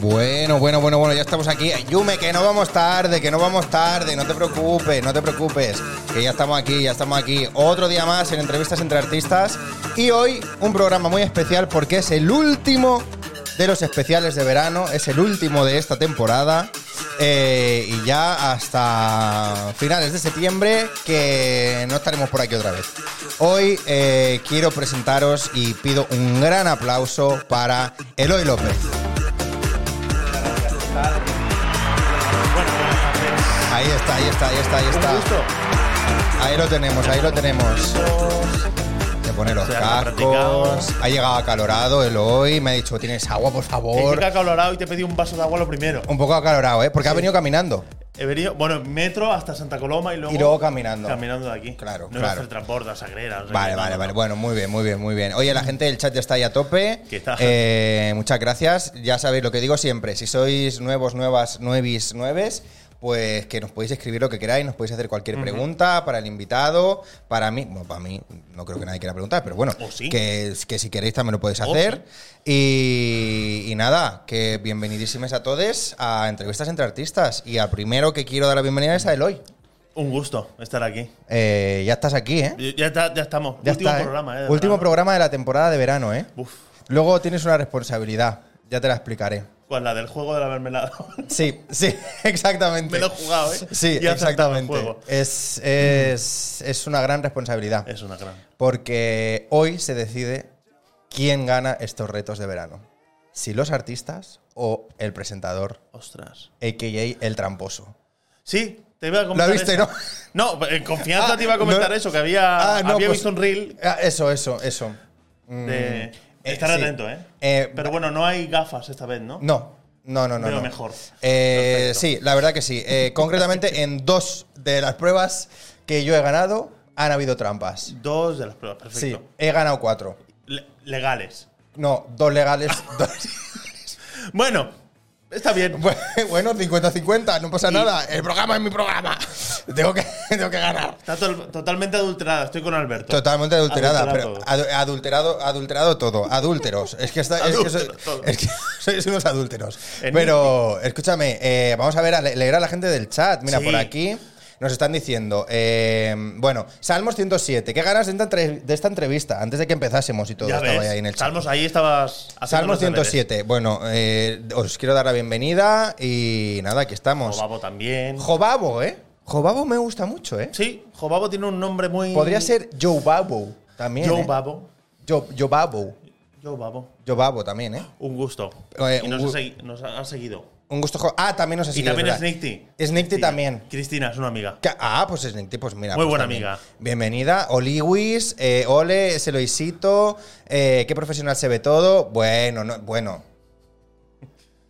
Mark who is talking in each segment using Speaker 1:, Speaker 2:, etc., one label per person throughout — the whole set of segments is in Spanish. Speaker 1: Bueno, bueno, bueno, bueno, ya estamos aquí. Yume, que no vamos tarde, que no vamos tarde, no te preocupes, no te preocupes, que ya estamos aquí, ya estamos aquí. Otro día más en entrevistas entre artistas y hoy un programa muy especial porque es el último de los especiales de verano, es el último de esta temporada eh, y ya hasta finales de septiembre que no estaremos por aquí otra vez. Hoy eh, quiero presentaros y pido un gran aplauso para Eloy López. Ahí está, ahí está, ahí está, ahí está. Ahí lo tenemos, ahí lo tenemos. Se pone los
Speaker 2: Se ha
Speaker 1: cascos.
Speaker 2: practicado.
Speaker 1: Ha llegado acalorado el hoy. Me ha dicho, ¿tienes agua, por
Speaker 2: Es
Speaker 1: favor?
Speaker 2: que ha calorado y te pedí un vaso de agua lo primero.
Speaker 1: Un poco acalorado, ¿eh? Porque ha venido caminando.
Speaker 2: He venido, bueno, metro hasta Santa Coloma y luego.
Speaker 1: Y luego caminando.
Speaker 2: Caminando de aquí.
Speaker 1: Claro,
Speaker 2: no
Speaker 1: claro.
Speaker 2: iba a hacer transbordo a Sagrera. o sea
Speaker 1: Vale,
Speaker 2: que no,
Speaker 1: vale,
Speaker 2: no,
Speaker 1: vale.
Speaker 2: no.
Speaker 1: Bueno, muy bien, muy bien, muy bien. Oye, la gente del chat ya está ahí a tope.
Speaker 2: Que está.
Speaker 1: Eh, muchas gracias. Ya sabéis lo que digo siempre. Si sois nuevos, nuevas, nuevis, nueves, pues que nos podéis escribir lo que queráis, nos podéis hacer cualquier pregunta para el invitado, para mí. Bueno, para mí no creo que nadie quiera preguntar, pero bueno,
Speaker 2: O Oh, sí. Oh,
Speaker 1: que, que si queréis también lo podéis
Speaker 2: O
Speaker 1: hacer. y, y nada, que bienvenidísimes a todos a Entrevistas entre Artistas. Y al primero que quiero dar la bienvenida es a Eloy.
Speaker 2: Un gusto estar aquí.
Speaker 1: Eh, ya estás aquí, ¿eh?
Speaker 2: Ya, está- ya estamos.
Speaker 1: Ya
Speaker 2: Último
Speaker 1: está, ¿eh?
Speaker 2: programa, eh, de
Speaker 1: Último
Speaker 2: verano.
Speaker 1: programa de la temporada de verano, ¿eh?
Speaker 2: Uf,
Speaker 1: Luego tienes una responsabilidad, ya te la explicaré.
Speaker 2: ¿Cuál? La del juego de la mermelada.
Speaker 1: Sí, sí, exactamente.
Speaker 2: Me lo he jugado, ¿eh?
Speaker 1: Sí,
Speaker 2: Y he acertado el
Speaker 1: exactamente.
Speaker 2: juego.
Speaker 1: Es, es, es una gran responsabilidad.
Speaker 2: es una gran.
Speaker 1: Porque hoy se decide quién gana estos retos de verano. Si los artistas o el presentador,
Speaker 2: Ostras.
Speaker 1: a.k.a. el tramposo.
Speaker 2: Sí, te iba a comentar.
Speaker 1: viste,
Speaker 2: eso.
Speaker 1: no?
Speaker 2: No, en confianza
Speaker 1: Ah,
Speaker 2: te iba a comentar
Speaker 1: no.
Speaker 2: eso, que había,
Speaker 1: Ah, no,
Speaker 2: había
Speaker 1: pues-
Speaker 2: visto un reel
Speaker 1: Ah, Eso, eso, eso. Mm,
Speaker 2: de.
Speaker 1: eh,
Speaker 2: estar
Speaker 1: sí.
Speaker 2: atento, ¿eh?
Speaker 1: Eh,
Speaker 2: Pero bueno, no hay gafas esta vez, ¿no?
Speaker 1: No, no, no, no.
Speaker 2: Veo
Speaker 1: no.
Speaker 2: mejor.
Speaker 1: Eh,
Speaker 2: Perfecto.
Speaker 1: sí, la verdad que sí. Eh, concretamente, en dos de las pruebas que yo he ganado, han habido trampas.
Speaker 2: Dos de las pruebas,
Speaker 1: Sí,
Speaker 2: perfecto.
Speaker 1: he ganado cuatro.
Speaker 2: Le- legales.
Speaker 1: No, dos legales. dos-
Speaker 2: Bueno, está bien.
Speaker 1: Bueno, 50-50, no pasa nada. El programa es mi programa. Tengo que, tengo que ganar.
Speaker 2: Está tol- totalmente adulterada. Estoy con Alberto.
Speaker 1: Totalmente adulterada,
Speaker 2: Adulterado
Speaker 1: pero adu- adulterado, adulterado todo, adúlteros. Es que, está, es que, soy-
Speaker 2: Adúltero todo.
Speaker 1: es que sois unos adúlteros.
Speaker 2: En-
Speaker 1: Pero escúchame, eh, vamos a ver, a le- leer a la gente del chat. Mira,
Speaker 2: Sí.
Speaker 1: por aquí nos están diciendo, eh, bueno, Salmos 107, ¿qué ganas de esta, entre- de esta entrevista? Antes de que empezásemos y todo,
Speaker 2: Ya
Speaker 1: estaba
Speaker 2: ves,
Speaker 1: ahí en el chat.
Speaker 2: Salmos, ahí estabas. haciendo
Speaker 1: Salmos
Speaker 2: los deberes.
Speaker 1: 107, bueno, eh, os quiero dar la bienvenida y nada, aquí estamos.
Speaker 2: Jobabo también.
Speaker 1: Jobabo, ¿eh? Jobabo me gusta mucho, ¿eh?
Speaker 2: sí, Jobabo tiene un nombre muy.
Speaker 1: Podría ser Joe Babo también.
Speaker 2: Yo
Speaker 1: ¿eh?
Speaker 2: Babo.
Speaker 1: Yo, yo babo.
Speaker 2: Yo Babo.
Speaker 1: Yo babo también, ¿eh?
Speaker 2: Un gusto.
Speaker 1: Eh,
Speaker 2: y
Speaker 1: un
Speaker 2: nos,
Speaker 1: gu-
Speaker 2: ha segui- nos ha- han seguido.
Speaker 1: Un gusto. jo- Ah, también nos ha
Speaker 2: y
Speaker 1: seguido.
Speaker 2: también
Speaker 1: es
Speaker 2: es
Speaker 1: verdad.
Speaker 2: Nicti.
Speaker 1: Sneakty
Speaker 2: Cristina.
Speaker 1: también.
Speaker 2: Cristina es una amiga.
Speaker 1: Ca- Ah, pues es Nicti, pues mira.
Speaker 2: Muy
Speaker 1: pues
Speaker 2: buena
Speaker 1: también.
Speaker 2: amiga.
Speaker 1: Bienvenida. Oliwis, eh, Ole, Seloisito. Eh, qué profesional se ve todo. Bueno, no, bueno.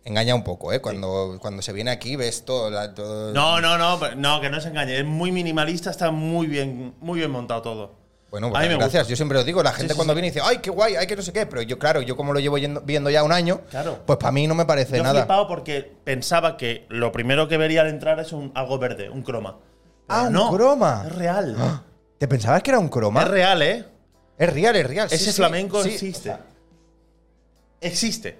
Speaker 1: Engaña un poco, ¿eh? Cuando, cuando se viene aquí ves todo. la- todo-
Speaker 2: No, no, no, pero- no, que no se engañe. Es muy minimalista, está muy bien, muy bien montado todo.
Speaker 1: Bueno,
Speaker 2: A mí
Speaker 1: bueno,
Speaker 2: me
Speaker 1: gracias. Yo siempre lo digo. La gente
Speaker 2: sí,
Speaker 1: cuando viene dice, ay, qué guay, ay, que no sé qué. Pero yo, claro, yo como lo llevo yendo- viendo ya un año,
Speaker 2: Claro.
Speaker 1: pues para mí no me parece
Speaker 2: Yo he
Speaker 1: nada.
Speaker 2: flipado porque pensaba que lo primero que vería al entrar es un, algo verde, un croma.
Speaker 1: Ah,
Speaker 2: Pero
Speaker 1: un
Speaker 2: no,
Speaker 1: croma.
Speaker 2: Es real.
Speaker 1: ¿Te pensabas que era un croma?
Speaker 2: Es real, ¿eh?
Speaker 1: Es real, es real.
Speaker 2: Ese
Speaker 1: sí, sí,
Speaker 2: flamenco
Speaker 1: sí.
Speaker 2: existe.
Speaker 1: O sea,
Speaker 2: existe.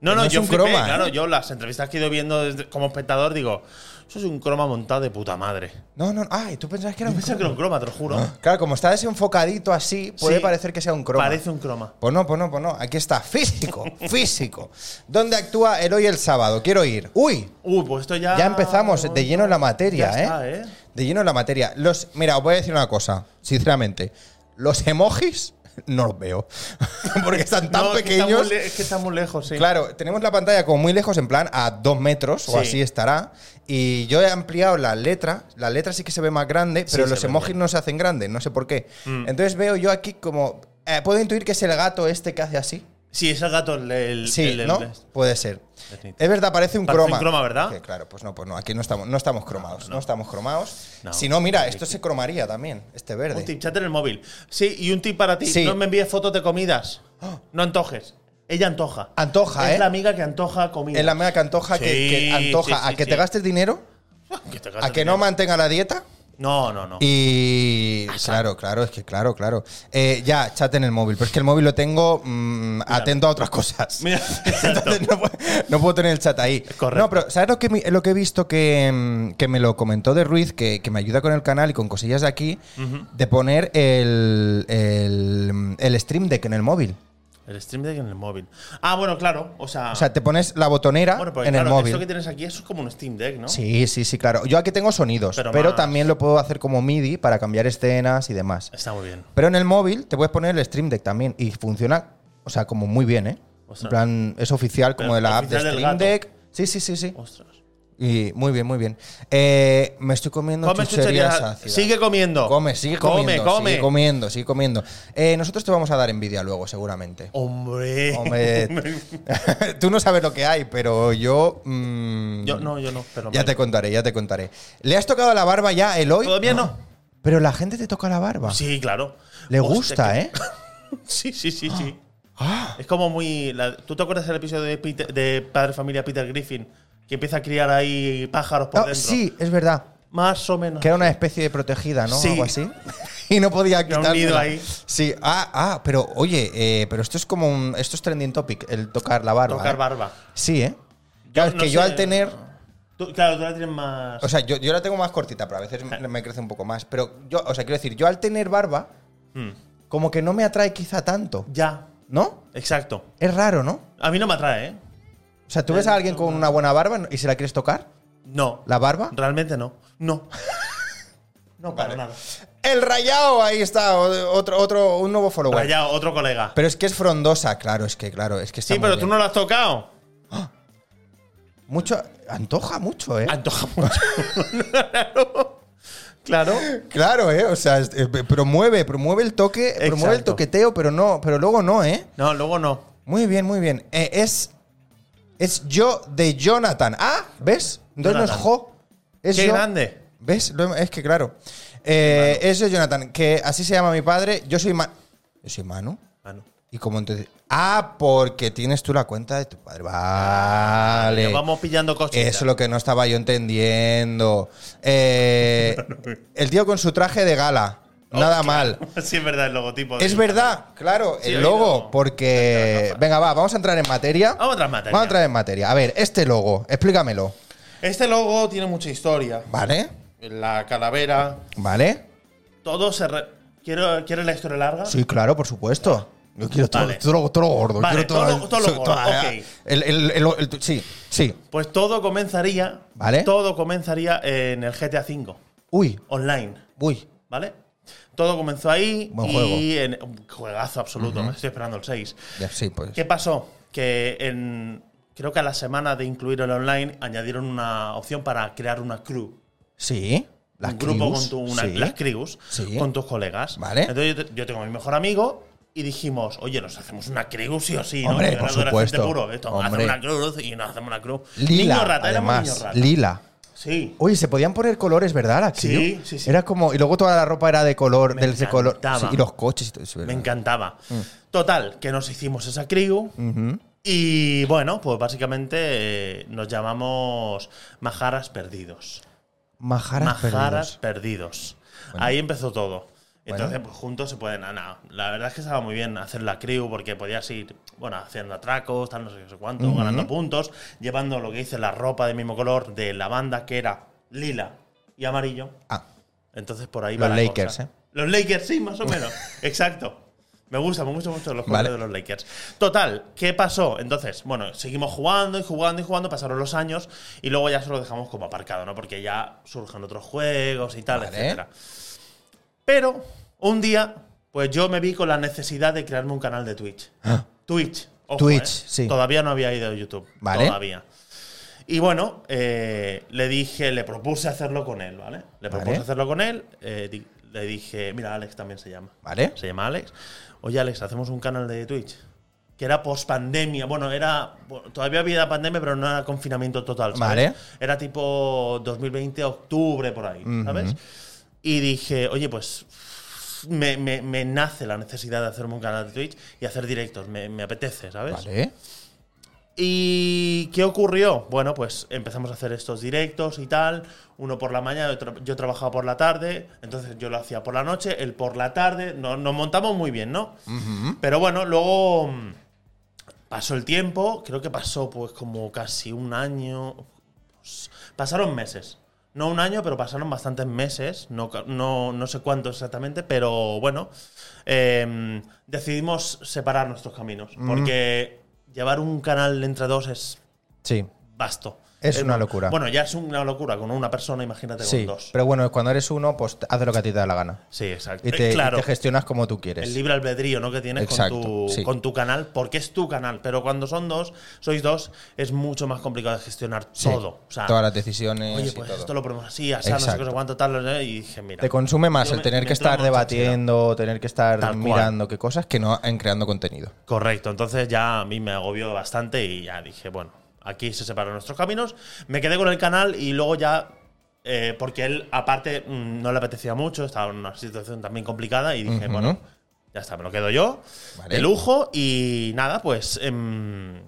Speaker 2: No,
Speaker 1: No
Speaker 2: no,
Speaker 1: es
Speaker 2: yo
Speaker 1: un
Speaker 2: flipé,
Speaker 1: croma, ¿eh?
Speaker 2: claro, yo las entrevistas que he ido viendo desde- como espectador digo, eso es un croma montado de puta madre.
Speaker 1: no, no, ay, tú pensabas que era
Speaker 2: Yo
Speaker 1: un
Speaker 2: pensaba que
Speaker 1: croma.
Speaker 2: era un croma, te lo juro.
Speaker 1: Claro, como está desenfocadito así, puede
Speaker 2: Sí,
Speaker 1: parecer que sea un Ah, croma.
Speaker 2: Parece un croma.
Speaker 1: Pues no, pues no, pues no. Aquí está, físico, físico. ¿Dónde actúa el hoy el sábado? Quiero ir. Uy,
Speaker 2: Uy, pues esto ya.
Speaker 1: ya empezamos de lleno en la materia,
Speaker 2: Ya está,
Speaker 1: ¿eh? De lleno en la materia. Los, mira, os voy a decir una cosa, sinceramente. Los emojis no los veo. Porque están tan
Speaker 2: No, es que está
Speaker 1: pequeños.
Speaker 2: muy le- Es que está muy lejos, sí.
Speaker 1: Claro, tenemos la pantalla como muy lejos, en plan a dos metros o
Speaker 2: Sí.
Speaker 1: así estará. Y yo he ampliado la letra. La letra sí que se ve más grande, pero
Speaker 2: se
Speaker 1: los
Speaker 2: ve
Speaker 1: emojis
Speaker 2: bien. Mm.
Speaker 1: no se hacen grandes, no sé por qué. Entonces veo yo aquí como. eh, Puedo intuir que es el gato este que hace así.
Speaker 2: Sí, es el gato el. el-
Speaker 1: Sí,
Speaker 2: el- este. el-
Speaker 1: ¿no? Puede ser.
Speaker 2: Definitivo.
Speaker 1: Es verdad, parece un
Speaker 2: este. Parece un
Speaker 1: croma.
Speaker 2: croma, ¿verdad?
Speaker 1: Que claro, pues no, pues no, aquí no estamos, no estamos cromados. No, estamos cromados.
Speaker 2: No.
Speaker 1: Si no, mira, esto se cromaría también, este
Speaker 2: Un
Speaker 1: verde.
Speaker 2: tip, chat en el móvil. Sí, y un tip para ti.
Speaker 1: Sí. ¡Ah!
Speaker 2: No me envíes fotos de comidas. No antojes. Ella antoja.
Speaker 1: Antoja,
Speaker 2: es
Speaker 1: ¿eh?
Speaker 2: la amiga que antoja comida.
Speaker 1: Es la mega que antoja, que,
Speaker 2: Sí,
Speaker 1: que antoja
Speaker 2: sí, sí,
Speaker 1: a que
Speaker 2: sí.
Speaker 1: te gastes dinero,
Speaker 2: Que te
Speaker 1: a
Speaker 2: gastes
Speaker 1: que no
Speaker 2: dinero.
Speaker 1: mantenga la dieta.
Speaker 2: No, no, Ah, no.
Speaker 1: Y claro, claro, es que claro, claro. Eh, ya, chat en el móvil, pero es que el móvil lo tengo mm, atento a otras cosas.
Speaker 2: Mira, exacto.
Speaker 1: Entonces, no, puedo, no puedo tener el chat ahí.
Speaker 2: Correcto.
Speaker 1: No, pero ¿sabes lo que, mi- lo que he visto que, mm, que me lo comentó de Ruiz, que, que me ayuda con el canal y con cosillas de aquí, de poner el, el, el Stream Deck en el móvil?
Speaker 2: El stream deck en el móvil. Ah, bueno, claro. O sea,
Speaker 1: O sea, te pones la botonera
Speaker 2: Ah. bueno, porque
Speaker 1: en
Speaker 2: claro,
Speaker 1: el móvil.
Speaker 2: esto que tienes aquí eso es como un Steam Deck, ¿no?
Speaker 1: Sí, sí, sí, claro. Yo aquí tengo sonidos,
Speaker 2: Pero
Speaker 1: pero,
Speaker 2: más.
Speaker 1: también lo puedo hacer como MIDI para cambiar escenas y demás.
Speaker 2: Está muy bien.
Speaker 1: Pero en el móvil te puedes poner el Stream Deck también y funciona, o sea, como muy bien, ¿eh?
Speaker 2: Ostras.
Speaker 1: En plan, es oficial como
Speaker 2: Pero
Speaker 1: de la app de
Speaker 2: oficial del
Speaker 1: Stream
Speaker 2: gato.
Speaker 1: Deck. Sí, sí, sí, sí.
Speaker 2: Ostras.
Speaker 1: Y muy bien, muy bien. Eh, me estoy comiendo
Speaker 2: Come
Speaker 1: chucherías
Speaker 2: chucherías.
Speaker 1: ácidas.
Speaker 2: Sigue comiendo.
Speaker 1: Come, sigue comiendo.
Speaker 2: Come, come.
Speaker 1: Sigue comiendo, sigue comiendo. Eh, nosotros te vamos a dar envidia luego, seguramente.
Speaker 2: Hombre.
Speaker 1: Hombre, tú no sabes lo que hay, pero yo. mm,
Speaker 2: Yo no, yo no. Pero
Speaker 1: ya
Speaker 2: me-
Speaker 1: te contaré, ya te contaré. ¿Le has tocado la barba ya a Eloy?
Speaker 2: Todavía no.
Speaker 1: Pero la gente te toca la barba.
Speaker 2: Sí, claro.
Speaker 1: Le
Speaker 2: Hostia,
Speaker 1: gusta,
Speaker 2: que-
Speaker 1: ¿eh?
Speaker 2: Sí, sí, sí, sí.
Speaker 1: Ah.
Speaker 2: Es como muy. la- ¿Tú te acuerdas del episodio de, Peter- de Padre Familia Peter Griffin? Que empieza a criar ahí pájaros por
Speaker 1: Ah,
Speaker 2: dentro.
Speaker 1: sí, es verdad.
Speaker 2: Más o menos.
Speaker 1: Que era una especie de protegida, ¿no?
Speaker 2: Sí.
Speaker 1: Algo así. Y no podía
Speaker 2: Era un
Speaker 1: quitarla.
Speaker 2: nido ahí.
Speaker 1: Sí. Ah, ah, pero oye, eh, pero esto es como un. Esto es trending topic, el tocar la barba.
Speaker 2: Tocar
Speaker 1: ¿eh?
Speaker 2: barba.
Speaker 1: Sí, ¿eh? Claro, es
Speaker 2: no
Speaker 1: que yo
Speaker 2: sé.
Speaker 1: al tener.
Speaker 2: Tú- claro, tú la tienes más.
Speaker 1: O sea, yo, yo la tengo más cortita, pero a veces me, me crece un poco más. Pero yo, o sea, quiero decir, yo al tener barba,
Speaker 2: Mm.
Speaker 1: como que no me atrae quizá tanto.
Speaker 2: Ya,
Speaker 1: ¿No?
Speaker 2: exacto.
Speaker 1: Es raro, ¿no?
Speaker 2: A mí no me atrae, ¿eh?
Speaker 1: O sea, tú ves a alguien con una buena barba y si la quieres tocar,
Speaker 2: No.
Speaker 1: la barba.
Speaker 2: Realmente no. No. no, para
Speaker 1: Vale.
Speaker 2: nada.
Speaker 1: El rayado, ahí está, o- otro, otro, un nuevo follower.
Speaker 2: Rayado, otro colega.
Speaker 1: Pero es que es frondosa, claro, es que claro, es que está
Speaker 2: sí,
Speaker 1: muy
Speaker 2: pero tú
Speaker 1: bien.
Speaker 2: no lo has tocado.
Speaker 1: mucho antoja mucho, eh.
Speaker 2: Antoja mucho. claro.
Speaker 1: Claro, eh, o sea, es- eh, promueve, promueve el toque, promueve el
Speaker 2: Exacto.
Speaker 1: toqueteo, pero no, pero luego no, eh.
Speaker 2: No, luego no.
Speaker 1: Muy bien, muy bien. Eh, es es yo de Jonathan. Ah, ¿ves? Entonces no
Speaker 2: Jonathan.
Speaker 1: es jo. Es
Speaker 2: Qué
Speaker 1: yo.
Speaker 2: grande.
Speaker 1: ¿Ves? Lo- Es que claro. Eh, Eso es Jonathan, que así se llama mi padre. Yo soy Ma- Yo soy Manu.
Speaker 2: Ah, no.
Speaker 1: Y como entonces. Ah, porque tienes tú la cuenta de tu padre. Vale.
Speaker 2: Vamos pillando cositas.
Speaker 1: Eh, Eso es lo que no estaba yo entendiendo. Eh, el tío con su traje de gala. Nada mal.
Speaker 2: Sí, es verdad, el logotipo.
Speaker 1: Es
Speaker 2: del-
Speaker 1: verdad, claro,
Speaker 2: Sí,
Speaker 1: el
Speaker 2: ahí
Speaker 1: logo,
Speaker 2: no.
Speaker 1: porque... Venga, va, vamos a entrar en materia.
Speaker 2: Vamos a entrar en materia.
Speaker 1: Vamos a entrar en materia. A ver, este logo, explícamelo.
Speaker 2: Este logo tiene mucha historia.
Speaker 1: ¿Vale?
Speaker 2: La calavera.
Speaker 1: ¿Vale?
Speaker 2: Todo se. re- ¿Quiero, ¿Quieres la historia larga?
Speaker 1: Sí, claro, por supuesto. Yo quiero todo,
Speaker 2: Vale.
Speaker 1: todo, lo- todo lo gordo.
Speaker 2: Vale,
Speaker 1: quiero toda-
Speaker 2: todo lo- todo lo
Speaker 1: so-
Speaker 2: gordo,
Speaker 1: toda-
Speaker 2: ok.
Speaker 1: el- el- el- el- tu- sí, sí.
Speaker 2: Pues todo comenzaría.
Speaker 1: Vale.
Speaker 2: Todo comenzaría en el GTA V.
Speaker 1: Uy,
Speaker 2: Online.
Speaker 1: uy.
Speaker 2: ¿Vale? Todo comenzó ahí.
Speaker 1: Buen
Speaker 2: y
Speaker 1: juego.
Speaker 2: en- un juegazo absoluto. Estoy esperando el 6.
Speaker 1: Ya, Sí, pues.
Speaker 2: ¿Qué pasó? Que en. Creo que a la semana de incluir el online añadieron una opción para crear una crew.
Speaker 1: Sí. Las
Speaker 2: un grupo
Speaker 1: crews,
Speaker 2: con tu, una,
Speaker 1: sí.
Speaker 2: las crews,
Speaker 1: Sí.
Speaker 2: con tus colegas.
Speaker 1: Vale.
Speaker 2: Entonces yo, te- yo tengo a mi mejor amigo y dijimos, oye, nos hacemos una crew sí o sí, ¿no?
Speaker 1: Hombre,
Speaker 2: Yo era
Speaker 1: por
Speaker 2: adolescente
Speaker 1: supuesto.
Speaker 2: Puro, esto,
Speaker 1: Hombre.
Speaker 2: Hacemos una crew y nos hacemos una crew.
Speaker 1: Lila,
Speaker 2: niño rata, éramos
Speaker 1: además.
Speaker 2: niños rata.
Speaker 1: Lila.
Speaker 2: sí.
Speaker 1: Oye, se podían poner colores, ¿verdad? la crew?
Speaker 2: Sí, sí, sí.
Speaker 1: Era como. Y luego toda la ropa era de color,
Speaker 2: Me
Speaker 1: del ese color.
Speaker 2: encantaba.
Speaker 1: sí, y los coches y todo eso.
Speaker 2: Me
Speaker 1: ¿verdad?
Speaker 2: encantaba. Total, que nos hicimos esa crew.
Speaker 1: Mm. Ujú.
Speaker 2: Y bueno, pues básicamente eh, nos llamamos Majaras Perdidos.
Speaker 1: Majaras,
Speaker 2: Majaras
Speaker 1: perdidos.
Speaker 2: perdidos. Ahí empezó todo.
Speaker 1: Bueno.
Speaker 2: Entonces, pues juntos se pueden. ah, nada. La verdad es que estaba muy bien hacer la crew porque podías ir, bueno, haciendo atracos, tal, no sé, qué, no sé cuánto, ganando puntos, llevando lo que dice la ropa del mismo color de la banda que era lila y amarillo.
Speaker 1: Ah,
Speaker 2: Entonces, por ahí
Speaker 1: Los
Speaker 2: va la
Speaker 1: Lakers,
Speaker 2: cosa.
Speaker 1: ¿eh?
Speaker 2: Los Lakers, sí, más o menos. Exacto. Me gusta, me gusta mucho los
Speaker 1: Vale.
Speaker 2: colores de los Lakers. Total, ¿qué pasó? Entonces, bueno, seguimos jugando y jugando y jugando, pasaron los años y luego ya se lo dejamos como aparcado, ¿no? Porque ya surgen otros juegos y tal,
Speaker 1: Vale.
Speaker 2: etcétera. Pero un día, pues yo me vi con la necesidad de crearme un canal de Twitch. Twitch. ojo,
Speaker 1: Ah. Twitch,
Speaker 2: ¿eh?
Speaker 1: sí.
Speaker 2: Todavía no había ido a YouTube.
Speaker 1: Vale.
Speaker 2: Todavía. Y bueno, eh, le dije, le propuse hacerlo con él, ¿vale? Le propuse
Speaker 1: Vale.
Speaker 2: hacerlo con él. eh, di- le dije, mira, Alex también se llama.
Speaker 1: ¿Vale?
Speaker 2: Se llama Alex. Oye, Alex, hacemos un canal de Twitch. Que era post pandemia. Bueno, era. Todavía había pandemia, pero no era confinamiento total. ¿sabes?
Speaker 1: Vale.
Speaker 2: Era tipo 2020, octubre, por ahí, ¿sabes? Y dije, oye, pues. Me, me- me nace la necesidad de hacerme un canal de Twitch y hacer directos. Me, me apetece, ¿sabes?
Speaker 1: Vale.
Speaker 2: ¿Y qué ocurrió? Bueno, pues empezamos a hacer estos directos y tal, uno por la mañana, otro- yo trabajaba por la tarde, entonces yo lo hacía por la noche, él por la tarde, no- nos montamos muy bien, ¿no? Pero bueno, luego mm, pasó el tiempo, creo que pasó pues como casi un año, pues, pasaron meses. No un año, pero pasaron bastantes meses, no, ca- no, no sé cuánto exactamente, pero bueno, eh, decidimos separar nuestros caminos,
Speaker 1: Mm.
Speaker 2: porque llevar un canal entre dos es
Speaker 1: Sí.
Speaker 2: vasto.
Speaker 1: Es
Speaker 2: Eh,
Speaker 1: una
Speaker 2: no,
Speaker 1: locura.
Speaker 2: Bueno, ya es una locura con una persona, imagínate con
Speaker 1: Sí.
Speaker 2: dos.
Speaker 1: Pero bueno, cuando eres uno, pues haz lo que a ti te da la gana.
Speaker 2: sí, exacto.
Speaker 1: Y
Speaker 2: Eh,
Speaker 1: te, y
Speaker 2: claro,
Speaker 1: te gestionas como tú quieres.
Speaker 2: el libre albedrío ¿no? que tienes
Speaker 1: Exacto,
Speaker 2: con, tu,
Speaker 1: sí.
Speaker 2: con tu canal, porque es tu canal, pero cuando son dos, sois dos, es mucho más complicado de gestionar
Speaker 1: Sí.
Speaker 2: todo. O sea,
Speaker 1: Todas las decisiones.
Speaker 2: oye,
Speaker 1: y
Speaker 2: pues
Speaker 1: todo.
Speaker 2: esto lo ponemos así, así, no sé qué,
Speaker 1: Exacto.
Speaker 2: no sé cuánto, tal, eh, y dije, mira.
Speaker 1: Te consume más
Speaker 2: yo
Speaker 1: el
Speaker 2: me-
Speaker 1: tener
Speaker 2: me
Speaker 1: que
Speaker 2: entró
Speaker 1: estar
Speaker 2: mucha
Speaker 1: debatiendo, tener que estar
Speaker 2: Tal cual.
Speaker 1: mirando qué cosas, que no en creando contenido.
Speaker 2: Correcto, entonces ya a mí me agobió bastante y ya dije, bueno, aquí se separan nuestros caminos. Me quedé con el canal y luego ya, eh, porque él aparte mm, no le apetecía mucho, estaba en una situación también complicada y dije,
Speaker 1: Ujú.
Speaker 2: bueno, ya está, me lo quedo yo,
Speaker 1: Vale.
Speaker 2: de lujo y nada, pues em,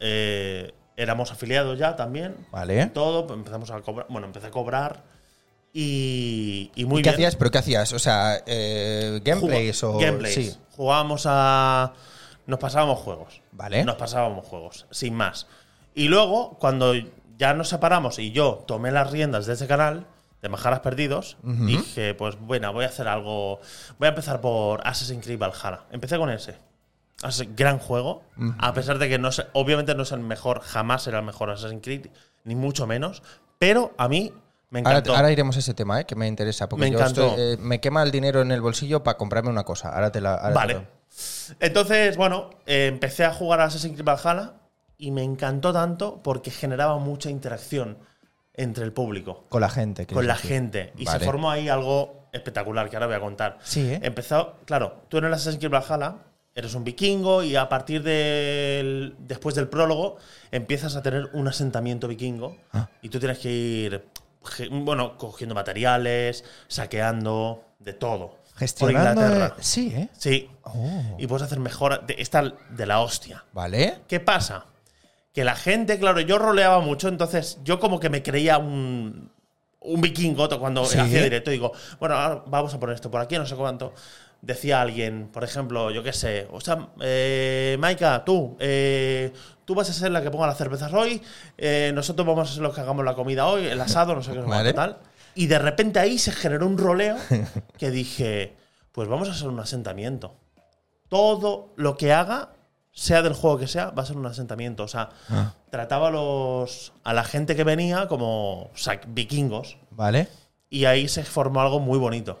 Speaker 2: eh, éramos afiliados ya también.
Speaker 1: Vale.
Speaker 2: Todo, pues empezamos a cobrar, bueno, empecé a cobrar y, y muy
Speaker 1: ¿Y qué
Speaker 2: bien.
Speaker 1: hacías? ¿Pero qué hacías? O sea, eh, gameplays
Speaker 2: Jugó-
Speaker 1: o.
Speaker 2: gameplays.
Speaker 1: Sí.
Speaker 2: Jugábamos a. Nos pasábamos juegos.
Speaker 1: Vale.
Speaker 2: Nos pasábamos juegos, sin más. Y luego, cuando ya nos separamos y yo tomé las riendas de ese canal, de Majaras Perdidos, dije, pues bueno, voy a hacer algo. Voy a empezar por Assassin's Creed Valhalla. Empecé con ese. Assassin's- gran juego. A pesar de que no es- obviamente no es el mejor, jamás será el mejor Assassin's Creed, ni mucho menos. Pero a mí me
Speaker 1: Ahora,
Speaker 2: encantó.
Speaker 1: ahora iremos a ese tema, eh, que me interesa. Porque
Speaker 2: Me
Speaker 1: yo
Speaker 2: encantó.
Speaker 1: estoy, eh, me quema el dinero en el bolsillo para comprarme una cosa. Ahora te la. ahora te
Speaker 2: Vale.
Speaker 1: lo-
Speaker 2: Entonces, bueno, eh, empecé a jugar a Assassin's Creed Valhalla y me encantó tanto porque generaba mucha interacción entre el público,
Speaker 1: Con la gente.
Speaker 2: con
Speaker 1: quieres
Speaker 2: la
Speaker 1: decir.
Speaker 2: gente. Y
Speaker 1: Vale.
Speaker 2: se formó ahí algo espectacular que ahora voy a contar.
Speaker 1: Sí, ¿eh?
Speaker 2: Empezó, claro, tú en el Assassin's Creed Valhalla eres un vikingo y a partir del. después del prólogo empiezas a tener un asentamiento vikingo
Speaker 1: Ah.
Speaker 2: y tú tienes que ir. ge- Bueno, cogiendo materiales, saqueando, de todo.
Speaker 1: Gestionando.
Speaker 2: Por
Speaker 1: eh,
Speaker 2: Inglaterra.
Speaker 1: sí, ¿eh?
Speaker 2: Sí.
Speaker 1: Oh.
Speaker 2: Y puedes hacer mejor. de- Esta de la hostia.
Speaker 1: Vale.
Speaker 2: ¿Qué pasa? Que la gente, claro, yo roleaba mucho, entonces yo como que me creía un, un vikingoto cuando
Speaker 1: Sí.
Speaker 2: hacía directo. Digo, bueno, ahora vamos a poner esto por aquí, no sé cuánto. Decía alguien, por ejemplo, yo qué sé, o sea, eh, Maika, tú, eh, tú vas a ser la que ponga las cervezas hoy, eh, nosotros vamos a ser los que hagamos la comida hoy, el asado, no sé qué, no sé
Speaker 1: Vale.
Speaker 2: cuánto, tal. Y de repente ahí se generó un roleo que dije, pues vamos a hacer un asentamiento todo lo que haga, sea del juego que sea, va a ser un asentamiento. O sea, trataba a, los, a la gente que venía como sac- vikingos.
Speaker 1: Vale.
Speaker 2: Y ahí se formó algo muy bonito.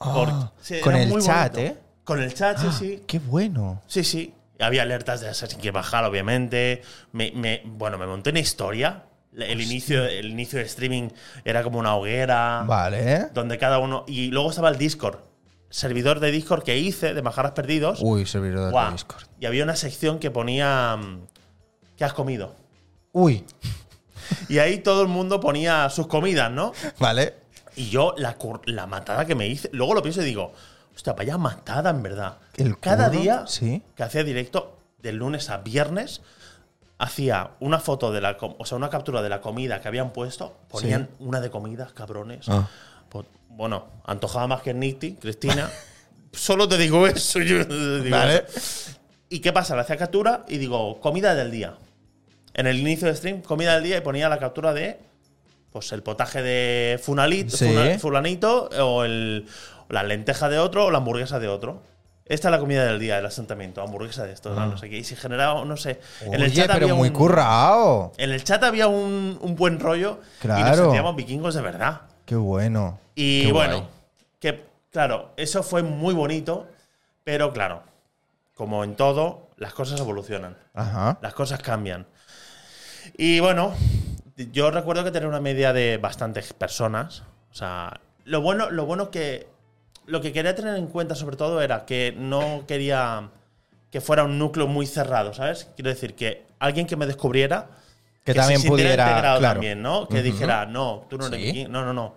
Speaker 1: Ah,
Speaker 2: Porque- sí,
Speaker 1: con
Speaker 2: era
Speaker 1: el
Speaker 2: muy
Speaker 1: chat,
Speaker 2: bonito.
Speaker 1: ¿eh?
Speaker 2: Con el chat, sí, sí.
Speaker 1: Qué bueno.
Speaker 2: Sí, sí. Había alertas de Assassin's Creed bajar, obviamente. Me, me- bueno, me monté una historia. El inicio, el inicio de streaming era como una hoguera
Speaker 1: Vale. ¿eh?
Speaker 2: donde cada uno. Y luego estaba el Discord, servidor de Discord que hice de Majaras Perdidos.
Speaker 1: Uy, servidor
Speaker 2: Guau.
Speaker 1: de Uh, Discord.
Speaker 2: Y había una sección que ponía mm, ¿Qué has comido?
Speaker 1: Uy.
Speaker 2: Y ahí todo el mundo ponía sus comidas, ¿no?
Speaker 1: Vale.
Speaker 2: Y yo la, cur- la matada que me hice, luego lo pienso y digo, hostia, vaya matada en verdad.
Speaker 1: El
Speaker 2: Cada
Speaker 1: curro,
Speaker 2: día
Speaker 1: sí.
Speaker 2: que hacía directo, de lunes a viernes, hacía una foto de la, com- o sea, una captura de la comida que habían puesto, ponían una de comidas, cabrones.
Speaker 1: Ah.
Speaker 2: Pues, bueno, antojaba más que Nitti, Cristina. Solo te digo eso. yo te digo
Speaker 1: Vale.
Speaker 2: eso. ¿Y qué pasa? Le hacía captura y digo, comida del día. En el inicio del stream, comida del día y ponía la captura de pues el potaje de funalit,
Speaker 1: Sí.
Speaker 2: funa- fulanito o el, o la lenteja de otro o la hamburguesa de otro. Esta es la comida del día, el asentamiento, hamburguesa de esto, no sé qué. Y se generaba, no sé. en el
Speaker 1: Ah. Oye,
Speaker 2: chat
Speaker 1: pero
Speaker 2: había
Speaker 1: muy
Speaker 2: un-
Speaker 1: currao.
Speaker 2: En el chat había un, un buen rollo y nos
Speaker 1: Claro.
Speaker 2: sentíamos vikingos de verdad.
Speaker 1: Qué bueno.
Speaker 2: Y
Speaker 1: Qué
Speaker 2: bueno,
Speaker 1: guay.
Speaker 2: que claro, eso fue muy bonito, pero claro, como en todo, las cosas evolucionan,
Speaker 1: Ajá.
Speaker 2: las cosas cambian. Y bueno, yo recuerdo que tenía una media de bastantes personas. O sea, lo bueno, lo bueno que. Lo que quería tener en cuenta, sobre todo, era que no quería que fuera un núcleo muy cerrado, ¿sabes? Quiero decir, que alguien que me descubriera
Speaker 1: Que,
Speaker 2: se
Speaker 1: también
Speaker 2: sintiera
Speaker 1: pudiera.
Speaker 2: integrado
Speaker 1: Claro.
Speaker 2: también, ¿no? Que
Speaker 1: Ujú.
Speaker 2: dijera, no, tú no eres
Speaker 1: Sí.
Speaker 2: viking". No, no, no.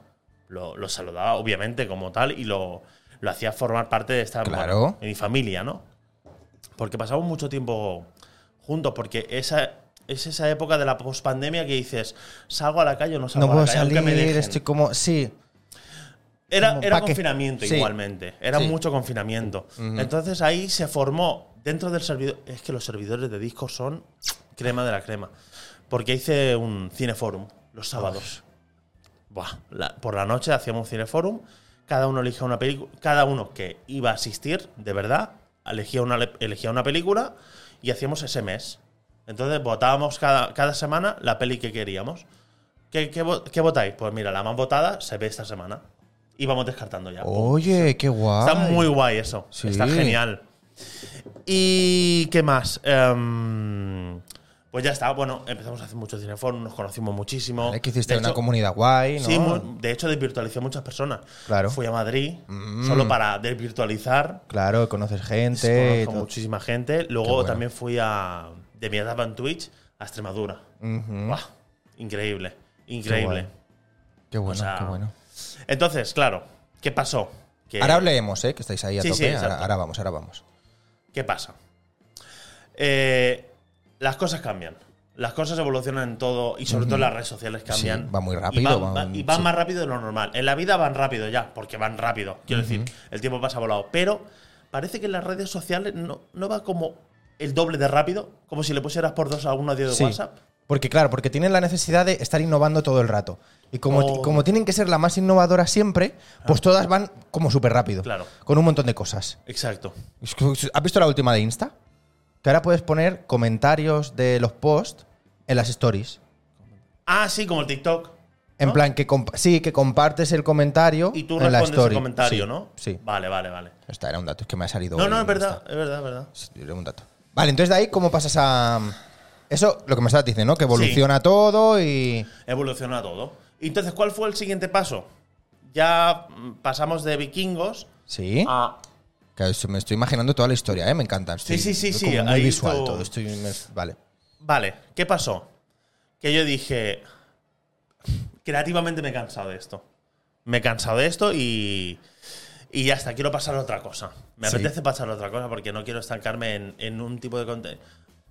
Speaker 2: Lo, lo saludaba, obviamente, como tal, y lo, lo hacía formar parte de esta
Speaker 1: Claro.
Speaker 2: de mi familia, ¿no? Porque pasamos mucho tiempo juntos, porque esa es esa época de la pospandemia que dices, salgo a la calle o no salgo
Speaker 1: no
Speaker 2: a la
Speaker 1: puedo
Speaker 2: calle. aunque
Speaker 1: salir,
Speaker 2: me dejen.
Speaker 1: estoy como. Sí.
Speaker 2: Era,
Speaker 1: como,
Speaker 2: era
Speaker 1: ¿pa' qué?
Speaker 2: confinamiento
Speaker 1: Sí.
Speaker 2: igualmente, era
Speaker 1: Sí.
Speaker 2: mucho confinamiento. Entonces ahí se formó dentro del servidor, es que los servidores de Discord son crema de la crema, porque hice un cineforum los sábados. Buah, la- por la noche hacíamos un cineforum, cada uno elegía una película, cada uno que iba a asistir, de verdad, elegía una, le- elegía una película y hacíamos ese mes. Entonces votábamos cada, cada semana la peli que queríamos. ¿Qué, qué, vo- qué votáis? Pues mira, la más votada se ve esta semana. Y vamos descartando ya.
Speaker 1: Oye, qué guay.
Speaker 2: Está muy guay eso.
Speaker 1: Oh, Sí.
Speaker 2: Está genial. ¿Y qué más? Em, pues ya está. Bueno, empezamos a hacer mucho cineforum, nos conocimos muchísimo.
Speaker 1: Vale, que hiciste
Speaker 2: De
Speaker 1: una
Speaker 2: hecho-
Speaker 1: comunidad guay, ¿no?
Speaker 2: Sí, mu- de hecho desvirtualicé a muchas personas.
Speaker 1: Claro.
Speaker 2: Fui a Madrid
Speaker 1: Mm.
Speaker 2: solo para desvirtualizar.
Speaker 1: Claro, conoces gente.
Speaker 2: Conozco
Speaker 1: todo.
Speaker 2: muchísima gente. Luego
Speaker 1: Qué bueno.
Speaker 2: también fui a. De mi etapa en Twitch a Extremadura.
Speaker 1: Ujú.
Speaker 2: Buah, increíble. Increíble.
Speaker 1: guay. Qué bueno,
Speaker 2: sea,
Speaker 1: qué bueno.
Speaker 2: Entonces, claro, ¿qué pasó? Que-
Speaker 1: Ahora leemos, ¿eh? Que estáis ahí a
Speaker 2: Sí, sí,
Speaker 1: tope. ahora,
Speaker 2: exacto.
Speaker 1: ahora vamos, ahora vamos.
Speaker 2: ¿Qué pasa? Eh, las cosas cambian. Las cosas evolucionan en todo y sobre todo las redes sociales cambian.
Speaker 1: Sí, va muy
Speaker 2: Y
Speaker 1: rápido,
Speaker 2: van-
Speaker 1: van-
Speaker 2: van- y van
Speaker 1: sí.
Speaker 2: más rápido de lo normal. En la vida van rápido ya, porque van rápido. Quiero decir, el tiempo pasa volado. Pero parece que en las redes sociales no, no va como el doble de rápido, como si le pusieras por dos a un audio de
Speaker 1: Sí.
Speaker 2: WhatsApp.
Speaker 1: Porque claro, porque tienen la necesidad de estar innovando todo el rato. Y como,
Speaker 2: Oh.
Speaker 1: como tienen que ser la más innovadora siempre, pues todas van como súper rápido.
Speaker 2: Ah. Claro.
Speaker 1: Con un montón de cosas.
Speaker 2: Exacto.
Speaker 1: Es que- pues, ¿Has visto la última de Insta? Que ahora puedes poner comentarios de los posts en las stories.
Speaker 2: Ah, sí, como el TikTok.
Speaker 1: En
Speaker 2: ¿no?
Speaker 1: plan, que comp- sí, que compartes el comentario
Speaker 2: Y tú
Speaker 1: en la
Speaker 2: respondes el
Speaker 1: story.
Speaker 2: comentario,
Speaker 1: Sí,
Speaker 2: ¿no?
Speaker 1: Sí.
Speaker 2: Vale, vale, vale.
Speaker 1: Esta era un dato, es que me ha salido.
Speaker 2: No,
Speaker 1: hoy
Speaker 2: no,
Speaker 1: en
Speaker 2: es verdad,
Speaker 1: Insta.
Speaker 2: es verdad, es verdad.
Speaker 1: Sí, era un dato. Vale, entonces de ahí, ¿cómo pasas a. Eso, lo que me estabas diciendo, ¿no? Que evoluciona todo y.
Speaker 2: evoluciona todo. Y Entonces, ¿cuál fue el siguiente paso? Ya mm, pasamos de vikingos
Speaker 1: Sí.
Speaker 2: a.
Speaker 1: Que se- me estoy imaginando toda la historia, ¿eh? Me encanta. Estoy
Speaker 2: Ah. Sí, sí, sí,
Speaker 1: como
Speaker 2: sí,
Speaker 1: Muy
Speaker 2: ahí
Speaker 1: visual
Speaker 2: hizo-
Speaker 1: todo. Estoy, me- vale.
Speaker 2: Vale, ¿qué pasó? Que yo dije. Creativamente me he cansado de esto. Me he cansado de esto y. Y ya está, quiero pasar a otra cosa. Me
Speaker 1: Sí.
Speaker 2: apetece pasar a otra cosa porque no quiero estancarme en, en un tipo de contenido.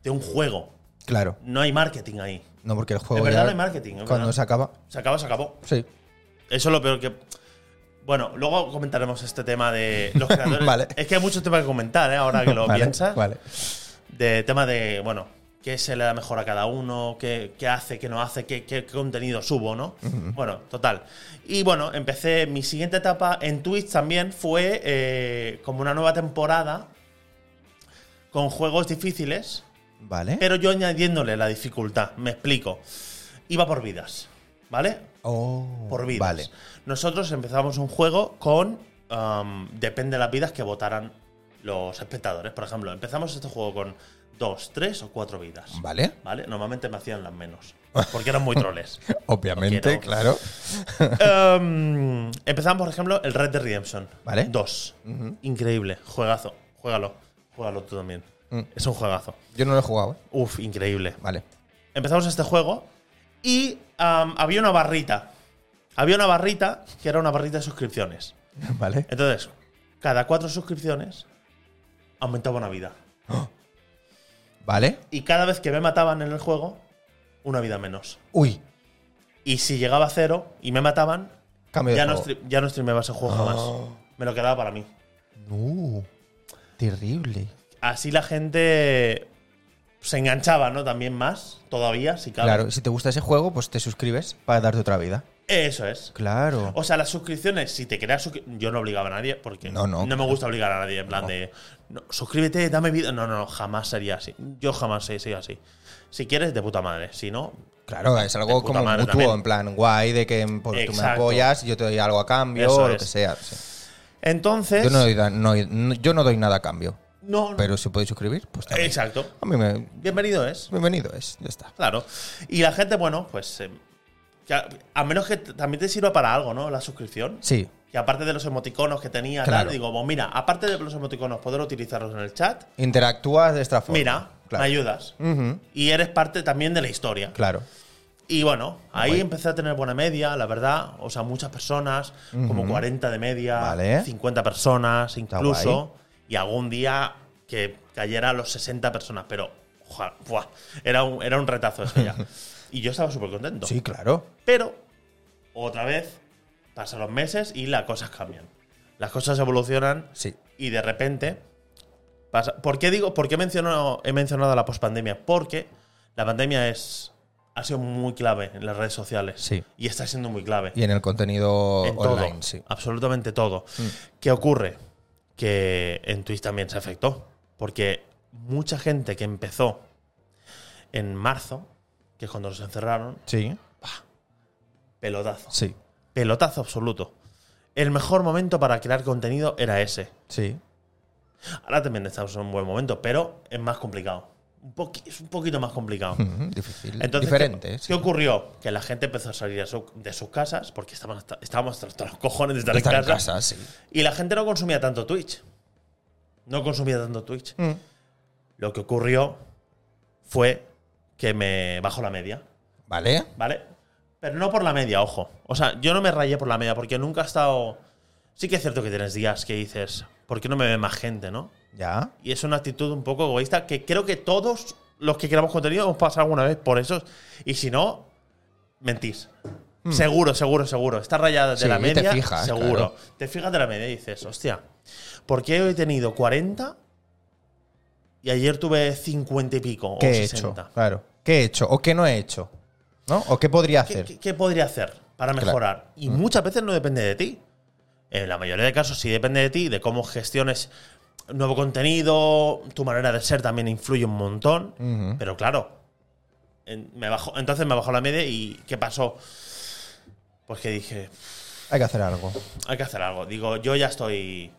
Speaker 2: De un juego.
Speaker 1: Claro.
Speaker 2: No hay marketing ahí.
Speaker 1: No, porque el juego.
Speaker 2: Es verdad,
Speaker 1: ya-
Speaker 2: no hay marketing, es
Speaker 1: Cuando
Speaker 2: verdad.
Speaker 1: se acaba.
Speaker 2: Se acabó, se acabó.
Speaker 1: Sí.
Speaker 2: Eso es lo peor que. Bueno, luego comentaremos este tema de los creadores.
Speaker 1: Vale.
Speaker 2: Es que hay muchos temas que comentar, ¿eh? ahora que lo
Speaker 1: Vale,
Speaker 2: piensas.
Speaker 1: Vale.
Speaker 2: De tema de, bueno, qué se le da mejor a cada uno, qué, qué hace, qué no hace, qué, qué contenido subo, ¿no? Bueno, total. Y bueno, empecé. Mi siguiente etapa en Twitch también fue eh, como una nueva temporada con juegos difíciles,
Speaker 1: Vale.
Speaker 2: pero yo añadiéndole la dificultad. Me explico. Iba por vidas, ¿vale?
Speaker 1: Oh,
Speaker 2: por vidas.
Speaker 1: Vale.
Speaker 2: Nosotros empezamos un juego con. um, depende de las vidas que votaran los espectadores. Por ejemplo, empezamos este juego con dos, tres o cuatro vidas.
Speaker 1: Vale.
Speaker 2: ¿Vale? Normalmente me hacían las menos. Porque eran muy troles.
Speaker 1: Obviamente,
Speaker 2: Quiero-
Speaker 1: claro.
Speaker 2: Um, empezamos, por ejemplo, el Red Dead Redemption.
Speaker 1: Vale.
Speaker 2: Dos. Increíble. Juegazo. Juégalo. Juégalo tú también.
Speaker 1: Mm.
Speaker 2: Es un juegazo.
Speaker 1: Yo no lo he jugado, ¿eh?
Speaker 2: Uf, increíble.
Speaker 1: Vale.
Speaker 2: empezamos este juego y am, había una barrita. Había una barrita que era una barrita de suscripciones.
Speaker 1: Vale.
Speaker 2: Entonces, cada cuatro suscripciones aumentaba una vida.
Speaker 1: Vale.
Speaker 2: Y cada vez que me mataban en el juego, una vida menos.
Speaker 1: Uy.
Speaker 2: Y si llegaba a cero y me mataban,
Speaker 1: Cambio
Speaker 2: ya
Speaker 1: de
Speaker 2: no,
Speaker 1: juego.
Speaker 2: stre- ya no streameaba ese juego
Speaker 1: Oh.
Speaker 2: jamás. Me lo quedaba para mí.
Speaker 1: No. Terrible.
Speaker 2: Así la gente se enganchaba, ¿no? También más, todavía, si cabe.
Speaker 1: Claro, si te gusta ese juego, pues te suscribes para darte otra vida.
Speaker 2: Eso es.
Speaker 1: Claro.
Speaker 2: O sea, las suscripciones, si te creas suscri- yo no obligaba a nadie porque
Speaker 1: No, no,
Speaker 2: me gusta obligar a nadie en plan de "No, suscríbete, dame vida. No, no, no, jamás sería así. Yo jamás he sido así. Si quieres, de puta madre. Si no,
Speaker 1: Claro, es
Speaker 2: de
Speaker 1: algo
Speaker 2: puta
Speaker 1: como
Speaker 2: madre
Speaker 1: mutuo,
Speaker 2: también.
Speaker 1: en plan guay, de que pues, tú me
Speaker 2: Exacto.
Speaker 1: apoyas, yo te doy algo a cambio,
Speaker 2: Eso
Speaker 1: o lo
Speaker 2: es.
Speaker 1: que sea. sí.
Speaker 2: entonces.
Speaker 1: Yo, no doy, da- no- no- yo no doy nada a cambio,
Speaker 2: no, no.
Speaker 1: pero si podéis suscribir, pues también.
Speaker 2: Exacto.
Speaker 1: A mí me,
Speaker 2: Bienvenido es.
Speaker 1: bienvenido es, ya está.
Speaker 2: Claro. Y la gente, bueno, pues. eh, que a, a menos que t- también te sirva para algo, ¿no? La suscripción.
Speaker 1: Sí,
Speaker 2: Que aparte de los emoticonos que tenía, tal,
Speaker 1: Claro.
Speaker 2: digo, bueno, mira, aparte de los emoticonos, poder utilizarlos en el chat,
Speaker 1: interactúas de esta forma.
Speaker 2: mira,
Speaker 1: claro.
Speaker 2: me ayudas.
Speaker 1: Ujú,
Speaker 2: Y eres parte también de la historia.
Speaker 1: claro.
Speaker 2: Y bueno, ahí
Speaker 1: Guay.
Speaker 2: empecé a tener buena media, la verdad. O sea, muchas personas, como 40 de media,
Speaker 1: Vale.
Speaker 2: 50 personas
Speaker 1: guay.
Speaker 2: incluso. Y algún día que cayera a los 60 personas. Pero Jua- buah, era, un, era un retazo eso ya. y yo estaba súper contento.
Speaker 1: Sí, claro.
Speaker 2: Pero, otra vez, pasan los meses y las cosas cambian. Las cosas evolucionan
Speaker 1: Sí.
Speaker 2: y de repente pasa. ¿Por qué digo? ¿Por qué menciono- he mencionado la pospandemia? Porque la pandemia es. ha sido muy clave en las redes sociales.
Speaker 1: Sí.
Speaker 2: Y está siendo muy clave.
Speaker 1: Y en el contenido
Speaker 2: en todo.
Speaker 1: online, sí. Mm.
Speaker 2: Absolutamente todo. ¿Qué ocurre? Que en Twitch también se afectó. Porque mucha gente que empezó en marzo, que es cuando nos encerraron,
Speaker 1: Sí.
Speaker 2: pelotazo.
Speaker 1: Sí.
Speaker 2: Pelotazo absoluto. El mejor momento para crear contenido era ese.
Speaker 1: Sí.
Speaker 2: Ahora también estamos en un buen momento, pero es más complicado. Un poqui- es un poquito más complicado.
Speaker 1: Ujú, Difícil.
Speaker 2: Entonces,
Speaker 1: Mm, Diferente.
Speaker 2: ¿qué,
Speaker 1: sí.
Speaker 2: qué ocurrió? Que la gente empezó a salir de, su- de sus casas, porque estaban hasta- estábamos hasta, hasta los cojones de estar,
Speaker 1: Estar
Speaker 2: en, casa,
Speaker 1: sí.
Speaker 2: Y la gente no consumía tanto Twitch. No consumía tanto Twitch.
Speaker 1: Mm.
Speaker 2: Lo que ocurrió fue que me bajó la media,
Speaker 1: ¿Vale?
Speaker 2: ¿vale? Pero no por la media, ojo. O sea, yo no me rayé por la media, porque nunca he estado. Sí que es cierto que tienes días que dices, ¿por qué no me ve más gente, no?
Speaker 1: Ya.
Speaker 2: Y es una actitud un poco egoísta que creo que todos los que creamos contenido hemos pasado alguna vez por eso. Y si no, mentís. Seguro, seguro, seguro. Está rayada de
Speaker 1: Mm. Sí,
Speaker 2: la
Speaker 1: te
Speaker 2: media.
Speaker 1: fijas,
Speaker 2: seguro.
Speaker 1: claro.
Speaker 2: Te fijas de la media y dices, hostia, ¿por qué hoy he tenido 40 y ayer tuve 50 y pico
Speaker 1: ¿Qué
Speaker 2: o
Speaker 1: he
Speaker 2: 60?
Speaker 1: hecho? Claro. ¿Qué he hecho o qué no he hecho? ¿No? ¿O qué podría
Speaker 2: ¿Qué,
Speaker 1: hacer?
Speaker 2: qué- qué podría hacer para
Speaker 1: Claro. Mm.
Speaker 2: mejorar? Y muchas veces no depende de ti. En la mayoría de casos sí depende de ti, de cómo gestiones nuevo contenido, tu manera de ser también influye un montón.
Speaker 1: Ujú.
Speaker 2: Pero claro, en- me bajó- entonces me bajó la media y ¿qué pasó? Pues que dije,
Speaker 1: Hay que hacer algo.
Speaker 2: hay que hacer algo. Digo, yo ya estoy...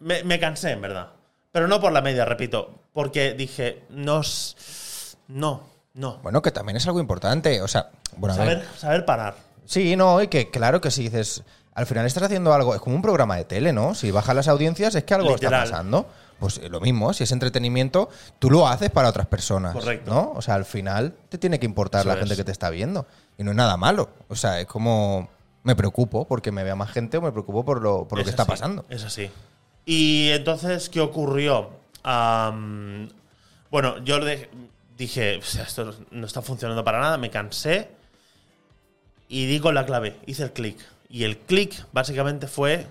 Speaker 2: Me, me cansé, en verdad. Pero no por la media, repito, porque dije, no, es- no, no.
Speaker 1: Bueno, que también es algo importante. O sea, bueno, a ver.
Speaker 2: Saber, saber parar.
Speaker 1: Sí, no, y que claro que si dices, al final estás haciendo algo, es como un programa de tele, ¿no? Si bajan las audiencias es que algo
Speaker 2: Literal.
Speaker 1: está pasando. Pues eh, lo mismo, si es entretenimiento, tú lo haces para otras personas.
Speaker 2: Correcto.
Speaker 1: ¿No? O sea, al final te tiene que importar
Speaker 2: Eso
Speaker 1: la gente
Speaker 2: es.
Speaker 1: que te está viendo. Y no es nada malo. O sea, es como me preocupo porque me vea más gente o me preocupo por lo, por lo que
Speaker 2: Es
Speaker 1: está
Speaker 2: así,
Speaker 1: pasando.
Speaker 2: Es así. Y entonces, ¿qué ocurrió? Am, bueno, yo lo de- dije, "O sea, esto no está funcionando para nada, me cansé y di con la clave, hice el clic. Y el clic básicamente fue,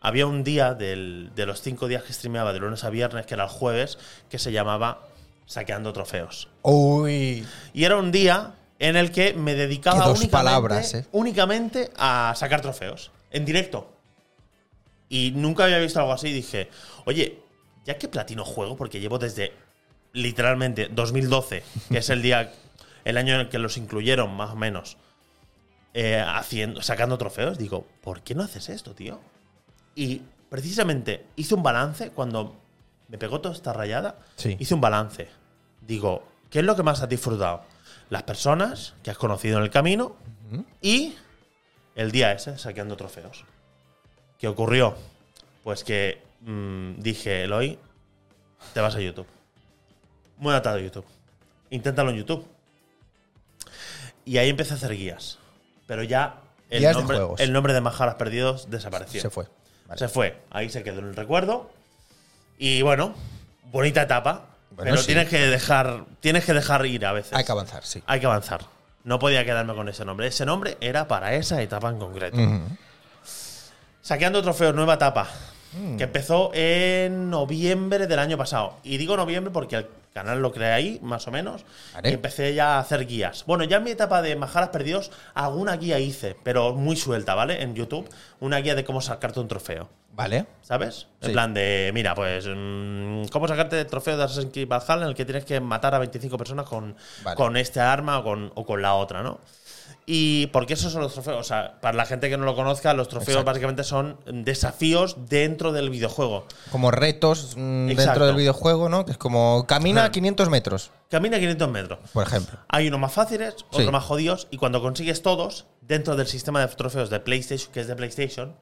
Speaker 2: había un día del- de los cinco días que streameaba, de lunes a viernes, que era el jueves, que se llamaba Saqueando Trofeos.
Speaker 1: Uy.
Speaker 2: Y era un día en el que me dedicaba
Speaker 1: Qué dos
Speaker 2: únicamente,
Speaker 1: palabras, eh.
Speaker 2: únicamente a sacar trofeos, en directo. Y nunca había visto algo así y dije, oye, ya que platino juego, porque llevo desde literalmente 2012, que es el día, el año en el que los incluyeron más o menos, eh, haciendo, sacando trofeos, digo, ¿por qué no haces esto, tío? Y precisamente hice un balance cuando me pegó toda esta rayada.
Speaker 1: Sí.
Speaker 2: Hice un balance. Digo, ¿qué es lo que más has disfrutado? Las personas que has conocido en el camino y el día ese saqueando trofeos. ¿Qué ocurrió? Pues que mm, dije, Eloy, te vas a YouTube. Muy atado a YouTube. Inténtalo en YouTube. Y ahí empecé a hacer guías. Pero ya el,
Speaker 1: Guías de
Speaker 2: nombre,
Speaker 1: juegos.
Speaker 2: el nombre de Majaras Perdidos desapareció.
Speaker 1: Se fue. Vale.
Speaker 2: Se fue. Ahí se quedó en el recuerdo. Y bueno, bonita etapa.
Speaker 1: Bueno,
Speaker 2: pero
Speaker 1: sí.
Speaker 2: tienes que dejar. Tienes que dejar ir a veces.
Speaker 1: Hay que avanzar, sí.
Speaker 2: Hay que avanzar. No podía quedarme con ese nombre. Ese nombre era para esa etapa en concreto.
Speaker 1: Ujú.
Speaker 2: Saqueando trofeos, nueva etapa. Que empezó en noviembre del año pasado. Y digo noviembre porque el canal lo creé ahí, más o menos.
Speaker 1: Vale.
Speaker 2: Y empecé ya a hacer guías. Bueno, ya en mi etapa de Majaras Perdidos, alguna guía hice, pero muy suelta, ¿vale? En YouTube. Una guía de cómo sacarte un trofeo.
Speaker 1: Vale.
Speaker 2: ¿Sabes?
Speaker 1: Sí.
Speaker 2: En plan de, mira, pues, mm, ¿cómo sacarte el trofeo de Assassin's Creed Valhalla en el que tienes que matar a 25 personas con,
Speaker 1: Vale.
Speaker 2: con esta arma o con, o con la otra, ¿no? Y porque esos son los trofeos, o sea, para la gente que no lo conozca, los trofeos
Speaker 1: Exacto.
Speaker 2: básicamente son desafíos dentro del videojuego.
Speaker 1: Como retos mm, dentro
Speaker 2: Exacto.
Speaker 1: del videojuego, ¿no? Que es como camina
Speaker 2: Ajá.
Speaker 1: 500 metros,
Speaker 2: Camina 500 metros.
Speaker 1: por ejemplo.
Speaker 2: Hay unos más fáciles, otros
Speaker 1: Sí.
Speaker 2: más jodidos, y cuando consigues todos, dentro del sistema de trofeos de PlayStation, que es de PlayStation,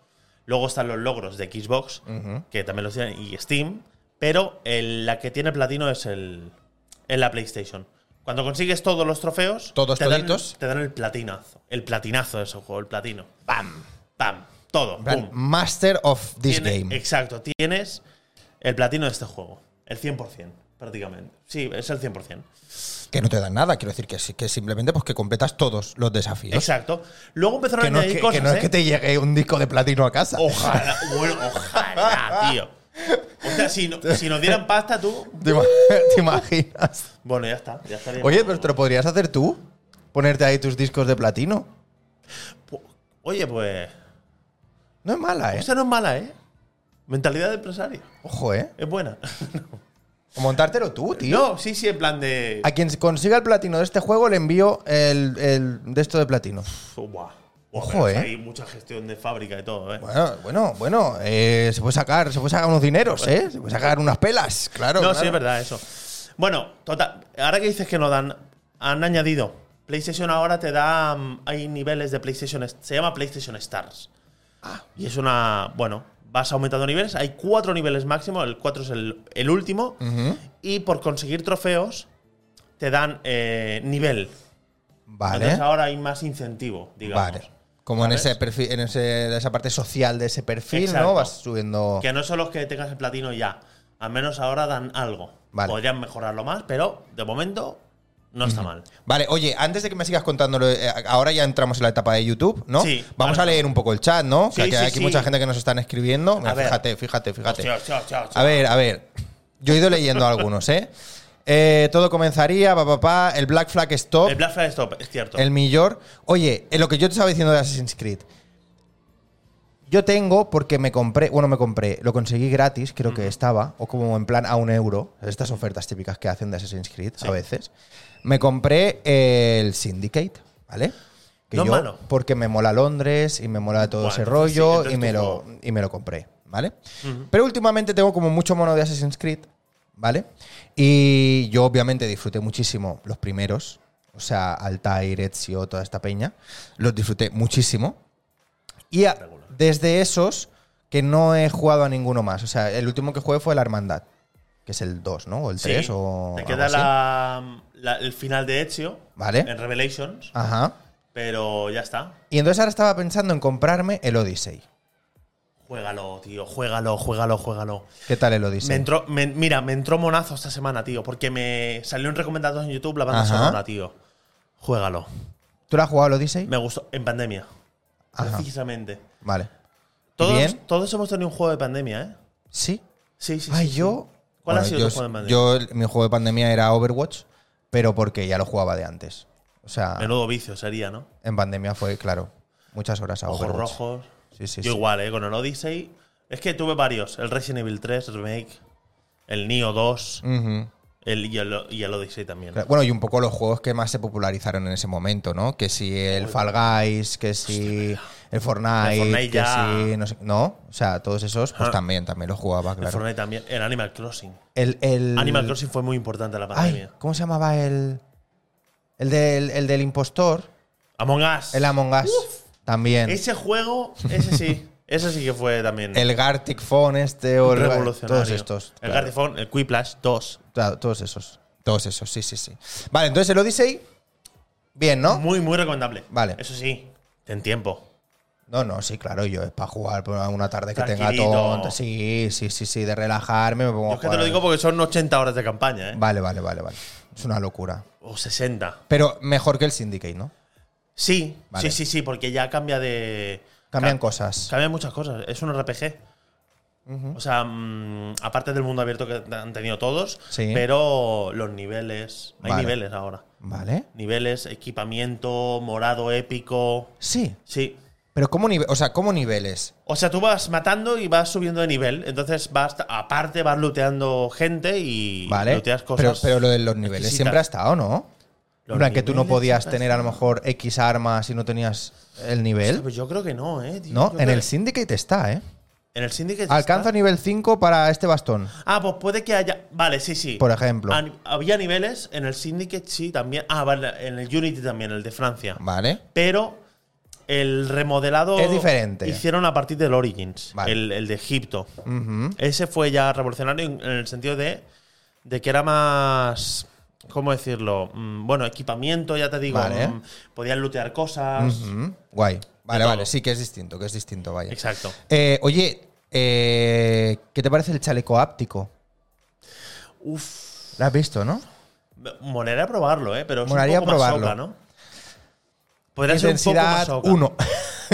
Speaker 2: luego están los logros de Xbox, que también los tienen, y Steam, pero el- la que tiene platino es el, en la PlayStation. Cuando consigues todos los trofeos,
Speaker 1: Todos
Speaker 2: te, dan,
Speaker 1: toditos.
Speaker 2: te dan el platinazo. El platinazo de ese juego, el platino. ¡Pam! ¡Pam! Todo.
Speaker 1: En plan,
Speaker 2: ¡Pum!
Speaker 1: Master of this
Speaker 2: Tiene-
Speaker 1: game.
Speaker 2: Exacto, tienes el platino de este juego, el 100%. prácticamente. Sí, es el 100%.
Speaker 1: Que no te dan nada, quiero decir que, sí- que simplemente pues que completas todos los desafíos.
Speaker 2: Exacto. Luego empezaron
Speaker 1: Que
Speaker 2: a
Speaker 1: no,
Speaker 2: añadir
Speaker 1: es que,
Speaker 2: cosas.
Speaker 1: que no es
Speaker 2: ¿eh?
Speaker 1: que te llegue un disco de platino a casa.
Speaker 2: Ojalá, bueno, ojalá, tío. O sea, si, no- si nos dieran pasta, tú.
Speaker 1: ¿Te, ima- te imaginas?
Speaker 2: Bueno, ya está. Ya estaría
Speaker 1: Oye, pero te lo podrías hacer tú. Ponerte ahí tus discos de platino.
Speaker 2: Pu- Oye,
Speaker 1: ¿Eh?
Speaker 2: pues.
Speaker 1: No es mala, ¿eh?
Speaker 2: Esa no es mala, ¿eh? Mentalidad de empresario.
Speaker 1: Ojo, ¿eh?
Speaker 2: Es buena.
Speaker 1: O montártelo tú, tío.
Speaker 2: No, sí, sí, en plan de.
Speaker 1: A quien consiga el platino de este juego le envío el, el de esto de platino.
Speaker 2: Pf, Buah. Buah,
Speaker 1: Ojo,
Speaker 2: pero
Speaker 1: eh.
Speaker 2: Hay mucha gestión de fábrica y todo, ¿eh?
Speaker 1: Bueno, bueno, bueno. eh, se puede sacar, se puede sacar unos dineros, ¿eh? Se puede sacar unas pelas, claro.
Speaker 2: no,
Speaker 1: claro.
Speaker 2: sí, es verdad, eso. Bueno, total. Ahora que dices que no dan. Han añadido. PlayStation ahora te da. mm, Hay niveles de PlayStation. Se llama PlayStation Stars.
Speaker 1: Ah.
Speaker 2: Y es una. Bueno, vas aumentando niveles. Hay cuatro niveles máximo. El cuatro es el, el último. Y por conseguir trofeos, te dan eh, nivel.
Speaker 1: Vale.
Speaker 2: Entonces ahora hay más incentivo, digamos.
Speaker 1: Vale. Como en
Speaker 2: ¿Sabes?
Speaker 1: ese perfil, en ese- esa parte social de ese perfil,
Speaker 2: Exacto.
Speaker 1: ¿no? Vas subiendo.
Speaker 2: Que no son los que tengas el platino ya. Al menos ahora dan algo.
Speaker 1: Vale.
Speaker 2: Podrían mejorarlo más, pero de momento no está mal.
Speaker 1: Vale, oye, antes de que me sigas contando, lo- eh, ahora ya entramos en la etapa de YouTube, ¿no?
Speaker 2: Sí,
Speaker 1: Vamos
Speaker 2: vale.
Speaker 1: a leer un poco el chat, ¿no?
Speaker 2: Sí,
Speaker 1: que hay
Speaker 2: sí,
Speaker 1: aquí
Speaker 2: sí.
Speaker 1: mucha gente que nos están escribiendo. Mira,
Speaker 2: A ver.
Speaker 1: fíjate, fíjate, fíjate.
Speaker 2: Hostia, hostia, hostia, hostia.
Speaker 1: A ver, a ver. Yo he ido leyendo algunos, ¿eh? Eh, todo comenzaría, papá, pa, pa, el Black Flag Stop,
Speaker 2: El Black Flag Stop, es cierto.
Speaker 1: el Millor. Oye, eh, lo que yo te estaba diciendo de Assassin's Creed. Yo tengo porque me compré, bueno, me compré, lo conseguí gratis, creo que estaba, o como en plan a un euro, estas ofertas típicas que hacen de Assassin's Creed
Speaker 2: Sí.
Speaker 1: a veces. Me compré eh, el Syndicate, ¿vale?
Speaker 2: No es malo.
Speaker 1: porque me mola Londres y me mola todo
Speaker 2: Bueno,
Speaker 1: ese
Speaker 2: entonces sí,
Speaker 1: rollo
Speaker 2: entonces
Speaker 1: y, me
Speaker 2: tu
Speaker 1: lo,
Speaker 2: juego.
Speaker 1: y me lo compré, ¿vale? Pero últimamente tengo como mucho mono de Assassin's Creed, ¿vale? Y yo obviamente disfruté muchísimo los primeros, o sea, Altair, Ezio, toda esta peña, los disfruté muchísimo. Y a-
Speaker 2: Regular.
Speaker 1: desde esos que no he jugado a ninguno más, o sea, el último que jugué fue la Hermandad, que es el 2, ¿no? O el
Speaker 2: Sí.
Speaker 1: 3 o...
Speaker 2: Te
Speaker 1: algo
Speaker 2: queda
Speaker 1: así.
Speaker 2: la- la- el final de Ezio
Speaker 1: Vale.
Speaker 2: en Revelations,
Speaker 1: Ajá.
Speaker 2: pero ya está.
Speaker 1: Y entonces ahora estaba pensando en comprarme el Odyssey.
Speaker 2: Juégalo, tío, juégalo, juégalo, juégalo.
Speaker 1: ¿Qué tal el Odyssey?
Speaker 2: Me entró, me- mira, me entró monazo esta semana, tío, porque me salió un recomendado en YouTube la banda
Speaker 1: Ajá.
Speaker 2: sonora, tío. Juégalo.
Speaker 1: ¿Tú lo has jugado al Odyssey?
Speaker 2: Me gustó en pandemia,
Speaker 1: Ajá.
Speaker 2: precisamente.
Speaker 1: Vale.
Speaker 2: Todos,
Speaker 1: Bien.
Speaker 2: todos hemos tenido un juego de pandemia, ¿eh?
Speaker 1: ¿Sí?
Speaker 2: Sí, sí.
Speaker 1: Ay,
Speaker 2: sí, sí.
Speaker 1: yo.
Speaker 2: ¿Cuál ha
Speaker 1: Bueno,
Speaker 2: sido
Speaker 1: yo,
Speaker 2: tu juego de pandemia?
Speaker 1: Yo, el- mi juego de pandemia era Overwatch, pero porque ya lo jugaba de antes. O sea,
Speaker 2: Menudo vicio sería, ¿no?
Speaker 1: en pandemia fue, claro, muchas horas a
Speaker 2: Ojos
Speaker 1: Overwatch.
Speaker 2: rojos.
Speaker 1: Sí, sí,
Speaker 2: yo
Speaker 1: sí.
Speaker 2: igual, ¿eh? Con el Odyssey. Es que tuve varios. El Resident Evil 3 Remake, el Neo 2
Speaker 1: Ujú.
Speaker 2: el, y, el, y el Odyssey también.
Speaker 1: Mm. Claro, Bueno, y un poco los juegos que más se popularizaron en ese momento, ¿no? Que si el Fall Guys, que si el Fortnite,
Speaker 2: El Fortnite
Speaker 1: que
Speaker 2: ya.
Speaker 1: si. No, sé- no, o sea, todos esos, pues
Speaker 2: Ajá.
Speaker 1: también, también los jugaba,
Speaker 2: El
Speaker 1: claro.
Speaker 2: Fortnite también. El Animal Crossing.
Speaker 1: El, el-
Speaker 2: Animal Crossing fue muy importante en la
Speaker 1: Ay,
Speaker 2: pandemia.
Speaker 1: ¿cómo se llamaba el. El del, el del impostor?
Speaker 2: Among Us.
Speaker 1: El Among Us. También.
Speaker 2: ese juego, ese sí. ese sí que fue también
Speaker 1: El Gartic Phone este o el-
Speaker 2: revolucionario.
Speaker 1: todos estos.
Speaker 2: El
Speaker 1: claro.
Speaker 2: Gartic Phone, el Quiplash 2.
Speaker 1: Claro, todos esos. Todos esos, sí, sí, sí. Vale, entonces el Odyssey, bien, ¿no?
Speaker 2: Muy, muy recomendable.
Speaker 1: Vale.
Speaker 2: Eso sí, en tiempo.
Speaker 1: No, no, sí, claro, yo es para jugar por una tarde que tenga
Speaker 2: Tranquilito.
Speaker 1: tonto. Sí, sí, sí, sí, de relajarme me pongo
Speaker 2: Yo
Speaker 1: a
Speaker 2: es que te
Speaker 1: jugar.
Speaker 2: lo digo porque son 80 horas de campaña, ¿eh?
Speaker 1: Vale, vale, vale, vale. Es una locura.
Speaker 2: O 60.
Speaker 1: Pero mejor que el Syndicate, ¿no?
Speaker 2: Sí,
Speaker 1: Vale.
Speaker 2: sí, sí, sí, porque ya cambia de.
Speaker 1: Cambian
Speaker 2: ca-
Speaker 1: cosas.
Speaker 2: Cambian muchas cosas. Es un RPG. O sea, mm, aparte del mundo abierto que han tenido todos,
Speaker 1: Sí.
Speaker 2: pero los niveles. Hay
Speaker 1: Vale.
Speaker 2: niveles ahora.
Speaker 1: Vale.
Speaker 2: Niveles, equipamiento, morado épico.
Speaker 1: Sí.
Speaker 2: Sí.
Speaker 1: Pero ¿cómo, nive- o sea, ¿cómo niveles?
Speaker 2: O sea, tú vas matando y vas subiendo de nivel. Entonces vas, aparte, vas looteando gente y
Speaker 1: Vale.
Speaker 2: looteas
Speaker 1: Pero,
Speaker 2: cosas.
Speaker 1: pero lo de los niveles
Speaker 2: exquisitas.
Speaker 1: siempre ha estado, ¿no?
Speaker 2: Los
Speaker 1: En plan, que tú no
Speaker 2: niveles
Speaker 1: podías
Speaker 2: siempre ha
Speaker 1: tener a lo mejor X armas y no tenías el nivel.
Speaker 2: Pues yo creo que no, ¿eh? tío?
Speaker 1: ¿No?
Speaker 2: Yo
Speaker 1: En
Speaker 2: creo
Speaker 1: el
Speaker 2: que-
Speaker 1: Syndicate está, ¿eh?
Speaker 2: en el Syndicate.
Speaker 1: Alcanza
Speaker 2: está.
Speaker 1: nivel 5 para este bastón,
Speaker 2: Ah, pues puede que haya. Vale, sí, sí.
Speaker 1: por ejemplo.
Speaker 2: Ah, había niveles en el Syndicate, sí, también. Ah, vale, en el Unity también, el de Francia.
Speaker 1: Vale.
Speaker 2: Pero el remodelado.
Speaker 1: Es diferente.
Speaker 2: Hicieron a partir del Origins,
Speaker 1: Vale. Mm.
Speaker 2: el, el de Egipto.
Speaker 1: Ujú.
Speaker 2: Ese fue ya revolucionario en en el sentido de, de que era más. ¿Cómo decirlo? Mm, Bueno, equipamiento, ya te digo.
Speaker 1: Vale. Mm.
Speaker 2: mm, Podían lootear cosas.
Speaker 1: Ujú. Guay. Vale,
Speaker 2: todo.
Speaker 1: vale. Sí, que es distinto, que es distinto, vaya.
Speaker 2: Exacto.
Speaker 1: Eh, oye, eh, ¿qué te parece el chaleco áptico?
Speaker 2: Uf.
Speaker 1: La has visto, ¿no?
Speaker 2: Molaría probarlo, ¿eh? Pero es
Speaker 1: Molaría
Speaker 2: un poco más
Speaker 1: probarlo.
Speaker 2: soca, ¿no? Podría
Speaker 1: Intensidad
Speaker 2: ser un poco más soca.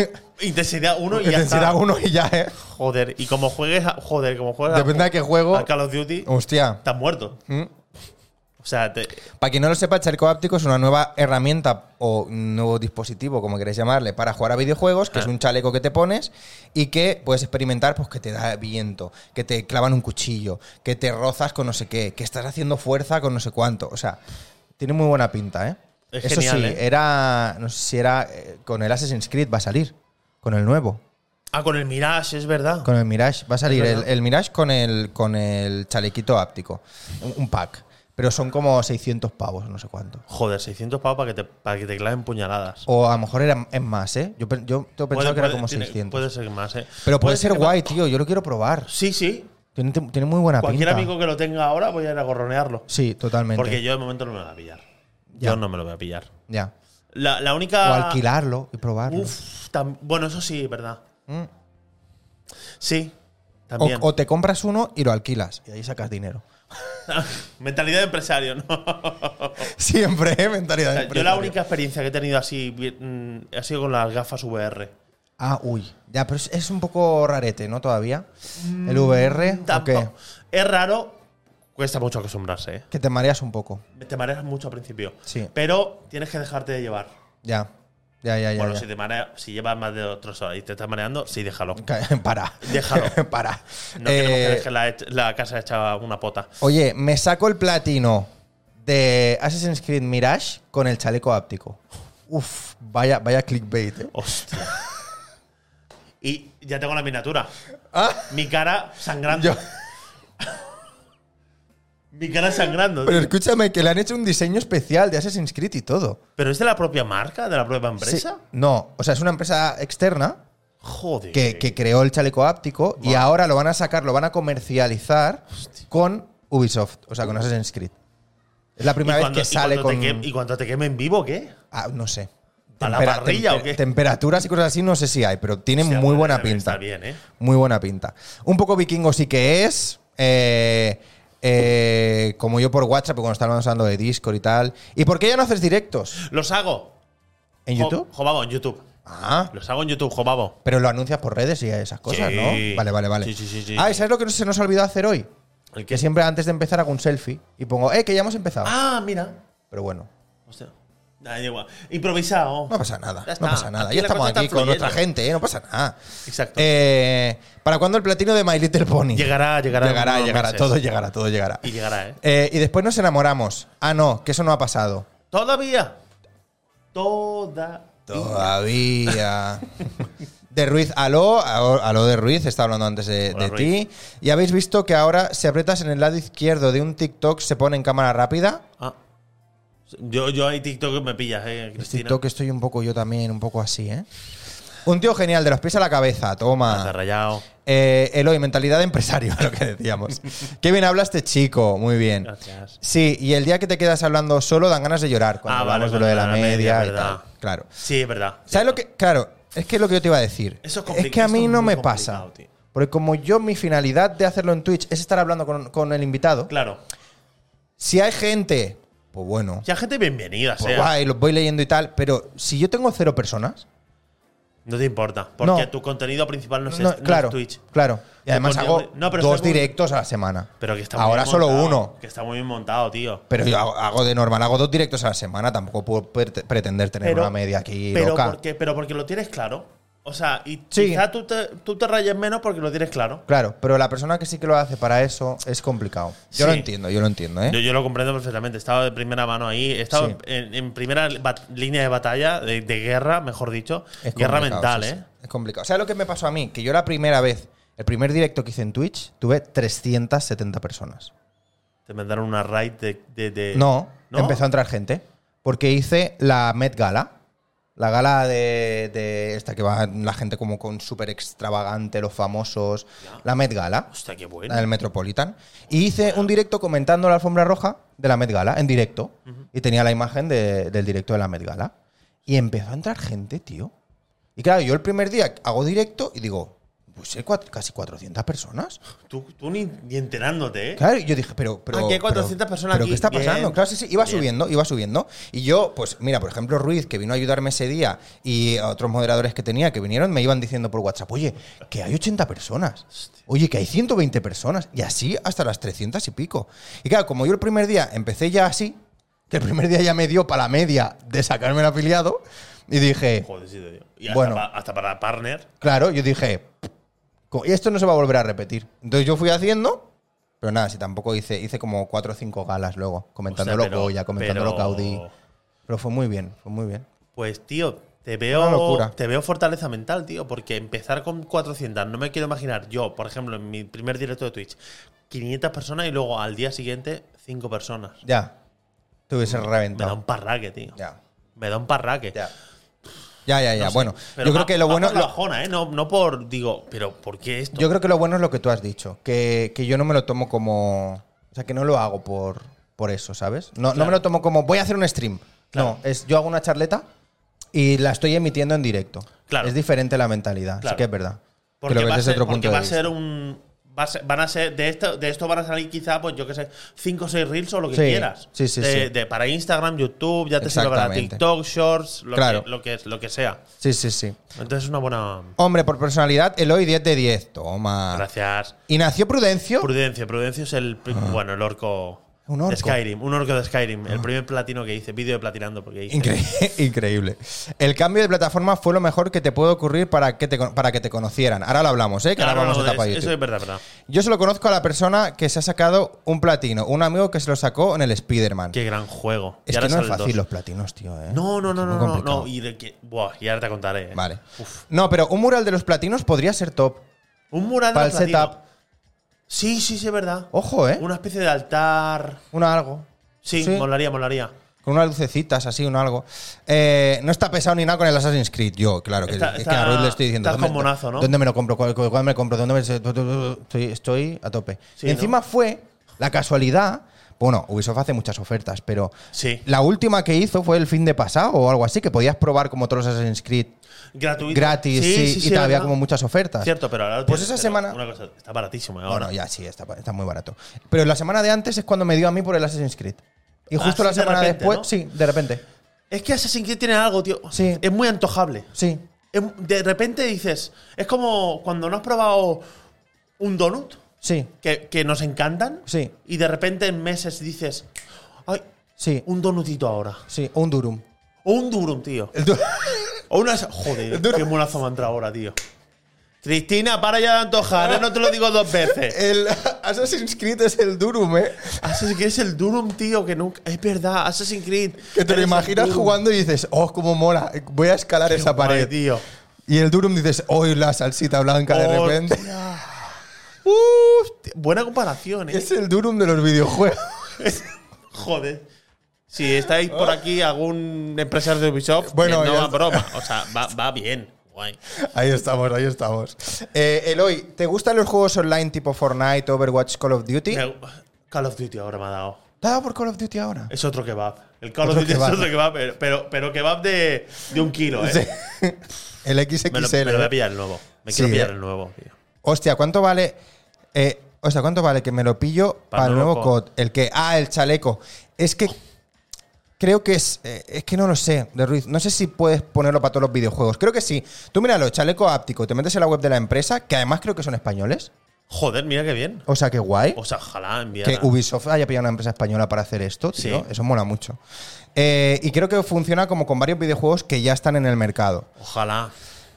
Speaker 1: 1.
Speaker 2: Intensidad 1 y ya está.
Speaker 1: Intensidad 1 y ya, ¿eh?
Speaker 2: Joder, y como juegues, a- joder, como juegas a-
Speaker 1: Depende de ¿Mm? qué juego.
Speaker 2: a Call of Duty,
Speaker 1: Hostia.
Speaker 2: estás muerto. O sea, te-
Speaker 1: Para quien no lo sepa, el Charco Áptico es una nueva herramienta o nuevo dispositivo, como queréis llamarle, para jugar a videojuegos, que
Speaker 2: Ah.
Speaker 1: es un chaleco que te pones y que puedes experimentar pues que te da viento, que te clavan un cuchillo, que te rozas con no sé qué, que estás haciendo fuerza con no sé cuánto. O sea, tiene muy buena pinta, ¿eh?
Speaker 2: Es
Speaker 1: Eso
Speaker 2: genial,
Speaker 1: sí,
Speaker 2: ¿eh?
Speaker 1: era. No sé si era. eh, con el Assassin's Creed va a salir. Con el nuevo.
Speaker 2: ah, con el Mirage, es verdad.
Speaker 1: Con el Mirage. Va a salir
Speaker 2: Es
Speaker 1: el,
Speaker 2: verdad.
Speaker 1: el Mirage con el, con el chalequito áptico. Un, un pack. Pero son como 600 pavos, no sé cuánto.
Speaker 2: Joder, 600 pavos para que te, para que te claven puñaladas.
Speaker 1: O a lo mejor era es más, ¿eh? Yo, pe- yo tengo pensado
Speaker 2: Puede-
Speaker 1: que era
Speaker 2: puede-
Speaker 1: como
Speaker 2: tiene-
Speaker 1: 600.
Speaker 2: Puede ser más, ¿eh?
Speaker 1: Pero puede ser
Speaker 2: que-
Speaker 1: guay, tío. Yo lo quiero probar.
Speaker 2: Sí, sí.
Speaker 1: Tiene, tiene muy buena
Speaker 2: Cualquier
Speaker 1: pinta.
Speaker 2: amigo que lo tenga ahora voy a ir a gorronearlo.
Speaker 1: Sí, totalmente.
Speaker 2: Porque yo de momento no me lo voy a pillar.
Speaker 1: Ya.
Speaker 2: Yo no me lo voy a pillar.
Speaker 1: Ya.
Speaker 2: La, la
Speaker 1: O
Speaker 2: única.
Speaker 1: alquilarlo y probarlo.
Speaker 2: Ah. Uf, tam- bueno, eso sí, es verdad.
Speaker 1: Mm.
Speaker 2: Sí,
Speaker 1: o,
Speaker 2: también.
Speaker 1: o te compras uno y lo alquilas. Y ahí sacas dinero.
Speaker 2: Mentalidad de empresario, ¿no?
Speaker 1: Siempre, ¿eh? Mentalidad de
Speaker 2: Yo la
Speaker 1: empresario.
Speaker 2: única experiencia que he tenido así vi- mm, ha sido con las gafas VR.
Speaker 1: Ah, uy. Ya, pero es, es un poco rarete, ¿no? Todavía.
Speaker 2: Mm,
Speaker 1: El VR. ¿o qué?
Speaker 2: Tampoco- Es raro, cuesta mucho acostumbrarse. ¿eh?
Speaker 1: Que te mareas un poco.
Speaker 2: Te mareas mucho al principio.
Speaker 1: Sí.
Speaker 2: Pero tienes que dejarte de llevar.
Speaker 1: Ya. Ya, ya, ya.
Speaker 2: bueno,
Speaker 1: ya.
Speaker 2: si te mareas, si llevas más de dos tres horas y te estás mareando, sí, déjalo.
Speaker 1: Para.
Speaker 2: Déjalo.
Speaker 1: Para.
Speaker 2: No queremos
Speaker 1: Eh,
Speaker 2: que dejes la, hech- la casa hecha una pota.
Speaker 1: Oye, me saco el platino de Assassin's Creed Mirage con el chaleco áptico. Uf, vaya, vaya clickbait. ¿eh?
Speaker 2: Hostia. y ya tengo la miniatura.
Speaker 1: Ah,
Speaker 2: Mi cara sangrando.
Speaker 1: yo-
Speaker 2: Mi cara sangrando.
Speaker 1: pero
Speaker 2: tío.
Speaker 1: escúchame, que le han hecho un diseño especial de Assassin's Creed y todo.
Speaker 2: ¿Pero es de la propia marca? ¿De la propia empresa?
Speaker 1: Sí, no, o sea, es una empresa externa
Speaker 2: Joder.
Speaker 1: que, que creó el chaleco áptico y ahora lo van a sacar, lo van a comercializar con Ubisoft, o sea, con Assassin's Creed. Es la
Speaker 2: ¿Y
Speaker 1: primera vez
Speaker 2: cuando-
Speaker 1: que
Speaker 2: y
Speaker 1: sale
Speaker 2: cuando
Speaker 1: con.
Speaker 2: te quem- ¿Y cuando te queme en vivo qué?
Speaker 1: Ah, no sé.
Speaker 2: ¿A la
Speaker 1: Tempera-
Speaker 2: parrilla o
Speaker 1: temper-
Speaker 2: qué?
Speaker 1: Temperaturas y cosas así, no sé si hay, pero tiene
Speaker 2: Hostia,
Speaker 1: muy
Speaker 2: madre,
Speaker 1: buena
Speaker 2: también
Speaker 1: pinta.
Speaker 2: Está bien, ¿eh?
Speaker 1: Muy buena pinta. Un poco vikingo sí que es. eh, eh, como yo por WhatsApp, cuando estábamos hablando de Discord y tal. ¿Y por qué ya no haces directos?
Speaker 2: Los hago.
Speaker 1: ¿En
Speaker 2: Jo-
Speaker 1: YouTube?
Speaker 2: Jobabo, en YouTube.
Speaker 1: Ah.
Speaker 2: Los hago en YouTube, Jobabo.
Speaker 1: Pero lo anuncias por redes y esas cosas,
Speaker 2: Sí.
Speaker 1: ¿no? Vale, vale, vale.
Speaker 2: Sí, sí, sí, sí.
Speaker 1: Ah, ¿y sabes lo que se nos olvidó hacer hoy?
Speaker 2: El
Speaker 1: Que siempre antes de empezar hago un selfie y pongo, eh, que ya hemos empezado.
Speaker 2: Ah, mira.
Speaker 1: Pero bueno,
Speaker 2: Hostia. Da igual. Improvisado.
Speaker 1: no pasa nada.
Speaker 2: Ya está.
Speaker 1: No pasa nada.
Speaker 2: Aquí
Speaker 1: ya
Speaker 2: la
Speaker 1: estamos
Speaker 2: cosa está
Speaker 1: aquí con
Speaker 2: fluyendo.
Speaker 1: nuestra gente, ¿eh? No pasa nada.
Speaker 2: Exacto.
Speaker 1: Eh, ¿Para cuándo el platino de My Little Pony?
Speaker 2: Llegará, llegará. en
Speaker 1: llegará,
Speaker 2: unos
Speaker 1: llegará,
Speaker 2: meses.
Speaker 1: todo llegará, todo llegará.
Speaker 2: Y llegará, ¿eh?
Speaker 1: Eh, y después nos enamoramos. Ah, no, que eso no ha pasado.
Speaker 2: Todavía. Toda.
Speaker 1: Todavía. De Ruiz, aló, aló aló de Ruiz, está hablando antes de,
Speaker 2: Hola,
Speaker 1: de
Speaker 2: Ruiz.
Speaker 1: ti. Y habéis visto que ahora si apretas en el lado izquierdo de un TikTok se pone en cámara rápida.
Speaker 2: Ah. Yo, yo ahí TikTok me pillas, ¿eh,
Speaker 1: En
Speaker 2: Cristina?
Speaker 1: TikTok estoy un poco yo también, un poco así, ¿eh? Un tío genial, de los pies a la cabeza,
Speaker 2: Está
Speaker 1: toma.
Speaker 2: rayado.
Speaker 1: Eh, Eloy, mentalidad de empresario, lo que decíamos. Qué bien habla este chico, muy bien.
Speaker 2: Gracias.
Speaker 1: Sí, y el día que te quedas hablando solo dan ganas de llorar cuando
Speaker 2: Ah,
Speaker 1: hablamos
Speaker 2: vale,
Speaker 1: de lo de la,
Speaker 2: cuando la media,
Speaker 1: media, y
Speaker 2: verdad.
Speaker 1: tal. Claro.
Speaker 2: Sí, es verdad.
Speaker 1: ¿Sabes lo que.? Claro, es que es lo que yo te iba a decir.
Speaker 2: Eso es compli-
Speaker 1: es que a
Speaker 2: esto
Speaker 1: mí
Speaker 2: es
Speaker 1: no
Speaker 2: muy
Speaker 1: me pasa.
Speaker 2: complicado, tío.
Speaker 1: Porque como yo, mi finalidad de hacerlo en Twitch es estar hablando con, con el invitado.
Speaker 2: Claro.
Speaker 1: Si hay gente, pues bueno,
Speaker 2: Ya gente bienvenida,
Speaker 1: pues
Speaker 2: sea.
Speaker 1: guay, los voy leyendo y tal. Pero si yo tengo cero personas.
Speaker 2: No te importa, porque
Speaker 1: No.
Speaker 2: tu contenido principal no es,
Speaker 1: no,
Speaker 2: este- no es
Speaker 1: claro,
Speaker 2: Twitch.
Speaker 1: claro. Y
Speaker 2: Te
Speaker 1: además
Speaker 2: pondría-
Speaker 1: hago
Speaker 2: No, pero
Speaker 1: dos
Speaker 2: está muy-
Speaker 1: directos a la semana.
Speaker 2: Pero que está muy
Speaker 1: Ahora
Speaker 2: bien
Speaker 1: solo
Speaker 2: montado,
Speaker 1: uno.
Speaker 2: Que está muy bien montado, tío.
Speaker 1: Pero yo hago, hago de normal, hago dos directos a la semana. Tampoco puedo pre- pretender tener una media aquí
Speaker 2: pero
Speaker 1: loca.
Speaker 2: Porque, pero porque lo tienes claro. O sea, y
Speaker 1: Sí.
Speaker 2: quizá tú te, tú te rayes menos porque lo tienes claro.
Speaker 1: Claro, pero la persona que sí que lo hace para eso es complicado. Yo lo
Speaker 2: Sí.
Speaker 1: entiendo, yo lo entiendo, ¿eh?
Speaker 2: Yo, yo lo comprendo perfectamente. He estado de primera mano ahí. He estado
Speaker 1: Sí.
Speaker 2: en, en primera bat- línea de batalla, de, de guerra, mejor dicho.
Speaker 1: Es
Speaker 2: guerra
Speaker 1: complicado,
Speaker 2: mental,
Speaker 1: sí, sí.
Speaker 2: ¿eh?
Speaker 1: Es complicado. ¿Sabes lo que me pasó a mí? Que yo la primera vez, el primer directo que hice en Twitch, tuve 370 personas.
Speaker 2: Te mandaron una raid de. de- de-
Speaker 1: no, empezó a entrar gente. Porque hice la Met Gala. La gala de, de esta que va la gente como con súper extravagante, los famosos. La Met Gala.
Speaker 2: Hostia, qué
Speaker 1: La
Speaker 2: bueno.
Speaker 1: del Metropolitan. Y hice un directo comentando la alfombra roja de la Met Gala, en directo. Y tenía la imagen de- del directo de la Met Gala. Y empezó a entrar gente, tío. Y claro, yo el primer día hago directo y digo, pues sí, cuat- casi 400 personas.
Speaker 2: Tú, tú ni, ni enterándote, ¿eh?
Speaker 1: Claro, y yo dije, pero. pero
Speaker 2: Aquí hay
Speaker 1: pero-
Speaker 2: 400 personas
Speaker 1: ¿Pero
Speaker 2: aquí.
Speaker 1: qué está
Speaker 2: Bien.
Speaker 1: pasando? Claro, sí, sí, iba
Speaker 2: Bien.
Speaker 1: subiendo, iba subiendo. Y yo, pues mira, por ejemplo, Ruiz, que vino a ayudarme ese día, y otros moderadores que tenía que vinieron, me iban diciendo por WhatsApp, oye, que hay 80 personas. Oye, que hay 120 personas. Y así hasta las 300 y pico. Y claro, como yo el primer día empecé ya así, que el primer día ya me dio para la media de sacarme el afiliado, y dije,
Speaker 2: Joder, sí, te digo. Y hasta,
Speaker 1: Bueno.
Speaker 2: pa- hasta para partner.
Speaker 1: Claro, yo dije, "Co- esto no se va a volver a repetir. Entonces yo fui haciendo, pero nada, si tampoco hice, hice como cuatro o cinco galas luego, comentándolo
Speaker 2: Hostia, pero-
Speaker 1: Goya, comentándolo
Speaker 2: pero-
Speaker 1: Caudi. Pero fue muy bien, fue muy bien.
Speaker 2: Pues, tío, te veo,
Speaker 1: Una locura.
Speaker 2: te veo fortaleza mental, tío, porque empezar con 400, no me quiero imaginar yo, por ejemplo, en mi primer directo de Twitch, 500 personas y luego al día siguiente 5 personas.
Speaker 1: Ya. Te hubiese
Speaker 2: Me da un
Speaker 1: reventado.
Speaker 2: parraque, tío.
Speaker 1: Ya.
Speaker 2: Me da un parraque.
Speaker 1: Ya. Ya, ya, ya.
Speaker 2: No sé.
Speaker 1: bueno,
Speaker 2: Pero
Speaker 1: yo creo
Speaker 2: va-
Speaker 1: que lo
Speaker 2: va
Speaker 1: bueno.
Speaker 2: por la ajona, ¿eh? No, no por, digo, pero ¿por qué esto?
Speaker 1: Yo creo que lo bueno es lo que tú has dicho, que, que yo no me lo tomo como. O sea, que no lo hago por, por eso, ¿sabes? No, no me lo tomo como voy a hacer un stream.
Speaker 2: Claro.
Speaker 1: No, es yo hago una charleta y la estoy emitiendo en directo.
Speaker 2: Claro.
Speaker 1: Es diferente la mentalidad, sí
Speaker 2: Claro.
Speaker 1: que es verdad. Que
Speaker 2: Porque
Speaker 1: lo ves
Speaker 2: va a
Speaker 1: desde
Speaker 2: ser,
Speaker 1: otro punto
Speaker 2: porque va
Speaker 1: de
Speaker 2: a
Speaker 1: vista.
Speaker 2: ser un. va a ser- van a ser. De esto, de esto van a salir quizá, pues yo qué sé, 5 o 6 reels o lo que
Speaker 1: Sí,
Speaker 2: quieras.
Speaker 1: sí, sí,
Speaker 2: De-
Speaker 1: sí.
Speaker 2: de- para Instagram, YouTube, ya te sirve para
Speaker 1: Exactamente.
Speaker 2: TikTok, Shorts, lo,
Speaker 1: Claro.
Speaker 2: que, lo, que, es- lo que sea.
Speaker 1: Sí, sí, sí.
Speaker 2: Entonces es una buena.
Speaker 1: Hombre, por personalidad, Eloy 10 de 10. Toma.
Speaker 2: Gracias.
Speaker 1: Y nació Prudencio.
Speaker 2: Prudencio, Prudencio es el. pri- Bueno, el
Speaker 1: Ah.
Speaker 2: orco.
Speaker 1: Un orco. Ah.
Speaker 2: De Skyrim, un orco de Skyrim, el primer platino que hice, vídeo de platinando, porque hice.
Speaker 1: Incre- Increíble. El cambio de plataforma fue lo mejor que te puede ocurrir para que te, con- para que te conocieran. Ahora lo hablamos, ¿eh? Que
Speaker 2: Claro,
Speaker 1: ahora vamos
Speaker 2: no,
Speaker 1: a etapa
Speaker 2: es-
Speaker 1: YouTube. Ah.
Speaker 2: eso es verdad, verdad.
Speaker 1: Yo solo conozco a la persona que se ha sacado un platino, un amigo que se lo sacó en el Spider-Man.
Speaker 2: Qué gran juego. Y
Speaker 1: Es que
Speaker 2: ahora
Speaker 1: no es
Speaker 2: sale el
Speaker 1: fácil
Speaker 2: dos.
Speaker 1: los platinos, tío, ¿eh?
Speaker 2: No, no,
Speaker 1: Es
Speaker 2: no,
Speaker 1: muy
Speaker 2: no, no,
Speaker 1: complicado.
Speaker 2: no. Y, de que, buah, y ahora te contaré. ¿eh?
Speaker 1: Vale.
Speaker 2: Uf.
Speaker 1: No, pero un mural de los platinos podría ser top.
Speaker 2: Un mural de
Speaker 1: Para el
Speaker 2: los latinos.
Speaker 1: setup.
Speaker 2: Sí, sí, sí, es verdad.
Speaker 1: Ojo, ¿eh?
Speaker 2: Una especie de altar.
Speaker 1: Una algo.
Speaker 2: Sí,
Speaker 1: Sí.
Speaker 2: molaría, molaría.
Speaker 1: Con unas lucecitas, así, un algo. Eh, no está pesado ni nada con el Assassin's Creed. Yo, claro, que,
Speaker 2: Está-
Speaker 1: es que
Speaker 2: está-
Speaker 1: a Ruiz le estoy diciendo.
Speaker 2: está
Speaker 1: ¿dónde,
Speaker 2: comonazo, ¿no?
Speaker 1: ¿Dónde me lo compro? ¿Cuál- cuál- cuál me lo compro? ¿Dónde me lo- estoy, estoy a tope.
Speaker 2: Sí,
Speaker 1: y encima fue la casualidad. Bueno, Ubisoft hace muchas ofertas, pero
Speaker 2: Sí.
Speaker 1: la última que hizo fue el fin de pasado o algo así, que podías probar como todos los Assassin's Creed
Speaker 2: Gratuito.
Speaker 1: gratis, sí, y te
Speaker 2: es
Speaker 1: había
Speaker 2: verdad.
Speaker 1: como muchas ofertas.
Speaker 2: Cierto, pero ahora lo
Speaker 1: Pues
Speaker 2: tienes,
Speaker 1: esa
Speaker 2: pero
Speaker 1: semana-
Speaker 2: una cosa, está baratísimo ¿eh? ahora.
Speaker 1: Bueno, ya sí, está, está muy barato. Pero la semana de antes es cuando me dio a mí por el Assassin's Creed. Y
Speaker 2: Ah,
Speaker 1: justo
Speaker 2: sí,
Speaker 1: la
Speaker 2: de
Speaker 1: semana
Speaker 2: repente,
Speaker 1: después,
Speaker 2: ¿no?
Speaker 1: sí, de repente.
Speaker 2: Es que Assassin's Creed tiene algo, tío.
Speaker 1: Sí.
Speaker 2: Es muy antojable.
Speaker 1: Sí,
Speaker 2: Es- De repente dices. Es como cuando no has probado un donut
Speaker 1: sí,
Speaker 2: que, que nos encantan.
Speaker 1: Sí.
Speaker 2: Y de repente en meses dices. Ay,
Speaker 1: sí,
Speaker 2: un donutito ahora.
Speaker 1: sí, un durum.
Speaker 2: O un durum, tío. O una. Joder,
Speaker 1: Duro.
Speaker 2: qué molazo me ha entrado ahora, tío. Cristina, para ya de antojar, ¿eh? no te lo digo dos veces.
Speaker 1: El Assassin's Creed es el durum, ¿eh?
Speaker 2: Assassin's Creed es el Durum, tío, que nunca. Es verdad, Assassin's Creed.
Speaker 1: Que te lo
Speaker 2: eres el
Speaker 1: imaginas
Speaker 2: Durum.
Speaker 1: jugando y dices, oh, cómo mola, voy a escalar
Speaker 2: Qué
Speaker 1: esa
Speaker 2: guay,
Speaker 1: pared.
Speaker 2: tío.
Speaker 1: Y el durum dices, oh, y la salsita blanca de repente.
Speaker 2: Hostia. Hostia, Buena comparación, eh.
Speaker 1: Es el durum de los videojuegos.
Speaker 2: Joder. Si estáis por aquí algún empresario de Ubisoft,
Speaker 1: Ah. Bueno,
Speaker 2: bueno, no
Speaker 1: ya
Speaker 2: va
Speaker 1: está.
Speaker 2: broma. O sea, va, va bien. Guay.
Speaker 1: Ahí estamos, ahí estamos. Eh, Eloy, ¿te gustan los juegos online tipo Fortnite, Overwatch, Call of Duty?
Speaker 2: Me- Call of Duty ahora me ha dado.
Speaker 1: ¿Te ha dado por Call of Duty ahora?
Speaker 2: Es otro kebab. El Call
Speaker 1: Otro
Speaker 2: of Duty
Speaker 1: kebab.
Speaker 2: es otro kebab, pero, pero, pero kebab de, de un kilo, ¿eh?
Speaker 1: Sí. El XXL.
Speaker 2: Me lo, me lo voy
Speaker 1: ¿eh?
Speaker 2: a pillar el nuevo. Me
Speaker 1: Sí,
Speaker 2: quiero pillar
Speaker 1: eh.
Speaker 2: el nuevo, tío.
Speaker 1: Hostia, ¿cuánto vale? eh, o sea, ¿cuánto vale que me lo pillo
Speaker 2: Para
Speaker 1: para, el
Speaker 2: nuevo
Speaker 1: nuevo COD? El que. Ah, el chaleco. Es que. Creo que es. eh, es que no lo sé, de Ruiz. No sé si puedes ponerlo para todos los videojuegos. Creo que sí. Tú míralo, chaleco áptico. Te metes en la web de la empresa, que además creo que son españoles.
Speaker 2: Joder, mira qué bien.
Speaker 1: O sea, que guay.
Speaker 2: O sea, ojalá enviar.
Speaker 1: Que Ubisoft haya pillado una empresa española para hacer esto,
Speaker 2: Sí.
Speaker 1: tío. Eso mola mucho. Eh, y creo que funciona como con varios videojuegos que ya están en el mercado.
Speaker 2: Ojalá.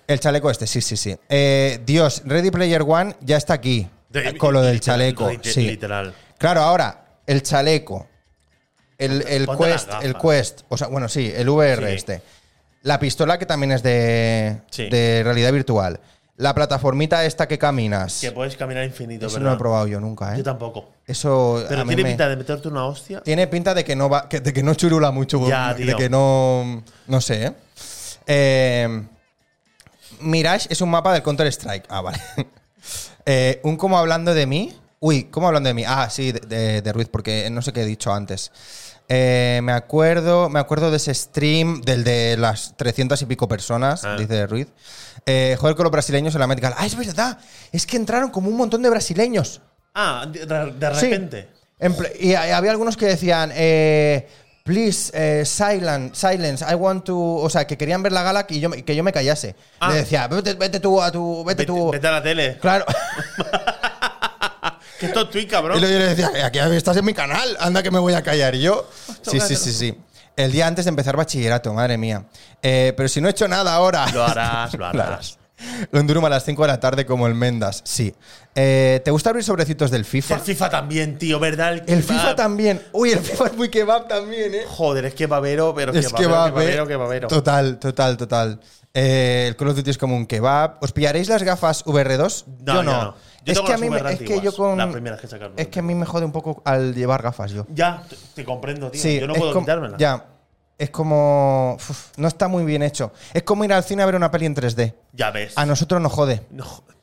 Speaker 1: El chaleco este, sí, sí, sí. Eh, Dios, Ready Player One ya está aquí.
Speaker 2: De-
Speaker 1: Eh, con lo del
Speaker 2: literal,
Speaker 1: chaleco.
Speaker 2: lite-
Speaker 1: sí.
Speaker 2: Literal.
Speaker 1: Claro, ahora, el chaleco. El, el
Speaker 2: Ponte las
Speaker 1: quest,
Speaker 2: gafas.
Speaker 1: el quest. O sea, bueno, sí, el VR
Speaker 2: Sí.
Speaker 1: este. La pistola que también es de,
Speaker 2: Sí.
Speaker 1: de realidad virtual. La plataformita esta que caminas.
Speaker 2: Que puedes caminar infinito,
Speaker 1: Eso
Speaker 2: ¿verdad?
Speaker 1: no lo he probado yo nunca, ¿eh?
Speaker 2: Yo tampoco.
Speaker 1: Eso a
Speaker 2: Pero
Speaker 1: mí
Speaker 2: tiene
Speaker 1: me-
Speaker 2: pinta de meterte una hostia.
Speaker 1: tiene pinta de que no va, que- de que no churula mucho,
Speaker 2: Ya,
Speaker 1: de
Speaker 2: tío.
Speaker 1: que no, no sé. ¿eh? Eh, Mirage es un mapa del Counter Strike. Ah, vale. Eh, un como hablando de mí. Uy, ¿cómo hablando de mí? Ah, sí, de, de- de Ruiz, porque no sé qué he dicho antes. Eh, me acuerdo, me acuerdo de ese stream del de las 300 y pico personas,
Speaker 2: Ah.
Speaker 1: dice Ruiz. Eh, joder, con los brasileños en la Met Gala. Ah, es verdad. Es que entraron como un montón de brasileños.
Speaker 2: Ah, de, de- de
Speaker 1: Sí.
Speaker 2: repente.
Speaker 1: En pl- y hay- había algunos que decían, eh, please, eh, silent, silence, I want to. O sea, que querían ver la gala y yo, me- que yo me callase.
Speaker 2: Ah.
Speaker 1: Le decía, vete, vete tú a tu. Vete, tú.
Speaker 2: vete a la tele.
Speaker 1: Claro.
Speaker 2: Que esto es Twitch,
Speaker 1: Y
Speaker 2: cabrón.
Speaker 1: luego yo le decía, aquí estás en mi canal, anda que me voy a callar Y yo. Sí, sí, sí, sí. El día antes de empezar bachillerato, madre mía. Eh, pero si no he hecho nada ahora.
Speaker 2: Lo harás, lo
Speaker 1: Lo
Speaker 2: harás.
Speaker 1: Un Durum a las 5 de la tarde como el Mendas, sí. Eh, ¿Te gusta abrir sobrecitos del
Speaker 2: El
Speaker 1: FIFA?
Speaker 2: FIFA también, tío, ¿verdad? El,
Speaker 1: El
Speaker 2: kebab.
Speaker 1: FIFA también. Uy, el FIFA es muy kebab también, ¿eh?
Speaker 2: Joder, es que babero, pero
Speaker 1: Es que va a haber.
Speaker 2: que babero.
Speaker 1: Total, total, total. Eh, el Call of Duty es como un kebab. ¿Os pillaréis las gafas VR2?
Speaker 2: No, yo no.
Speaker 1: es
Speaker 2: Yo tengo
Speaker 1: que a
Speaker 2: las
Speaker 1: mí me,
Speaker 2: VR
Speaker 1: es que yo
Speaker 2: antiguas,
Speaker 1: con.
Speaker 2: las primeras que sacaron.
Speaker 1: es que a mí me jode un poco al llevar gafas yo.
Speaker 2: Ya, te- te comprendo, tío.
Speaker 1: Sí,
Speaker 2: Yo no
Speaker 1: es
Speaker 2: puedo
Speaker 1: com-
Speaker 2: quitármela.
Speaker 1: Ya. Es como. uf, no está muy bien hecho. Es como ir al cine a ver una peli en 3D.
Speaker 2: Ya ves.
Speaker 1: A nosotros nos jode.
Speaker 2: No, joder.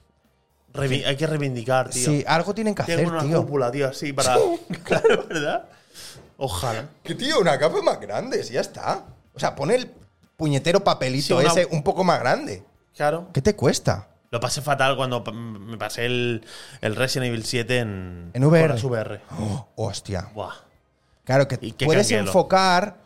Speaker 2: Revi- Hay que reivindicar, tío.
Speaker 1: Sí, algo tienen que
Speaker 2: Tengo
Speaker 1: hacer,
Speaker 2: una
Speaker 1: tío.
Speaker 2: cúpula, tío, así para. claro, ¿verdad? Ojalá.
Speaker 1: Que tío, una capa más grande, si ya está. O sea, pon el puñetero papelito
Speaker 2: Sí, una-
Speaker 1: ese un poco más grande.
Speaker 2: Claro.
Speaker 1: ¿Qué te cuesta?
Speaker 2: Lo pasé fatal cuando pa- me pasé el, el Resident Evil 7 en,
Speaker 1: En VR.
Speaker 2: con las VR.
Speaker 1: Oh, hostia.
Speaker 2: Buah.
Speaker 1: Claro que
Speaker 2: Y qué
Speaker 1: puedes
Speaker 2: canguelo.
Speaker 1: enfocar,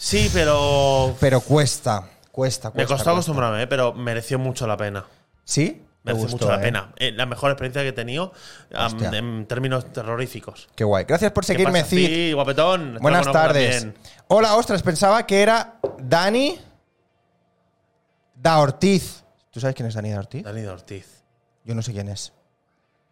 Speaker 2: Sí, pero.
Speaker 1: pero cuesta. Cuesta, cuesta.
Speaker 2: Me costó
Speaker 1: cuesta.
Speaker 2: acostumbrarme, eh, pero mereció mucho la pena.
Speaker 1: ¿Sí? Me
Speaker 2: Mereció
Speaker 1: gustó,
Speaker 2: mucho la
Speaker 1: eh.
Speaker 2: pena. Eh, la mejor experiencia que he tenido am,
Speaker 1: Hostia.
Speaker 2: en términos terroríficos.
Speaker 1: Qué guay. Gracias por
Speaker 2: ¿Qué
Speaker 1: seguirme,
Speaker 2: pasa,
Speaker 1: Cid.
Speaker 2: Pi, guapetón. Te
Speaker 1: Buenas
Speaker 2: conozco
Speaker 1: tardes.
Speaker 2: también.
Speaker 1: Hola, ostras, pensaba que era Dani Da Ortiz. ¿Tú sabes quién es Dani Da Ortiz?
Speaker 2: Dani de Ortiz.
Speaker 1: Yo no sé quién es.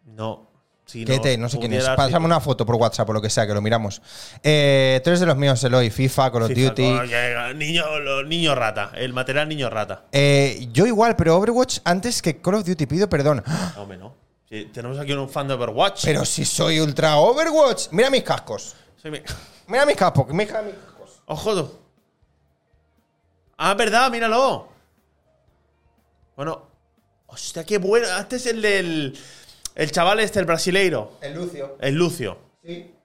Speaker 2: No. Si
Speaker 1: ¿Qué te- no sé quién es.
Speaker 2: pudiera-
Speaker 1: Pásame una foto por WhatsApp o lo que sea, que lo miramos. Eh, tres de los míos, Eloy, FIFA, Call of
Speaker 2: FIFA,
Speaker 1: Duty.
Speaker 2: coño, niño, lo- niño rata. El material niño rata.
Speaker 1: Eh, yo igual, pero Overwatch antes que Call of Duty pido perdón.
Speaker 2: No, hombre, no. Sí, tenemos aquí un fan de Overwatch.
Speaker 1: Pero si soy ultra Overwatch. Mira mis cascos.
Speaker 2: Soy mi-
Speaker 1: Mira mis cascos. Mira mis cascos.
Speaker 2: ¡Ojo! tú. Ah, verdad, míralo. Bueno. Hostia, qué bueno. Este es el del. El chaval este, el brasileiro.
Speaker 1: El Lucio.
Speaker 2: El Lucio.
Speaker 1: Sí.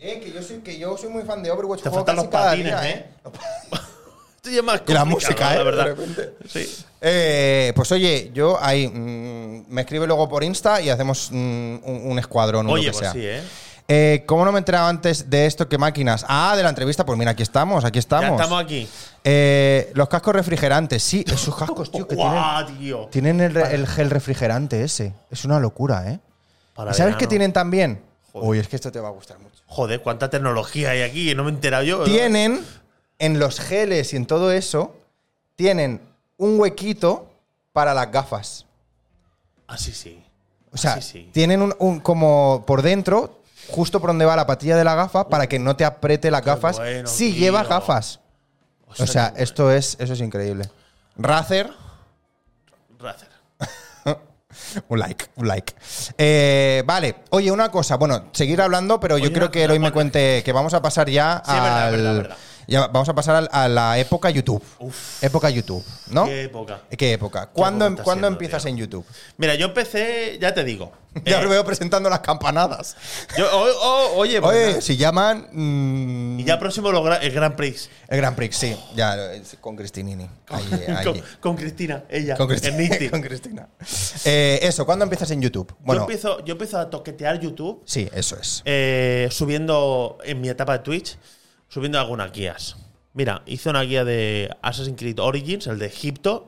Speaker 1: Eh, que yo soy, que yo soy muy fan de Overwatch.
Speaker 2: Te
Speaker 1: juego casi
Speaker 2: faltan los
Speaker 1: cada
Speaker 2: patines,
Speaker 1: día,
Speaker 2: ¿eh? Esto Este ya es más
Speaker 1: Y la
Speaker 2: complicado,
Speaker 1: música, ¿eh?
Speaker 2: La
Speaker 1: De
Speaker 2: verdad.
Speaker 1: repente.
Speaker 2: Sí.
Speaker 1: Eh, pues oye, yo ahí mm, me escribe luego por Insta y hacemos mm, un, un escuadrón o lo
Speaker 2: Oye,
Speaker 1: que
Speaker 2: pues
Speaker 1: sea.
Speaker 2: sí, ¿eh?
Speaker 1: Eh, ¿Cómo no me he enterado antes de esto? ¿Qué máquinas? Ah, de la entrevista. Pues mira, aquí estamos, aquí
Speaker 2: Ya
Speaker 1: estamos.
Speaker 2: estamos aquí.
Speaker 1: Eh, los cascos refrigerantes, sí, esos cascos, tío, que tienen,
Speaker 2: ¡Guau, tío!
Speaker 1: tienen el, re- el gel refrigerante ese. Es una locura, ¿eh?
Speaker 2: Para
Speaker 1: ¿Y sabes
Speaker 2: verano.
Speaker 1: qué tienen también?
Speaker 2: Joder.
Speaker 1: Uy, es que esto te va a gustar mucho.
Speaker 2: Joder, cuánta tecnología hay aquí. No me he enterado yo.
Speaker 1: Tienen en los geles y en todo eso, tienen un huequito para las gafas.
Speaker 2: Ah, sí, sí.
Speaker 1: O sea,
Speaker 2: Ah, sí, sí.
Speaker 1: tienen un, un- como por dentro, justo por donde va la patilla de la gafa, para que no te apriete las gafas
Speaker 2: bueno,
Speaker 1: si
Speaker 2: tío.
Speaker 1: llevas gafas. O sea,
Speaker 2: qué
Speaker 1: esto es, eso es increíble. Razer,
Speaker 2: bueno. Razer.
Speaker 1: un like, un like. Eh, vale, oye, una cosa, bueno, seguir hablando, pero yo
Speaker 2: Oye,
Speaker 1: creo
Speaker 2: una
Speaker 1: que
Speaker 2: cosa,
Speaker 1: hoy me
Speaker 2: Juan.
Speaker 1: cuente que vamos a pasar ya
Speaker 2: Sí, es verdad,
Speaker 1: al.
Speaker 2: verdad, verdad.
Speaker 1: ya vamos a pasar al- a la época YouTube.
Speaker 2: Uf.
Speaker 1: Época YouTube, ¿no?
Speaker 2: Qué época.
Speaker 1: ¿Qué época? ¿Cuándo, em-
Speaker 2: época está
Speaker 1: cuándo
Speaker 2: siendo,
Speaker 1: empiezas
Speaker 2: tío?
Speaker 1: en YouTube?
Speaker 2: Mira, yo empecé, ya te digo.
Speaker 1: Ya
Speaker 2: Eh,
Speaker 1: lo veo presentando las campanadas.
Speaker 2: yo- o- o- oye, pues
Speaker 1: Oye,
Speaker 2: nada.
Speaker 1: si llaman. mm,
Speaker 2: Y ya próximo lo gra- el Grand Prix.
Speaker 1: El Grand Prix, sí. Ya, eh, con Cristinini. Ahí, eh, ahí.
Speaker 2: Con, con Cristina, ella.
Speaker 1: Con
Speaker 2: en
Speaker 1: Cristina.
Speaker 2: Nifty.
Speaker 1: con Cristina. Eh, eso, ¿cuándo empiezas en YouTube? Bueno,
Speaker 2: yo, empiezo, yo empiezo a toquetear YouTube
Speaker 1: sí, eso es.
Speaker 2: eh, subiendo en mi etapa de Twitch, subiendo algunas guías. Mira, hice una guía de Assassin's Creed Origins, el de Egipto,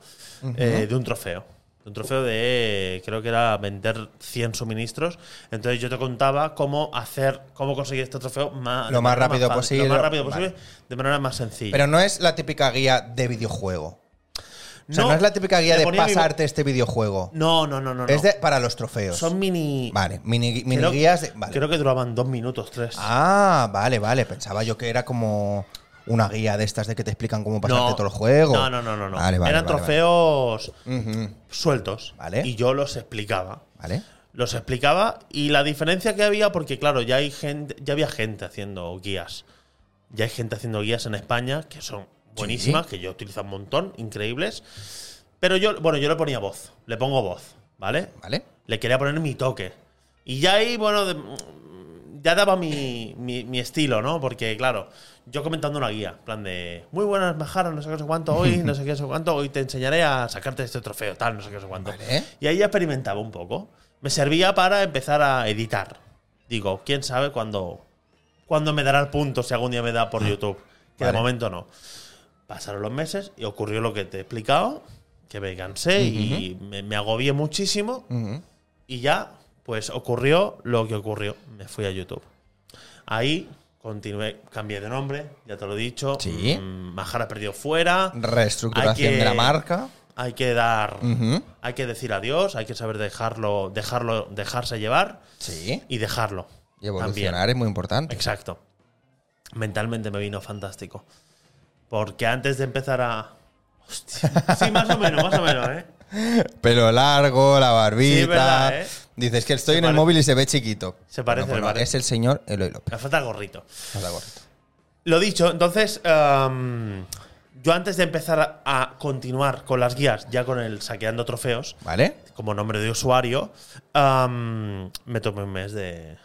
Speaker 2: eh, de un trofeo. De Un trofeo de, creo que era vender 100 suministros. Entonces yo te contaba cómo hacer, cómo conseguir este trofeo más,
Speaker 1: Lo
Speaker 2: de
Speaker 1: más
Speaker 2: manera
Speaker 1: rápido
Speaker 2: fácil,
Speaker 1: posible.
Speaker 2: Lo más rápido
Speaker 1: Vale.
Speaker 2: posible, de manera más sencilla.
Speaker 1: Pero no es la típica guía de videojuego. O sea, no,
Speaker 2: No,
Speaker 1: es la típica guía
Speaker 2: le
Speaker 1: de
Speaker 2: ponía mi-
Speaker 1: pasarte este videojuego.
Speaker 2: No, no, no, no.
Speaker 1: es
Speaker 2: no.
Speaker 1: de, para los trofeos.
Speaker 2: Son mini.
Speaker 1: Vale, mini, mini
Speaker 2: creo-
Speaker 1: guías. de- vale.
Speaker 2: Creo que duraban dos minutos, tres.
Speaker 1: Ah, vale, vale. Pensaba yo que era como una guía de estas de que te explican cómo pasarte todo el juego.
Speaker 2: No, no, no, no. no.
Speaker 1: Vale, vale,
Speaker 2: Eran
Speaker 1: vale,
Speaker 2: trofeos
Speaker 1: vale. Ujú,
Speaker 2: sueltos.
Speaker 1: Vale.
Speaker 2: Y yo los explicaba.
Speaker 1: vale.
Speaker 2: Los explicaba y la diferencia que había, porque claro, ya, hay gente, ya había gente haciendo guías. Ya hay gente haciendo guías en España que son buenísimas, que yo utilizo un montón, increíbles. Pero yo, bueno, yo le ponía voz. Le pongo voz, ¿vale?
Speaker 1: Vale.
Speaker 2: Le quería poner mi toque. Y ya ahí, bueno, de- ya daba mi, mi- mi estilo, ¿no? Porque, claro, yo comentando una guía, en plan de muy buenas, Majara, no sé qué, no sé cuánto, hoy, no sé qué, no sé cuánto, hoy te enseñaré a sacarte este trofeo, tal, no sé qué, no sé cuánto.
Speaker 1: Vale.
Speaker 2: Y ahí ya experimentaba un poco. Me servía para empezar a editar. Digo, quién sabe cuándo, cuándo me dará el punto, si algún día me da por YouTube. Que
Speaker 1: Ah, Vale.
Speaker 2: de momento no. Pasaron los meses y ocurrió lo que te he explicado, que me cansé y me, me agobié muchísimo.
Speaker 1: Ujú.
Speaker 2: Y ya, pues ocurrió lo que ocurrió. Me fui a YouTube. Ahí continué, cambié de nombre, ya te lo he dicho.
Speaker 1: Sí.
Speaker 2: Mm, Majara perdió fuera.
Speaker 1: Reestructuración
Speaker 2: Hay que-
Speaker 1: de la marca.
Speaker 2: Hay que dar,
Speaker 1: Ujú.
Speaker 2: hay que decir adiós, hay que saber dejarlo, dejarlo, dejarse llevar
Speaker 1: Sí.
Speaker 2: y dejarlo.
Speaker 1: Y
Speaker 2: también.
Speaker 1: evolucionar es muy importante.
Speaker 2: Exacto. Mentalmente me vino fantástico. Porque antes de empezar a. Hostia. Sí, más o menos, más o menos, ¿eh?
Speaker 1: Pelo largo, la barbita.
Speaker 2: Sí, es verdad, ¿eh?
Speaker 1: Dices que estoy
Speaker 2: Se
Speaker 1: en el
Speaker 2: pare-
Speaker 1: móvil y se ve chiquito.
Speaker 2: Se
Speaker 1: Bueno,
Speaker 2: parece,
Speaker 1: pues
Speaker 2: se
Speaker 1: no,
Speaker 2: parece.
Speaker 1: Es el señor Eloy López.
Speaker 2: Me falta el gorrito.
Speaker 1: Hasta gorrito.
Speaker 2: Lo dicho, entonces. em, yo antes de empezar a continuar con las guías, ya con el saqueando trofeos,
Speaker 1: ¿Vale?
Speaker 2: como nombre de usuario, em, me tomé un mes de.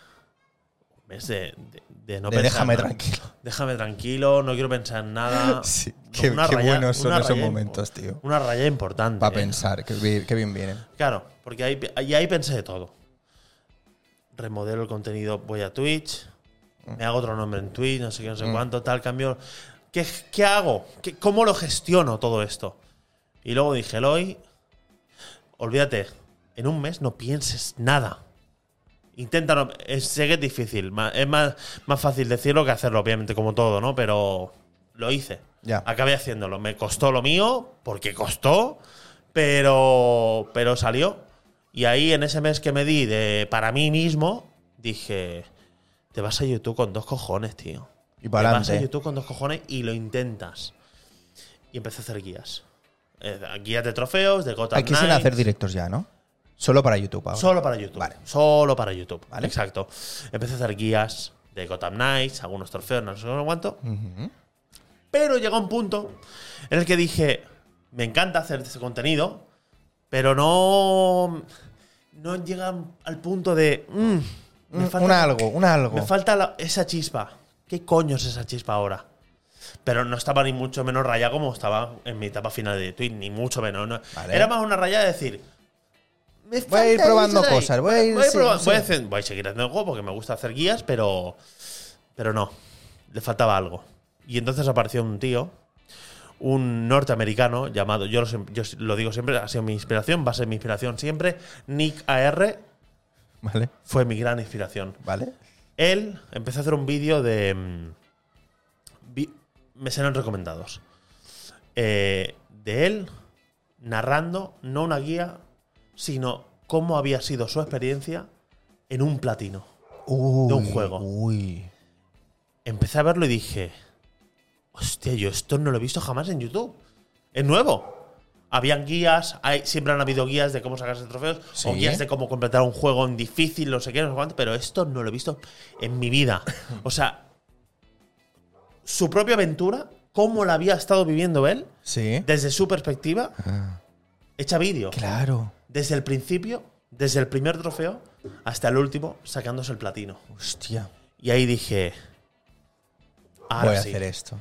Speaker 2: Un mes de, de- de no
Speaker 1: De
Speaker 2: pensar
Speaker 1: déjame
Speaker 2: nada.
Speaker 1: tranquilo.
Speaker 2: Déjame tranquilo, no quiero pensar en nada.
Speaker 1: Sí, qué-
Speaker 2: Una
Speaker 1: qué
Speaker 2: raya-
Speaker 1: buenos son
Speaker 2: una
Speaker 1: esos
Speaker 2: raya impo-
Speaker 1: momentos, tío.
Speaker 2: Una raya importante.
Speaker 1: Para
Speaker 2: ¿eh?
Speaker 1: pensar, qué bien, qué bien viene.
Speaker 2: Claro, porque ahí, y ahí pensé de todo. Remodelo el contenido, voy a Twitch, me hago otro nombre en Twitch, no sé qué, no sé cuánto, tal, cambio. ¿Qué, qué hago? ¿Qué- ¿Cómo lo gestiono todo esto? Y luego dije, Eloy, olvídate, en un mes no pienses nada. Intenta, no- es, sé que es difícil, ma- es más, más fácil decirlo que hacerlo, obviamente, como todo, ¿no? Pero lo hice.
Speaker 1: Ya.
Speaker 2: Acabé haciéndolo. Me costó lo mío, porque costó, pero, pero salió. Y ahí, en ese mes que me di de, para mí mismo, dije, te vas a YouTube con dos cojones, tío.
Speaker 1: Y para
Speaker 2: Te vas a
Speaker 1: adelante.
Speaker 2: YouTube con dos cojones y lo intentas. Y empecé a hacer guías. Eh, guías de trofeos, de Gotham
Speaker 1: Aquí sin
Speaker 2: Knights.
Speaker 1: hacer directos ya, ¿no? Solo para YouTube ahora.
Speaker 2: Solo para YouTube.
Speaker 1: Vale.
Speaker 2: Solo para YouTube.
Speaker 1: Vale.
Speaker 2: Exacto. Empecé a hacer guías de Gotham Knights, algunos trofeos, no sé cuánto.
Speaker 1: Ujú.
Speaker 2: Pero llegó un punto en el que dije, me encanta hacer ese contenido, pero no, no llega al punto de... mm, me
Speaker 1: Un-
Speaker 2: falta-
Speaker 1: un algo, un algo.
Speaker 2: Me falta la- esa chispa. ¿Qué coño es esa chispa ahora? Pero no estaba ni mucho menos raya como estaba en mi etapa final de Twitch, ni mucho menos. no.
Speaker 1: Vale.
Speaker 2: Era más una raya de decir. me
Speaker 1: Voy a ir
Speaker 2: falta
Speaker 1: probando
Speaker 2: eso de ahí.
Speaker 1: cosas, voy a ir- sí,
Speaker 2: proba-
Speaker 1: sí.
Speaker 2: voy a hacer- voy a seguir haciendo el juego porque me gusta hacer guías, pero. Pero no. Le faltaba algo. Y entonces apareció un tío, un norteamericano llamado, yo lo, siem- yo lo digo siempre, ha sido mi inspiración, va a ser mi inspiración siempre. Nick AR
Speaker 1: Vale,
Speaker 2: fue mi gran inspiración.
Speaker 1: vale.
Speaker 2: Él empezó a hacer un vídeo de. mm, vi- me serán recomendados. Eh, de él narrando, no una guía, sino cómo había sido su experiencia en un platino.
Speaker 1: Uy,
Speaker 2: un juego.
Speaker 1: Uy.
Speaker 2: Empecé a verlo y dije: Hostia, yo esto no lo he visto jamás en YouTube. Es nuevo. Habían guías, hay, siempre han habido guías de cómo sacarse trofeos
Speaker 1: Sí.
Speaker 2: o guías de cómo completar un juego en difícil, no sé qué, no sé cuánto, pero esto no lo he visto en mi vida. O sea, su propia aventura, cómo la había estado viviendo él,
Speaker 1: Sí.
Speaker 2: desde su perspectiva,
Speaker 1: Ah,
Speaker 2: hecha vídeo.
Speaker 1: claro.
Speaker 2: Desde el principio, desde el primer trofeo hasta el último, sacándose el platino.
Speaker 1: Hostia.
Speaker 2: Y ahí dije. Ahora
Speaker 1: Voy a
Speaker 2: sí.
Speaker 1: hacer esto.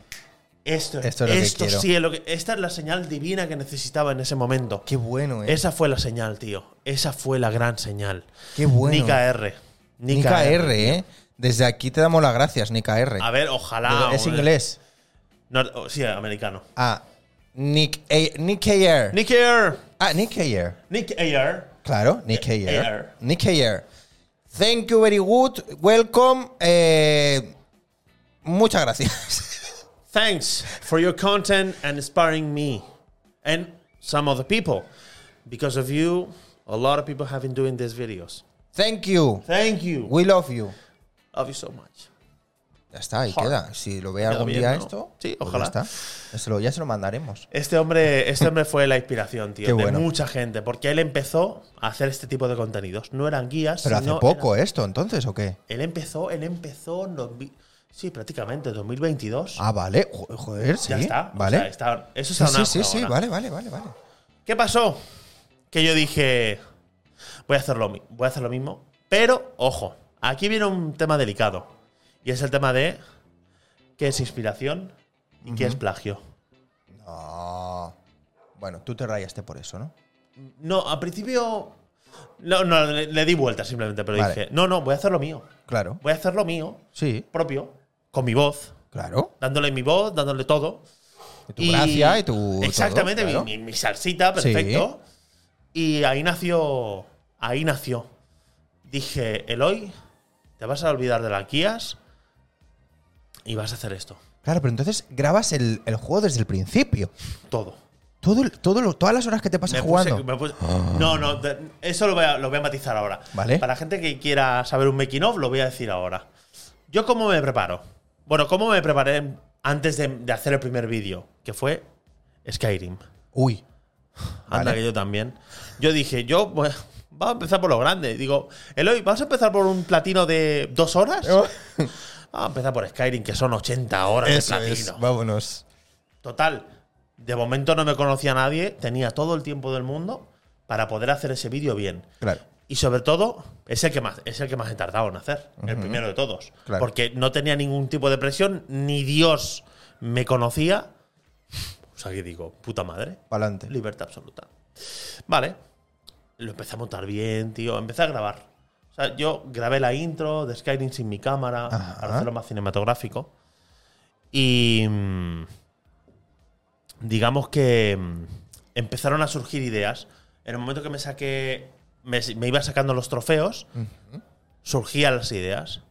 Speaker 2: Esto,
Speaker 1: Esto
Speaker 2: esto,
Speaker 1: es lo que quiero.
Speaker 2: sí es lo que. Esta es la señal divina que necesitaba en ese momento.
Speaker 1: Qué bueno, eh.
Speaker 2: Esa fue la señal, tío. Esa fue la gran señal.
Speaker 1: Qué bueno.
Speaker 2: Nica R.
Speaker 1: Nica
Speaker 2: Nica
Speaker 1: R, eh. Desde aquí te damos las gracias, Nica R.
Speaker 2: A ver, ojalá.
Speaker 1: es
Speaker 2: hombre.
Speaker 1: inglés.
Speaker 2: No, oh, sí, americano.
Speaker 1: Ah, Nick, A- Nick Ayer.
Speaker 2: Nick Ayer.
Speaker 1: ah, Nick Ayer.
Speaker 2: Nick Ayer.
Speaker 1: Claro, Nick
Speaker 2: Eh,
Speaker 1: Ayer.
Speaker 2: Ayer.
Speaker 1: Nick Ayer. Thank you very good. Welcome. Eh, muchas gracias.
Speaker 2: Thanks for your content and inspiring me and some other people. Because of you, a lot of people have been doing these videos.
Speaker 1: Thank you.
Speaker 2: Thank you.
Speaker 1: We love you.
Speaker 2: Love you so much.
Speaker 1: Ya está, ahí
Speaker 2: Joder.
Speaker 1: queda. Si lo ve
Speaker 2: Queda
Speaker 1: algún
Speaker 2: bien,
Speaker 1: día
Speaker 2: ¿no?
Speaker 1: esto,
Speaker 2: Sí,
Speaker 1: pues
Speaker 2: ojalá.
Speaker 1: Ya, está. Ya se lo, ya se lo mandaremos.
Speaker 2: Este hombre, este hombre fue la inspiración, tío,
Speaker 1: Qué
Speaker 2: de
Speaker 1: bueno.
Speaker 2: mucha gente, porque él empezó a hacer este tipo de contenidos. No eran guías,
Speaker 1: Pero hace
Speaker 2: sino
Speaker 1: poco esto, entonces, ¿o qué?
Speaker 2: era- él empezó, él empezó en 2000 sí, prácticamente 2022.
Speaker 1: Ah, vale. Jo- Joder, sí.
Speaker 2: ya está, o
Speaker 1: Vale.
Speaker 2: sea, está- eso
Speaker 1: sí,
Speaker 2: está
Speaker 1: sí,
Speaker 2: una-
Speaker 1: sí,
Speaker 2: una
Speaker 1: sí,
Speaker 2: hora.
Speaker 1: vale, vale, vale, vale.
Speaker 2: ¿Qué pasó? Que yo dije, voy a hacer lo, mi- voy a hacer lo mismo, pero ojo, Aquí viene un tema delicado. Y es el tema de qué es inspiración y qué es plagio.
Speaker 1: No. Bueno, tú te rayaste por eso, ¿no?
Speaker 2: No, al principio. No, no, le, le di vuelta simplemente, pero
Speaker 1: Vale.
Speaker 2: dije, no, no, voy a hacer lo mío.
Speaker 1: Claro.
Speaker 2: Voy a hacer lo mío,
Speaker 1: Sí,
Speaker 2: propio, con mi voz,
Speaker 1: claro.
Speaker 2: dándole mi voz, dándole todo.
Speaker 1: Y tu gracia y tu.
Speaker 2: Exactamente,
Speaker 1: todo,
Speaker 2: mi-
Speaker 1: claro.
Speaker 2: mi, mi salsita, perfecto. Y ahí nació. Ahí nació. Dije, Eloy, te vas a olvidar de las guías y vas a hacer esto.
Speaker 1: Claro, pero entonces grabas el, el juego desde el principio.
Speaker 2: Todo.
Speaker 1: Todo, el- todo lo- todas las horas que te pasas
Speaker 2: Me puse-
Speaker 1: jugando.
Speaker 2: me puse- no, no, de- eso lo voy, a, lo voy a matizar ahora.
Speaker 1: Vale.
Speaker 2: Para la gente que quiera saber un making of, lo voy a decir ahora. ¿Yo cómo me preparo? Bueno, ¿cómo me preparé antes de, de hacer el primer vídeo? Que fue Skyrim.
Speaker 1: Uy.
Speaker 2: Anda,
Speaker 1: Vale.
Speaker 2: que yo también. Yo dije, yo, pues, vamos a empezar por lo grande. Digo, Eloy, ¿vamos a empezar por un platino de dos horas?
Speaker 1: Oh.
Speaker 2: Vamos a empezar por Skyrim, que son 80 horas
Speaker 1: Eso
Speaker 2: de
Speaker 1: es.
Speaker 2: platino.
Speaker 1: Vámonos.
Speaker 2: Total, de momento no me conocía nadie, tenía todo el tiempo del mundo para poder hacer ese vídeo bien.
Speaker 1: Claro.
Speaker 2: Y sobre todo, es el que más, es el que más he tardado en hacer, el primero de todos.
Speaker 1: Claro.
Speaker 2: Porque no tenía ningún tipo de presión, ni Dios me conocía. O sea que digo, puta madre.
Speaker 1: Para adelante.
Speaker 2: Libertad absoluta. Vale. Lo empecé a montar bien, tío. Empecé a grabar. O sea, yo grabé la intro de Skyrim sin mi cámara,
Speaker 1: Ajá.
Speaker 2: para hacerlo más cinematográfico. Y. mm, Digamos que mm, empezaron a surgir ideas. En el momento que me saqué. Me, me iba sacando los trofeos, surgían las ideas.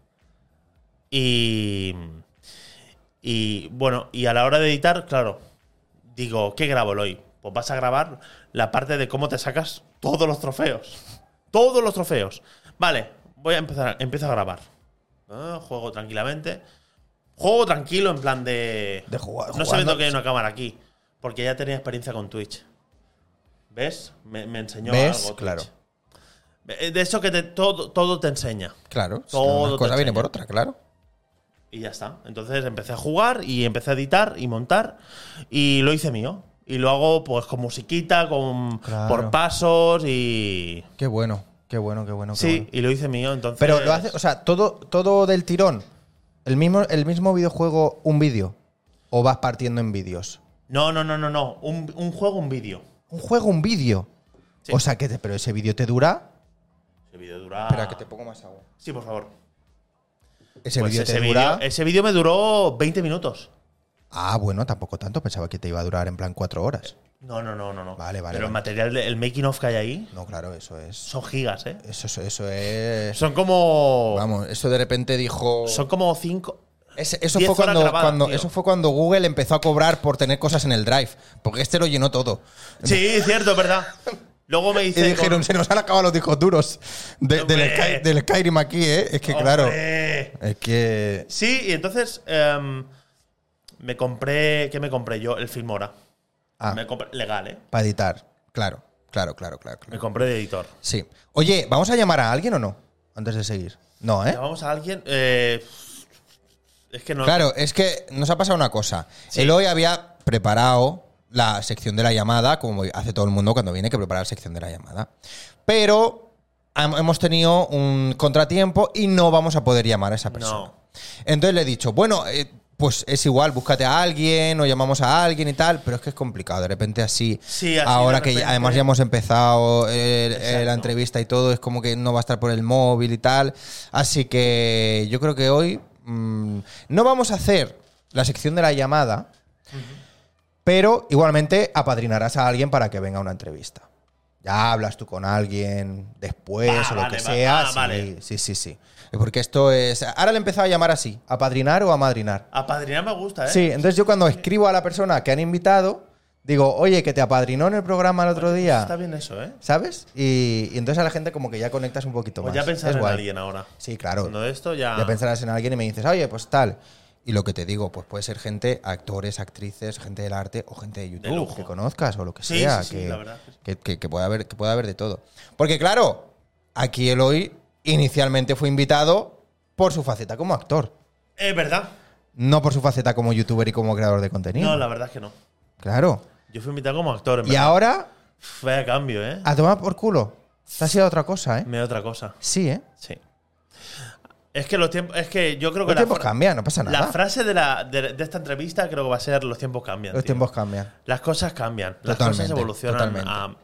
Speaker 2: Y. mm, Y bueno, y a la hora de editar, claro, digo, ¿qué grabo hoy? Pues vas a grabar la parte de cómo te sacas todos los trofeos. Todos los trofeos. Vale, voy a empezar, empiezo a grabar. Ah, juego tranquilamente. Juego tranquilo en plan de...
Speaker 1: De jugar-
Speaker 2: No
Speaker 1: jugando.
Speaker 2: sabiendo que hay una cámara aquí. Porque ya tenía experiencia con Twitch. ¿Ves? Me, me enseñó
Speaker 1: ¿Ves?
Speaker 2: algo. Twitch.
Speaker 1: Claro.
Speaker 2: Eh, De eso que te- todo, todo te enseña.
Speaker 1: Claro. si
Speaker 2: Todo
Speaker 1: una
Speaker 2: te
Speaker 1: cosa viene
Speaker 2: enseña.
Speaker 1: por otra, claro.
Speaker 2: Y ya está. Entonces empecé a jugar y empecé a editar y montar y lo hice mío. Y lo hago pues con musiquita, con
Speaker 1: Claro.
Speaker 2: por pasos y
Speaker 1: Qué bueno, qué bueno, qué bueno. qué
Speaker 2: sí,
Speaker 1: bueno.
Speaker 2: y lo hice mío, entonces
Speaker 1: Pero lo hace, o sea, todo, todo del tirón. El mismo, el mismo videojuego, un vídeo. O vas partiendo en vídeos.
Speaker 2: No, no, no, no, no, un, un juego un vídeo.
Speaker 1: Un juego, un vídeo.
Speaker 2: Sí.
Speaker 1: O sea, que te- pero ese vídeo te dura.
Speaker 2: Ese vídeo dura
Speaker 1: Espera, que te pongo más agua.
Speaker 2: Sí, por favor.
Speaker 1: Ese
Speaker 2: Pues
Speaker 1: vídeo te
Speaker 2: ese
Speaker 1: dura.
Speaker 2: vídeo ese vídeo me duró 20 minutos.
Speaker 1: Ah, bueno, tampoco tanto. Pensaba que te iba a durar en plan cuatro horas.
Speaker 2: No, no, no, no, no.
Speaker 1: Vale, vale,
Speaker 2: Pero
Speaker 1: vale.
Speaker 2: el material de- el making of que hay ahí
Speaker 1: No, claro, eso es.
Speaker 2: son gigas, ¿eh?
Speaker 1: Eso, eso, eso es.
Speaker 2: Son como
Speaker 1: Vamos, eso de repente dijo.
Speaker 2: son como cinco
Speaker 1: Ese- eso,
Speaker 2: 10
Speaker 1: fue
Speaker 2: horas
Speaker 1: cuando,
Speaker 2: grabadas,
Speaker 1: cuando-
Speaker 2: tío.
Speaker 1: eso fue cuando Google empezó a cobrar por tener cosas en el Drive. Porque este lo llenó todo.
Speaker 2: Sí, cierto, ¿verdad? Luego me
Speaker 1: Y
Speaker 2: dice
Speaker 1: dijeron, se nos han acabado los discos duros de- del,
Speaker 2: Hombre.
Speaker 1: Sky- del Skyrim aquí, ¿eh? Es que claro.
Speaker 2: ¡Hombre!
Speaker 1: Es que.
Speaker 2: Sí, y entonces em, me compré. ¿Qué me compré yo? El Filmora.
Speaker 1: Ah,
Speaker 2: Me compré- legal, ¿eh?
Speaker 1: para editar. Claro, claro, claro, claro. claro.
Speaker 2: Me compré de editor.
Speaker 1: Sí. Oye, ¿vamos a llamar a alguien o no? Antes de seguir. No, ¿eh?
Speaker 2: Llamamos a alguien. eh, es que no.
Speaker 1: Claro, es que nos ha pasado una cosa. El hoy había preparado la sección de la llamada, como hace todo el mundo cuando viene que prepara la sección de la llamada. Pero ham- hemos tenido un contratiempo y no vamos a poder llamar a esa persona.
Speaker 2: No.
Speaker 1: Entonces le he dicho, bueno, eh, pues es igual, búscate a alguien o llamamos a alguien y tal, pero es que es complicado, de repente así,
Speaker 2: Sí, así
Speaker 1: ahora
Speaker 2: de
Speaker 1: que ya- además
Speaker 2: repente.
Speaker 1: ya hemos empezado eh, eh, la
Speaker 2: Exacto.
Speaker 1: entrevista y todo, es como que no va a estar por el móvil y tal, así que yo creo que hoy mm, no vamos a hacer la sección de la llamada, pero igualmente apadrinarás a alguien para que venga a una entrevista. Ya hablas tú con alguien después
Speaker 2: Ah,
Speaker 1: o lo
Speaker 2: vale,
Speaker 1: que
Speaker 2: va-
Speaker 1: sea.
Speaker 2: ah,
Speaker 1: sí,
Speaker 2: vale.
Speaker 1: sí, sí, sí. Porque esto es. Ahora le he empezado a llamar así, a padrinar o a madrinar.
Speaker 2: Apadrinar me gusta, ¿eh?
Speaker 1: Sí, entonces yo cuando escribo a la persona que han invitado, digo, oye, que te apadrinó en el programa el otro
Speaker 2: Está
Speaker 1: día.
Speaker 2: bien eso, ¿eh?
Speaker 1: ¿Sabes? Y, y entonces a la gente como que ya conectas un poquito
Speaker 2: Pues
Speaker 1: más.
Speaker 2: ya pensar
Speaker 1: Es
Speaker 2: en
Speaker 1: guay.
Speaker 2: alguien ahora.
Speaker 1: Sí, claro.
Speaker 2: Cuando esto ya.
Speaker 1: Ya pensarás en alguien y me dices, oye, pues tal. Y lo que te digo, pues puede ser gente, actores, actrices, gente del arte o gente de YouTube
Speaker 2: lujo.
Speaker 1: que conozcas o lo que
Speaker 2: Sí,
Speaker 1: sea.
Speaker 2: sí, sí,
Speaker 1: que,
Speaker 2: la verdad que sí.
Speaker 1: que, que- que pueda haber, que pueda haber de todo. Porque claro, aquí Eloy inicialmente fue invitado por su faceta como actor,
Speaker 2: Es verdad.
Speaker 1: no por su faceta como youtuber y como creador de contenido.
Speaker 2: No, la verdad es que no.
Speaker 1: Claro.
Speaker 2: Yo fui invitado como actor, en
Speaker 1: Y
Speaker 2: verdad.
Speaker 1: ahora,
Speaker 2: Uf, Vaya
Speaker 1: Ah.
Speaker 2: cambio, ¿eh?
Speaker 1: a tomar por culo. Te ha sido otra cosa, ¿eh?
Speaker 2: Me da otra cosa.
Speaker 1: Sí, ¿eh?
Speaker 2: Sí. Es que los tiempos. Es que yo creo que
Speaker 1: Los
Speaker 2: la
Speaker 1: tiempos
Speaker 2: fra-
Speaker 1: cambian, no pasa
Speaker 2: La
Speaker 1: nada.
Speaker 2: frase de, la, de, de esta entrevista creo que va a ser los tiempos cambian.
Speaker 1: Los
Speaker 2: tío.
Speaker 1: tiempos cambian.
Speaker 2: Las cosas cambian, las
Speaker 1: Totalmente,
Speaker 2: cosas evolucionan.
Speaker 1: totalmente.
Speaker 2: a-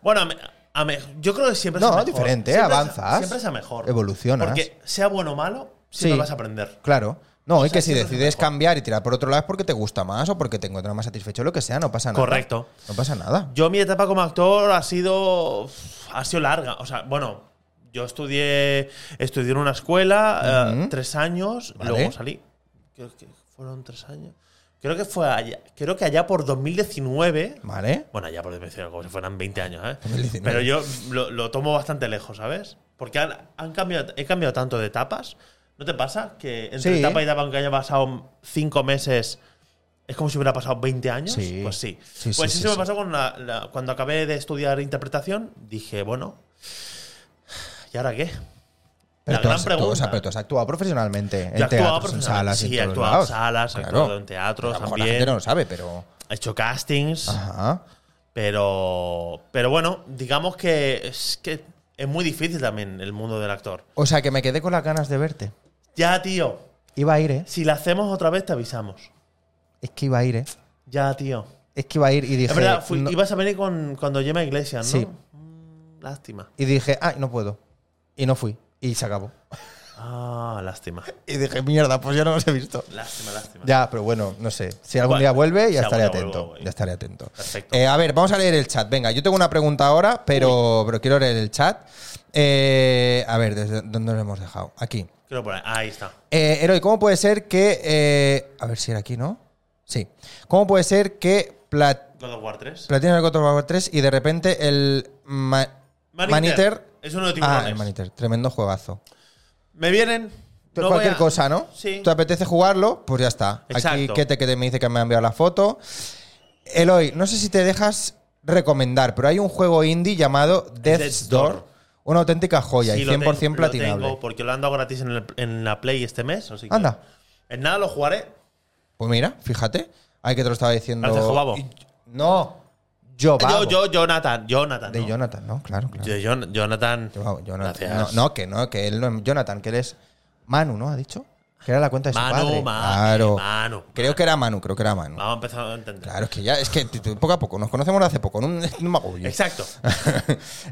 Speaker 2: bueno, a me- a me- yo creo que siempre es a
Speaker 1: No,
Speaker 2: mejor.
Speaker 1: diferente,
Speaker 2: Siempre es a-
Speaker 1: avanzas.
Speaker 2: Siempre es a mejor.
Speaker 1: Evolucionas.
Speaker 2: Porque sea bueno o malo, siempre
Speaker 1: Sí.
Speaker 2: vas a aprender.
Speaker 1: Claro. No, y que si
Speaker 2: siempre es
Speaker 1: decides
Speaker 2: mejor.
Speaker 1: cambiar y tirar por otro lado es porque te gusta más o porque te encuentras más satisfecho, lo que sea, no pasa nada.
Speaker 2: Correcto.
Speaker 1: No pasa nada.
Speaker 2: Yo mi etapa como actor ha sido ha sido larga, o sea, bueno, yo estudié estudié en una escuela eh,
Speaker 1: Ujú.
Speaker 2: tres años,
Speaker 1: Vale.
Speaker 2: luego salí. Creo que fueron tres años. Creo que fue allá, creo que allá por 2019.
Speaker 1: ¿Vale?
Speaker 2: Bueno, allá por 2019, como si fueran 20 años, ¿eh?
Speaker 1: 2019.
Speaker 2: Pero yo lo, lo tomo bastante lejos, ¿sabes? Porque han, han cambiado, he cambiado tanto de etapas. ¿No te pasa que entre
Speaker 1: Sí.
Speaker 2: etapa y etapa, aunque haya pasado cinco meses, es como si hubiera pasado 20 años?
Speaker 1: Sí.
Speaker 2: Pues sí.
Speaker 1: Sí, sí,
Speaker 2: pues
Speaker 1: sí,
Speaker 2: eso me
Speaker 1: sí.
Speaker 2: pasó con la- la- cuando acabé de estudiar interpretación. Dije, bueno, ¿y ahora qué?
Speaker 1: Pero
Speaker 2: la
Speaker 1: tú,
Speaker 2: gran
Speaker 1: has, tú- o sea,
Speaker 2: pregunta.
Speaker 1: pero tú has actuado profesionalmente en
Speaker 2: Yo he actuado
Speaker 1: teatros, en
Speaker 2: profesional-
Speaker 1: salas y en
Speaker 2: sí, he
Speaker 1: todos
Speaker 2: actuado en
Speaker 1: lados.
Speaker 2: salas, he
Speaker 1: Claro.
Speaker 2: actuado en teatros
Speaker 1: A lo mejor La
Speaker 2: también.
Speaker 1: gente no Ah. lo sabe, pero...
Speaker 2: He hecho castings.
Speaker 1: Ajá.
Speaker 2: Pero, pero bueno, digamos que es que es muy difícil también el mundo del actor.
Speaker 1: O sea, que me quedé con las ganas de verte.
Speaker 2: Ya, tío.
Speaker 1: Iba a ir, ¿eh?
Speaker 2: Si la hacemos otra vez, te avisamos.
Speaker 1: Es que iba a ir, ¿eh?
Speaker 2: Ya, tío.
Speaker 1: Es que iba a ir y dije...
Speaker 2: es verdad, fui-
Speaker 1: no-
Speaker 2: ibas a venir con, cuando Gemma Iglesias, ¿no?
Speaker 1: Sí.
Speaker 2: Mm, Lástima.
Speaker 1: Y dije, ay, no puedo. Y no fui. Y se acabó.
Speaker 2: Ah, lástima.
Speaker 1: Y dije, mierda, pues ya no los he visto.
Speaker 2: Lástima, lástima.
Speaker 1: Ya, pero bueno, no sé. Si algún
Speaker 2: Bueno,
Speaker 1: día vuelve,
Speaker 2: si
Speaker 1: ya
Speaker 2: algún
Speaker 1: estaré
Speaker 2: día
Speaker 1: atento.
Speaker 2: vuelvo, güey.
Speaker 1: ya estaré atento.
Speaker 2: Perfecto.
Speaker 1: Eh, a ver, vamos a leer el chat. Venga, yo tengo una pregunta ahora, pero, pero quiero leer el chat. Eh, a ver, ¿desde dónde lo hemos dejado? Aquí.
Speaker 2: Creo por ahí. Ahí está.
Speaker 1: Eh, Heroi, ¿cómo puede ser que. eh, a ver si era aquí, ¿no? Sí. ¿Cómo puede ser que Plat
Speaker 2: God of War 3.
Speaker 1: Platinum el God of War 3 y de repente el. Ma-
Speaker 2: Man
Speaker 1: Maniter-
Speaker 2: Eater. Es uno de tiburones.
Speaker 1: Ah, el Maniter. Tremendo juegazo.
Speaker 2: Me vienen. no
Speaker 1: cualquier
Speaker 2: voy a-
Speaker 1: cosa, ¿no?
Speaker 2: Sí.
Speaker 1: ¿Te apetece jugarlo? Pues ya está. Aquí
Speaker 2: Exacto.
Speaker 1: que te, que te me dice que me ha enviado la foto. Eloy, no sé si te dejas recomendar, pero hay un juego indie llamado Death's
Speaker 2: Death's
Speaker 1: Door.
Speaker 2: Door.
Speaker 1: Una auténtica joya
Speaker 2: Sí,
Speaker 1: y
Speaker 2: lo
Speaker 1: 100%
Speaker 2: tengo- lo
Speaker 1: platinable.
Speaker 2: tengo porque lo han dado gratis en, el- en la Play este mes. Así que
Speaker 1: Anda.
Speaker 2: En nada lo jugaré.
Speaker 1: Pues mira, fíjate. Hay que te lo estaba diciendo.
Speaker 2: Gracias, Jobabo.
Speaker 1: Y- No, yo,
Speaker 2: Ah,
Speaker 1: vago.
Speaker 2: Yo, yo, Jonathan. Jonathan.
Speaker 1: De
Speaker 2: ¿no?
Speaker 1: Jonathan, ¿no? Claro, claro.
Speaker 2: De Jon- Jonathan.
Speaker 1: Yo vago, Jonathan. No,
Speaker 2: Gracias.
Speaker 1: no, que no, que él no es Jonathan, que él es Manu, ¿no? ¿Ha dicho? Que era la cuenta de su padre.
Speaker 2: Manu, Manu,
Speaker 1: claro.
Speaker 2: Manu.
Speaker 1: Creo que era Manu, creo que era Manu.
Speaker 2: Vamos a empezar a entender.
Speaker 1: Claro, es que ya, es que t- t- poco a poco, nos conocemos de hace poco, en un, en un magullo.
Speaker 2: Exacto.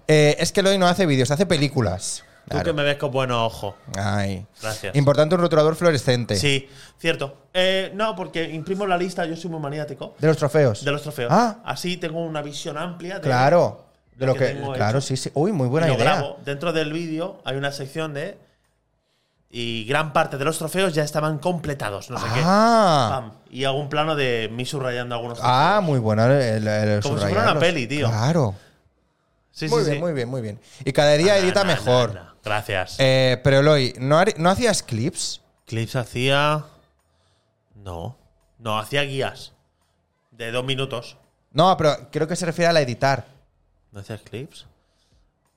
Speaker 1: Eh, es que Eloy no hace vídeos, hace películas.
Speaker 2: Tú que
Speaker 1: Claro.
Speaker 2: me ves con buenos ojos.
Speaker 1: Ay.
Speaker 2: Gracias.
Speaker 1: Importante un rotulador fluorescente.
Speaker 2: Sí, cierto. Eh, no, porque imprimo la lista, yo soy muy maniático.
Speaker 1: De los trofeos.
Speaker 2: De los trofeos.
Speaker 1: Ah.
Speaker 2: Así tengo una visión amplia. De,
Speaker 1: Claro. De
Speaker 2: Lo
Speaker 1: lo
Speaker 2: que
Speaker 1: que,
Speaker 2: tengo
Speaker 1: claro,
Speaker 2: hecho.
Speaker 1: sí, sí. Uy, muy
Speaker 2: y
Speaker 1: buena
Speaker 2: lo
Speaker 1: idea.
Speaker 2: grabo. Dentro del vídeo hay una sección de. Y gran parte de los trofeos ya estaban completados. No sé qué.
Speaker 1: Ah.
Speaker 2: Pam. Y hago un plano de mí subrayando algunos.
Speaker 1: Ah, muy buena. el- el- el
Speaker 2: Como si fuera
Speaker 1: subrayarlos.
Speaker 2: una peli, tío.
Speaker 1: Claro.
Speaker 2: sí,
Speaker 1: muy
Speaker 2: sí,
Speaker 1: bien,
Speaker 2: sí.
Speaker 1: muy bien, muy bien. Y cada día
Speaker 2: Na,
Speaker 1: edita
Speaker 2: na, na,
Speaker 1: mejor.
Speaker 2: na. Gracias.
Speaker 1: Eh, pero Eloy, ¿no, har- ¿no hacías clips?
Speaker 2: Clips hacía. No. No, hacía guías. De dos minutos.
Speaker 1: No, pero creo que se refiere a la editar.
Speaker 2: ¿No hacías clips?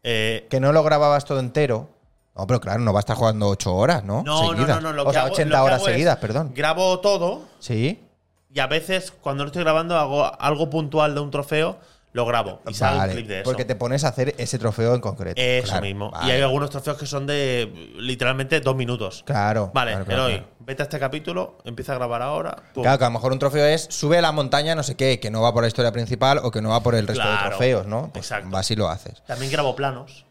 Speaker 2: Eh,
Speaker 1: que no lo grababas todo entero. No, pero claro, no va a estar jugando 8 horas, ¿no?
Speaker 2: no, no,
Speaker 1: Seguidas.
Speaker 2: no, no. Lo
Speaker 1: o
Speaker 2: que
Speaker 1: sea,
Speaker 2: hago-
Speaker 1: 80
Speaker 2: lo que
Speaker 1: horas
Speaker 2: hago es
Speaker 1: seguidas, perdón.
Speaker 2: Grabo todo
Speaker 1: Sí.
Speaker 2: y a veces cuando no estoy grabando hago algo puntual de un trofeo, lo grabo y salgo un clip de eso.
Speaker 1: Porque te pones a hacer ese trofeo en concreto.
Speaker 2: Eso
Speaker 1: Claro,
Speaker 2: mismo.
Speaker 1: vale.
Speaker 2: Y hay algunos trofeos que son de literalmente dos minutos.
Speaker 1: Claro.
Speaker 2: Vale,
Speaker 1: claro,
Speaker 2: pero
Speaker 1: claro, claro.
Speaker 2: vete a este capítulo, empieza a grabar ahora. pum.
Speaker 1: Claro, que a lo mejor un trofeo es sube a la montaña, no sé qué, que no va por la historia principal o que no va por el resto de
Speaker 2: Claro.
Speaker 1: trofeos, ¿no? Pues
Speaker 2: Exacto.
Speaker 1: vas y lo haces.
Speaker 2: También grabo planos,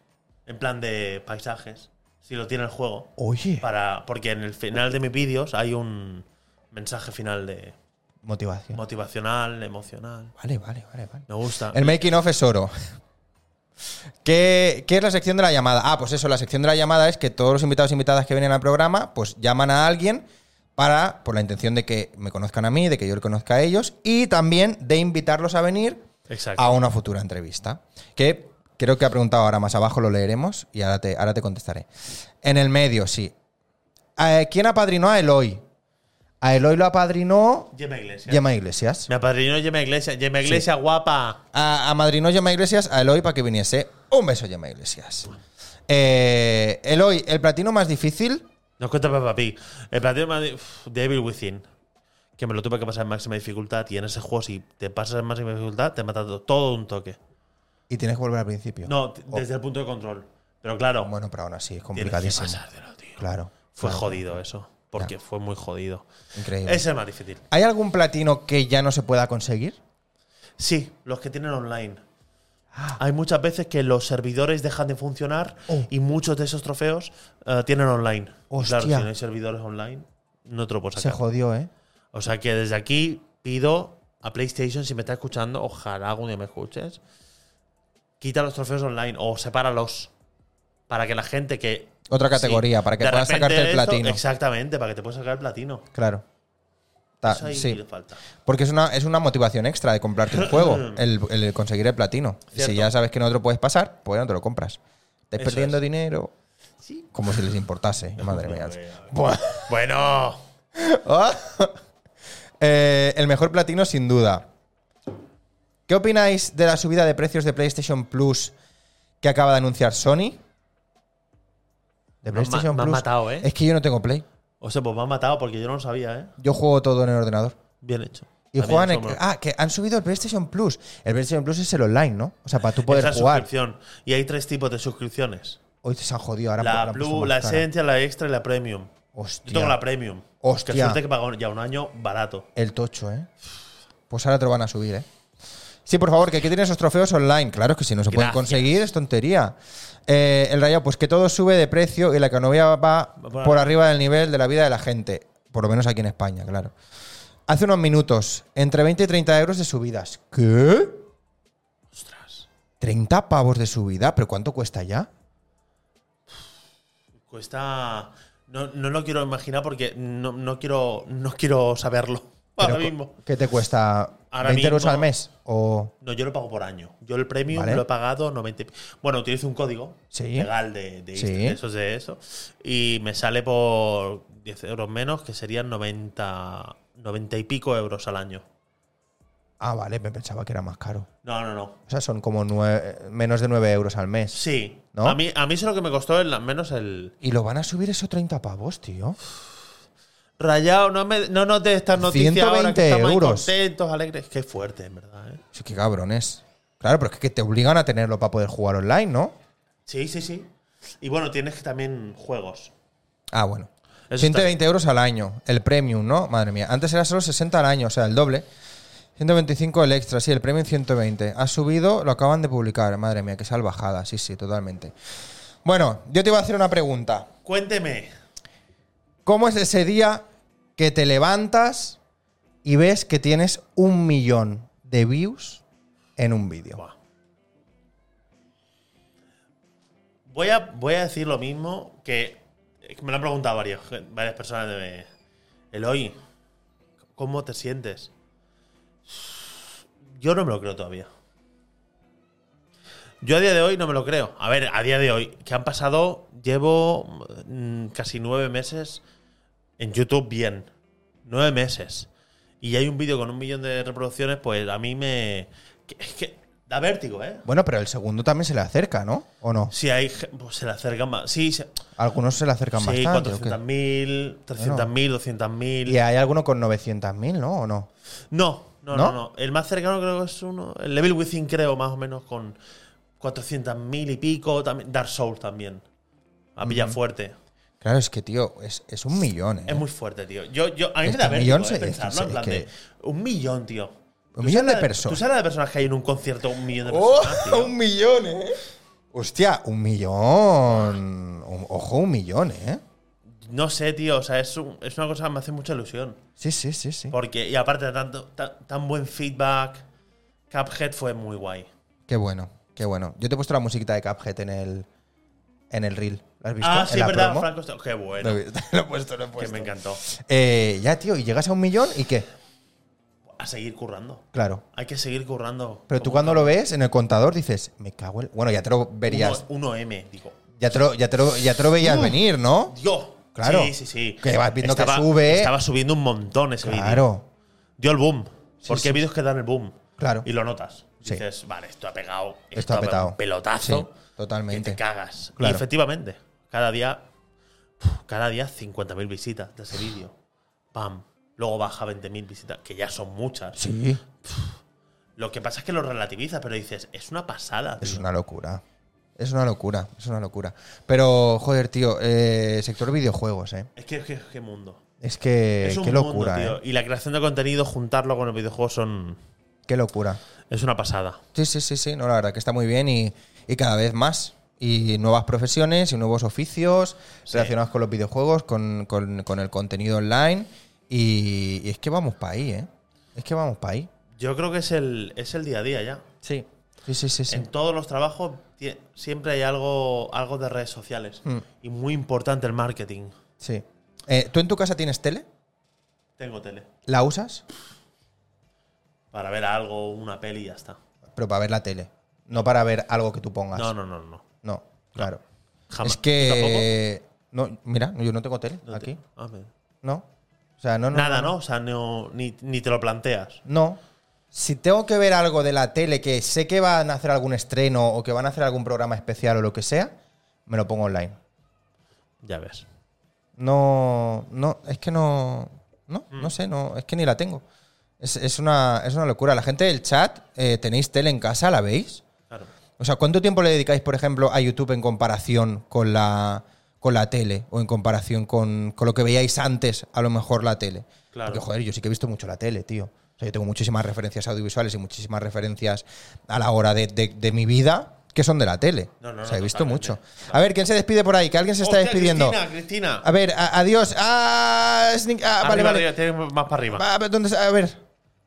Speaker 2: en plan de paisajes, si lo tiene el juego.
Speaker 1: Oye.
Speaker 2: Para, porque en el final de mis vídeos hay un mensaje final de
Speaker 1: Motivación.
Speaker 2: motivacional, emocional.
Speaker 1: vale, vale, vale, vale.
Speaker 2: Me gusta.
Speaker 1: El making of es oro. ¿Qué, qué es la sección de la llamada? Ah, pues eso, la sección de la llamada es que todos los invitados e invitadas que vienen al programa, pues llaman a alguien para, por la intención de que me conozcan a mí, de que yo le conozca a ellos, y también de invitarlos a venir
Speaker 2: Exacto.
Speaker 1: a una futura entrevista. Que creo que ha preguntado ahora más abajo, lo leeremos y ahora te, ahora te contestaré. En el medio, sí. Eh, ¿Quién apadrinó a Eloy? A Eloy lo apadrinó
Speaker 2: Yema Iglesias.
Speaker 1: Yema Iglesias.
Speaker 2: Me apadrinó Yema Iglesias. Yema Iglesias, guapa.
Speaker 1: A, a Madrino Yema Iglesias, a Eloy para que viniese. Un beso, Yema Iglesias. Eh, Eloy, el platino más difícil.
Speaker 2: Nos cuenta papi. El platino me ha di- Uf, Devil Within. Que me lo tuve que pasar en máxima dificultad. Y en ese juego, si te pasas en máxima dificultad, te mata to- todo de un toque.
Speaker 1: Y tienes que volver al principio.
Speaker 2: No, t- desde el punto de control. Pero claro,
Speaker 1: Oh. Bueno, pero aún así es
Speaker 2: tienes que
Speaker 1: complicadísimo.
Speaker 2: pasártelo, tío.
Speaker 1: Claro.
Speaker 2: Fue jodido eso, porque fue muy jodido.
Speaker 1: Increíble.
Speaker 2: Ese es más difícil.
Speaker 1: ¿Hay algún platino que ya no se pueda conseguir?
Speaker 2: Sí, los que tienen online. Hay muchas veces que los servidores dejan de funcionar
Speaker 1: Oh.
Speaker 2: y muchos de esos trofeos eh, tienen online.
Speaker 1: Hostia.
Speaker 2: Claro, si no hay servidores online, no te lo puedes
Speaker 1: Se
Speaker 2: sacar.
Speaker 1: jodió, ¿eh?
Speaker 2: O sea que desde aquí pido a PlayStation, si me está escuchando, ojalá algún día me escuches, quita los trofeos online o sepáralos para que la gente que...
Speaker 1: Otra categoría, para que
Speaker 2: de
Speaker 1: puedas
Speaker 2: repente
Speaker 1: sacarte el
Speaker 2: esto-
Speaker 1: platino.
Speaker 2: Exactamente, para que te puedas sacar el platino.
Speaker 1: Claro. Ta-
Speaker 2: Eso ahí le
Speaker 1: Ah, sí.
Speaker 2: falta.
Speaker 1: Porque es una, es una motivación extra de comprarte un juego, el, el conseguir el platino.
Speaker 2: Cierto.
Speaker 1: Si ya sabes que no te lo puedes pasar, pues ya no te lo compras. Estás
Speaker 2: Eso
Speaker 1: perdiendo
Speaker 2: es.
Speaker 1: dinero.
Speaker 2: Sí.
Speaker 1: Como si les importase. Madre mía.
Speaker 2: Buah. Bueno,
Speaker 1: Ah. Eh, el mejor platino, sin duda. ¿Qué opináis de la subida de precios de PlayStation Plus que acaba de anunciar Sony? De
Speaker 2: Me han ma-
Speaker 1: PlayStation
Speaker 2: me han
Speaker 1: Plus.
Speaker 2: matado, ¿eh?
Speaker 1: Es que yo no tengo Play.
Speaker 2: o sea, pues me han matado porque yo no lo sabía, ¿eh?
Speaker 1: Yo juego todo en el ordenador.
Speaker 2: Bien hecho.
Speaker 1: Y
Speaker 2: También
Speaker 1: juegan. en-
Speaker 2: somos-
Speaker 1: ah, que han subido el PlayStation Plus. El PlayStation Plus es el online, ¿no? O sea, para tú poder
Speaker 2: Esa es
Speaker 1: jugar.
Speaker 2: suscripción. Y hay tres tipos de suscripciones.
Speaker 1: Hoy se han jodido ahora.
Speaker 2: La
Speaker 1: han puesto
Speaker 2: Blue,
Speaker 1: más
Speaker 2: la
Speaker 1: cara.
Speaker 2: Esencia, la Extra y la Premium.
Speaker 1: Hostia.
Speaker 2: Yo tengo la Premium.
Speaker 1: Hostia.
Speaker 2: Que suerte que pago ya un año barato.
Speaker 1: El tocho, ¿eh? Pues ahora te lo van a subir, ¿eh? Sí, por favor, que aquí tienen esos trofeos online. Claro que si no se pueden
Speaker 2: Gracias.
Speaker 1: conseguir, es tontería. Eh, el rayado, pues que todo sube de precio y la economía va
Speaker 2: Bueno.
Speaker 1: por arriba del nivel de la vida de la gente. Por lo menos aquí en España, claro. Hace unos minutos, entre 20 y 30 euros de subidas. ¿Qué?
Speaker 2: Ostras.
Speaker 1: 30 pavos de subida, pero ¿cuánto cuesta ya?
Speaker 2: Cuesta. No, no lo quiero imaginar porque no, no quiero, no quiero saberlo ahora
Speaker 1: Pero,
Speaker 2: mismo.
Speaker 1: ¿Qué te cuesta?
Speaker 2: Ahora
Speaker 1: ¿20 euros
Speaker 2: mismo-
Speaker 1: al mes? ¿O
Speaker 2: No, yo lo pago por año. Yo el premium
Speaker 1: Vale.
Speaker 2: lo he pagado 90. y pi- Bueno, utilizo un código
Speaker 1: Sí.
Speaker 2: legal de, de
Speaker 1: Sí.
Speaker 2: Insta, de esos de eso. Y me sale por 10 euros menos, que serían 90, 90 y pico euros al año.
Speaker 1: Ah, vale, me pensaba que era más caro.
Speaker 2: No, no, no.
Speaker 1: O sea, son como nue- menos de 9 euros al mes.
Speaker 2: Sí.
Speaker 1: ¿No?
Speaker 2: A, mí, a mí eso es lo que me costó, el, al menos el.
Speaker 1: Y lo van a subir esos 30 pavos, tío.
Speaker 2: Rayado, no, me, no notes estas noticias ahora que
Speaker 1: 120
Speaker 2: estamos ahí
Speaker 1: euros.
Speaker 2: contentos, alegres. Qué fuerte, en verdad. ¿eh?
Speaker 1: Sí, qué cabrones. Claro, pero es que te obligan a tenerlo para poder jugar online, ¿no?
Speaker 2: Sí, sí, sí. Y bueno, tienes que también juegos.
Speaker 1: Ah, bueno.
Speaker 2: Eso
Speaker 1: 120 euros al año, el premium, ¿no? Madre mía. Antes era solo 60 al año, o sea, el doble. 125 el extra, sí, el premium 120. Ha subido, lo acaban de publicar. Madre mía, qué salvajada. Sí, sí, totalmente. Bueno, yo te iba a hacer una pregunta.
Speaker 2: Cuénteme.
Speaker 1: ¿Cómo es ese día que te levantas y ves que tienes un millón de views en un vídeo?
Speaker 2: Buah. Voy a, voy a decir lo mismo que, que me lo han preguntado varios, varias personas de Eloy, ¿cómo te sientes? Yo no me lo creo todavía. Yo a día de hoy no me lo creo. A ver, a día de hoy, que han pasado, llevo mm, casi nueve meses en YouTube bien. Nueve meses. Y hay un vídeo con un millón de reproducciones, pues a mí me... que- Es que da vértigo, ¿eh?
Speaker 1: Bueno, pero el segundo también se le acerca, ¿no? ¿O no?
Speaker 2: Si hay... ge- Pues se le acercan más. Sí, se,
Speaker 1: Algunos se le acercan
Speaker 2: sí
Speaker 1: bastante. ¿o qué?
Speaker 2: 400.000, 300.000,
Speaker 1: Y
Speaker 2: 200.000...
Speaker 1: hay alguno con 900.000, ¿no? ¿O no?
Speaker 2: No,
Speaker 1: ¿No?
Speaker 2: no, no, no. El más cercano creo que es uno... El Level Within creo más o menos con 400.000 y pico. También, Dark Souls también. A pillar fuerte.
Speaker 1: Claro, es que, tío, es, es un millón, ¿eh?
Speaker 2: Es muy fuerte, tío. Yo, yo, a mí
Speaker 1: Es que
Speaker 2: me da
Speaker 1: un
Speaker 2: vértigo
Speaker 1: millón
Speaker 2: eh,
Speaker 1: se- es que
Speaker 2: pensarlo.
Speaker 1: se-
Speaker 2: en plan
Speaker 1: es que-
Speaker 2: de, un millón, tío. ¿Tú
Speaker 1: millón
Speaker 2: sabes
Speaker 1: de
Speaker 2: la-
Speaker 1: personas.
Speaker 2: ¿Tú sabes la de personas que hay en un concierto? Un millón de
Speaker 1: ¡Oh!
Speaker 2: personas, tío.
Speaker 1: ¡Un millón, eh! Hostia, un millón. Un- Ojo, un millón, ¿eh?
Speaker 2: No sé, tío. O sea, es, un- es una cosa que me hace mucha ilusión.
Speaker 1: Sí, sí, sí, sí.
Speaker 2: Porque, y aparte de tanto, tan, tan buen feedback, Cuphead fue muy guay.
Speaker 1: Qué bueno, qué bueno. Yo te he puesto la musiquita de Cuphead en el, en el reel. ¿La has visto?
Speaker 2: Ah,
Speaker 1: ¿En
Speaker 2: sí,
Speaker 1: la
Speaker 2: es verdad,
Speaker 1: promo?
Speaker 2: Franco. Qué
Speaker 1: Lo
Speaker 2: bueno.
Speaker 1: he visto, lo he puesto, lo he
Speaker 2: Que
Speaker 1: puesto.
Speaker 2: me encantó.
Speaker 1: Eh, ya, tío, y llegas a un millón y qué?
Speaker 2: A seguir currando.
Speaker 1: Claro.
Speaker 2: Hay que seguir currando.
Speaker 1: Pero tú
Speaker 2: Como
Speaker 1: cuando lo ves en el contador dices, me cago el. Bueno, ya te lo verías.
Speaker 2: uno- 1M, digo.
Speaker 1: Ya te lo, ya te lo- ya te lo veías
Speaker 2: Uh.
Speaker 1: venir, ¿no?
Speaker 2: Dios.
Speaker 1: Claro.
Speaker 2: Sí, sí, sí.
Speaker 1: Que vas viendo que sube.
Speaker 2: Estaba subiendo un montón ese vídeo.
Speaker 1: Claro.
Speaker 2: dio el boom.
Speaker 1: Sí,
Speaker 2: porque
Speaker 1: sí.
Speaker 2: hay vídeos que dan el boom.
Speaker 1: Claro.
Speaker 2: Y lo notas.
Speaker 1: Sí.
Speaker 2: Dices, vale, esto ha pegado. Esto,
Speaker 1: Esto ha
Speaker 2: ha pegado.
Speaker 1: petado.
Speaker 2: Un pelotazo.
Speaker 1: Sí, totalmente.
Speaker 2: Que te cagas.
Speaker 1: Claro.
Speaker 2: Y efectivamente, cada día, puf, cada día 50.000 visitas de ese vídeo. Pam. Luego baja 20.000 visitas, que ya son muchas.
Speaker 1: Sí.
Speaker 2: Lo que pasa es que lo relativizas, pero dices, es una pasada.
Speaker 1: Es
Speaker 2: tío.
Speaker 1: una locura. Es una locura, es una locura. Pero, joder, tío, eh, sector videojuegos, ¿eh?
Speaker 2: Es que, es que- es que mundo.
Speaker 1: Es que,
Speaker 2: es un
Speaker 1: qué
Speaker 2: mundo,
Speaker 1: locura,
Speaker 2: tío.
Speaker 1: ¿eh?
Speaker 2: Y la creación de contenido, juntarlo con los videojuegos son.
Speaker 1: Qué locura.
Speaker 2: Es una pasada.
Speaker 1: Sí, sí, sí, sí. No, la verdad que está muy bien y, y cada vez más. Y nuevas profesiones y nuevos oficios relacionados con los videojuegos, con, con- con el contenido online. Y, y es que vamos para ahí, ¿eh? Es que vamos para ahí.
Speaker 2: Yo creo que es el, es el día a día ya.
Speaker 1: Sí. Sí, sí, sí, sí.
Speaker 2: En todos los trabajos tie- siempre hay algo, algo de redes sociales.
Speaker 1: Mm.
Speaker 2: Y muy importante el marketing.
Speaker 1: Sí. Eh, ¿Tú en tu casa tienes tele?
Speaker 2: Tengo tele.
Speaker 1: ¿La usas?
Speaker 2: Para ver algo, una peli y ya está.
Speaker 1: Pero para ver la tele. No para ver algo que tú pongas.
Speaker 2: No, no, no, no.
Speaker 1: No, claro.
Speaker 2: Jamás.
Speaker 1: Es que. No, mira, yo no tengo tele
Speaker 2: No
Speaker 1: aquí.
Speaker 2: te- ah, me-
Speaker 1: No. O sea, no, no.
Speaker 2: Nada, ¿no? O sea, no- ni, ni te lo planteas.
Speaker 1: No. Si tengo que ver algo de la tele que sé que van a hacer algún estreno o que van a hacer algún programa especial o lo que sea, me lo pongo online.
Speaker 2: Ya ves.
Speaker 1: No, no, es que no, no, no sé, no, es que ni la tengo. Es, es una, es una locura. La gente del chat, eh, ¿tenéis tele en casa? ¿La veis?
Speaker 2: Claro.
Speaker 1: O sea, ¿cuánto tiempo le dedicáis, por ejemplo, a YouTube en comparación con la, con la tele o en comparación con, con lo que veíais antes, a lo mejor la tele?
Speaker 2: Claro.
Speaker 1: Porque, joder, yo sí que he visto mucho la tele, tío. O sea, yo tengo muchísimas referencias audiovisuales y muchísimas referencias a la hora de, de- de mi vida que son de la tele.
Speaker 2: No, no,
Speaker 1: o sea,
Speaker 2: no,
Speaker 1: he visto
Speaker 2: totalmente.
Speaker 1: mucho. A ver, ¿quién se despide por ahí? Que alguien se está
Speaker 2: Hostia,
Speaker 1: despidiendo.
Speaker 2: Cristina, Cristina.
Speaker 1: A ver, a- adiós. Ah, sneak- ah, vale,
Speaker 2: Arriba,
Speaker 1: vale.
Speaker 2: arriba, tiene más para arriba.
Speaker 1: Ah, pero ¿dónde está? a ver.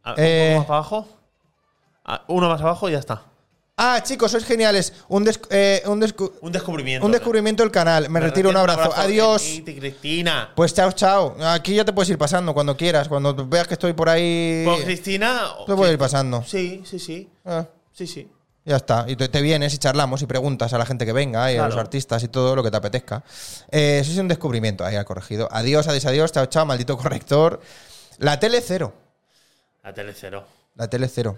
Speaker 2: Ah,
Speaker 1: Eh.
Speaker 2: Un poco más para abajo. Ah, Uno más abajo y ya está.
Speaker 1: Ah, chicos, sois geniales. Un, descu- eh, un descu-
Speaker 2: Un descubrimiento.
Speaker 1: Un descubrimiento del canal. Me, retiro, un abrazo. Adiós.
Speaker 2: Titi, Cristina.
Speaker 1: Pues chao, chao. Aquí ya te puedes ir pasando cuando quieras. Cuando veas que estoy por ahí.
Speaker 2: Pues Cristina.
Speaker 1: Te puedes ir pasando.
Speaker 2: Sí, sí, sí.
Speaker 1: Ah,
Speaker 2: Sí, sí.
Speaker 1: ya está. Y te, te vienes y charlamos y preguntas a la gente que venga y a
Speaker 2: Claro.
Speaker 1: los artistas y todo lo que te apetezca. Eh, eso es un descubrimiento ahí al corregido. Adiós, adiós, adiós. Chao, chao, maldito corrector. La tele cero.
Speaker 2: La tele cero.
Speaker 1: La tele cero.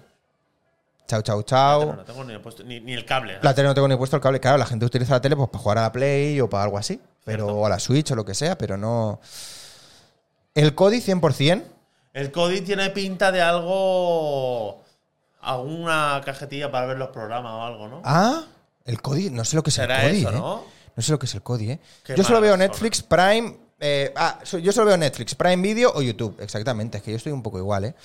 Speaker 1: Chao, chao,
Speaker 2: No,
Speaker 1: chao.
Speaker 2: no tengo ni, puesto- ni- ni el cable.
Speaker 1: La tele no tengo ni puesto el cable. Claro, la gente utiliza la tele pues, para jugar a la Play o para algo así. Pero,
Speaker 2: Cierto.
Speaker 1: o a la Switch o lo que sea, pero no. El Cody 100%.
Speaker 2: El Cody tiene pinta de algo. Alguna cajetilla para ver los programas o algo, ¿no?
Speaker 1: Ah, el Cody, no sé lo que es el
Speaker 2: Será
Speaker 1: Cody,
Speaker 2: eso,
Speaker 1: ¿eh?
Speaker 2: ¿no?
Speaker 1: No sé lo que es el Cody, ¿eh?
Speaker 2: Qué
Speaker 1: yo solo
Speaker 2: mala
Speaker 1: veo
Speaker 2: persona.
Speaker 1: Netflix, Prime. eh, ah, so- yo solo veo Netflix, Prime Video o YouTube, exactamente. Es que yo estoy un poco igual, ¿eh?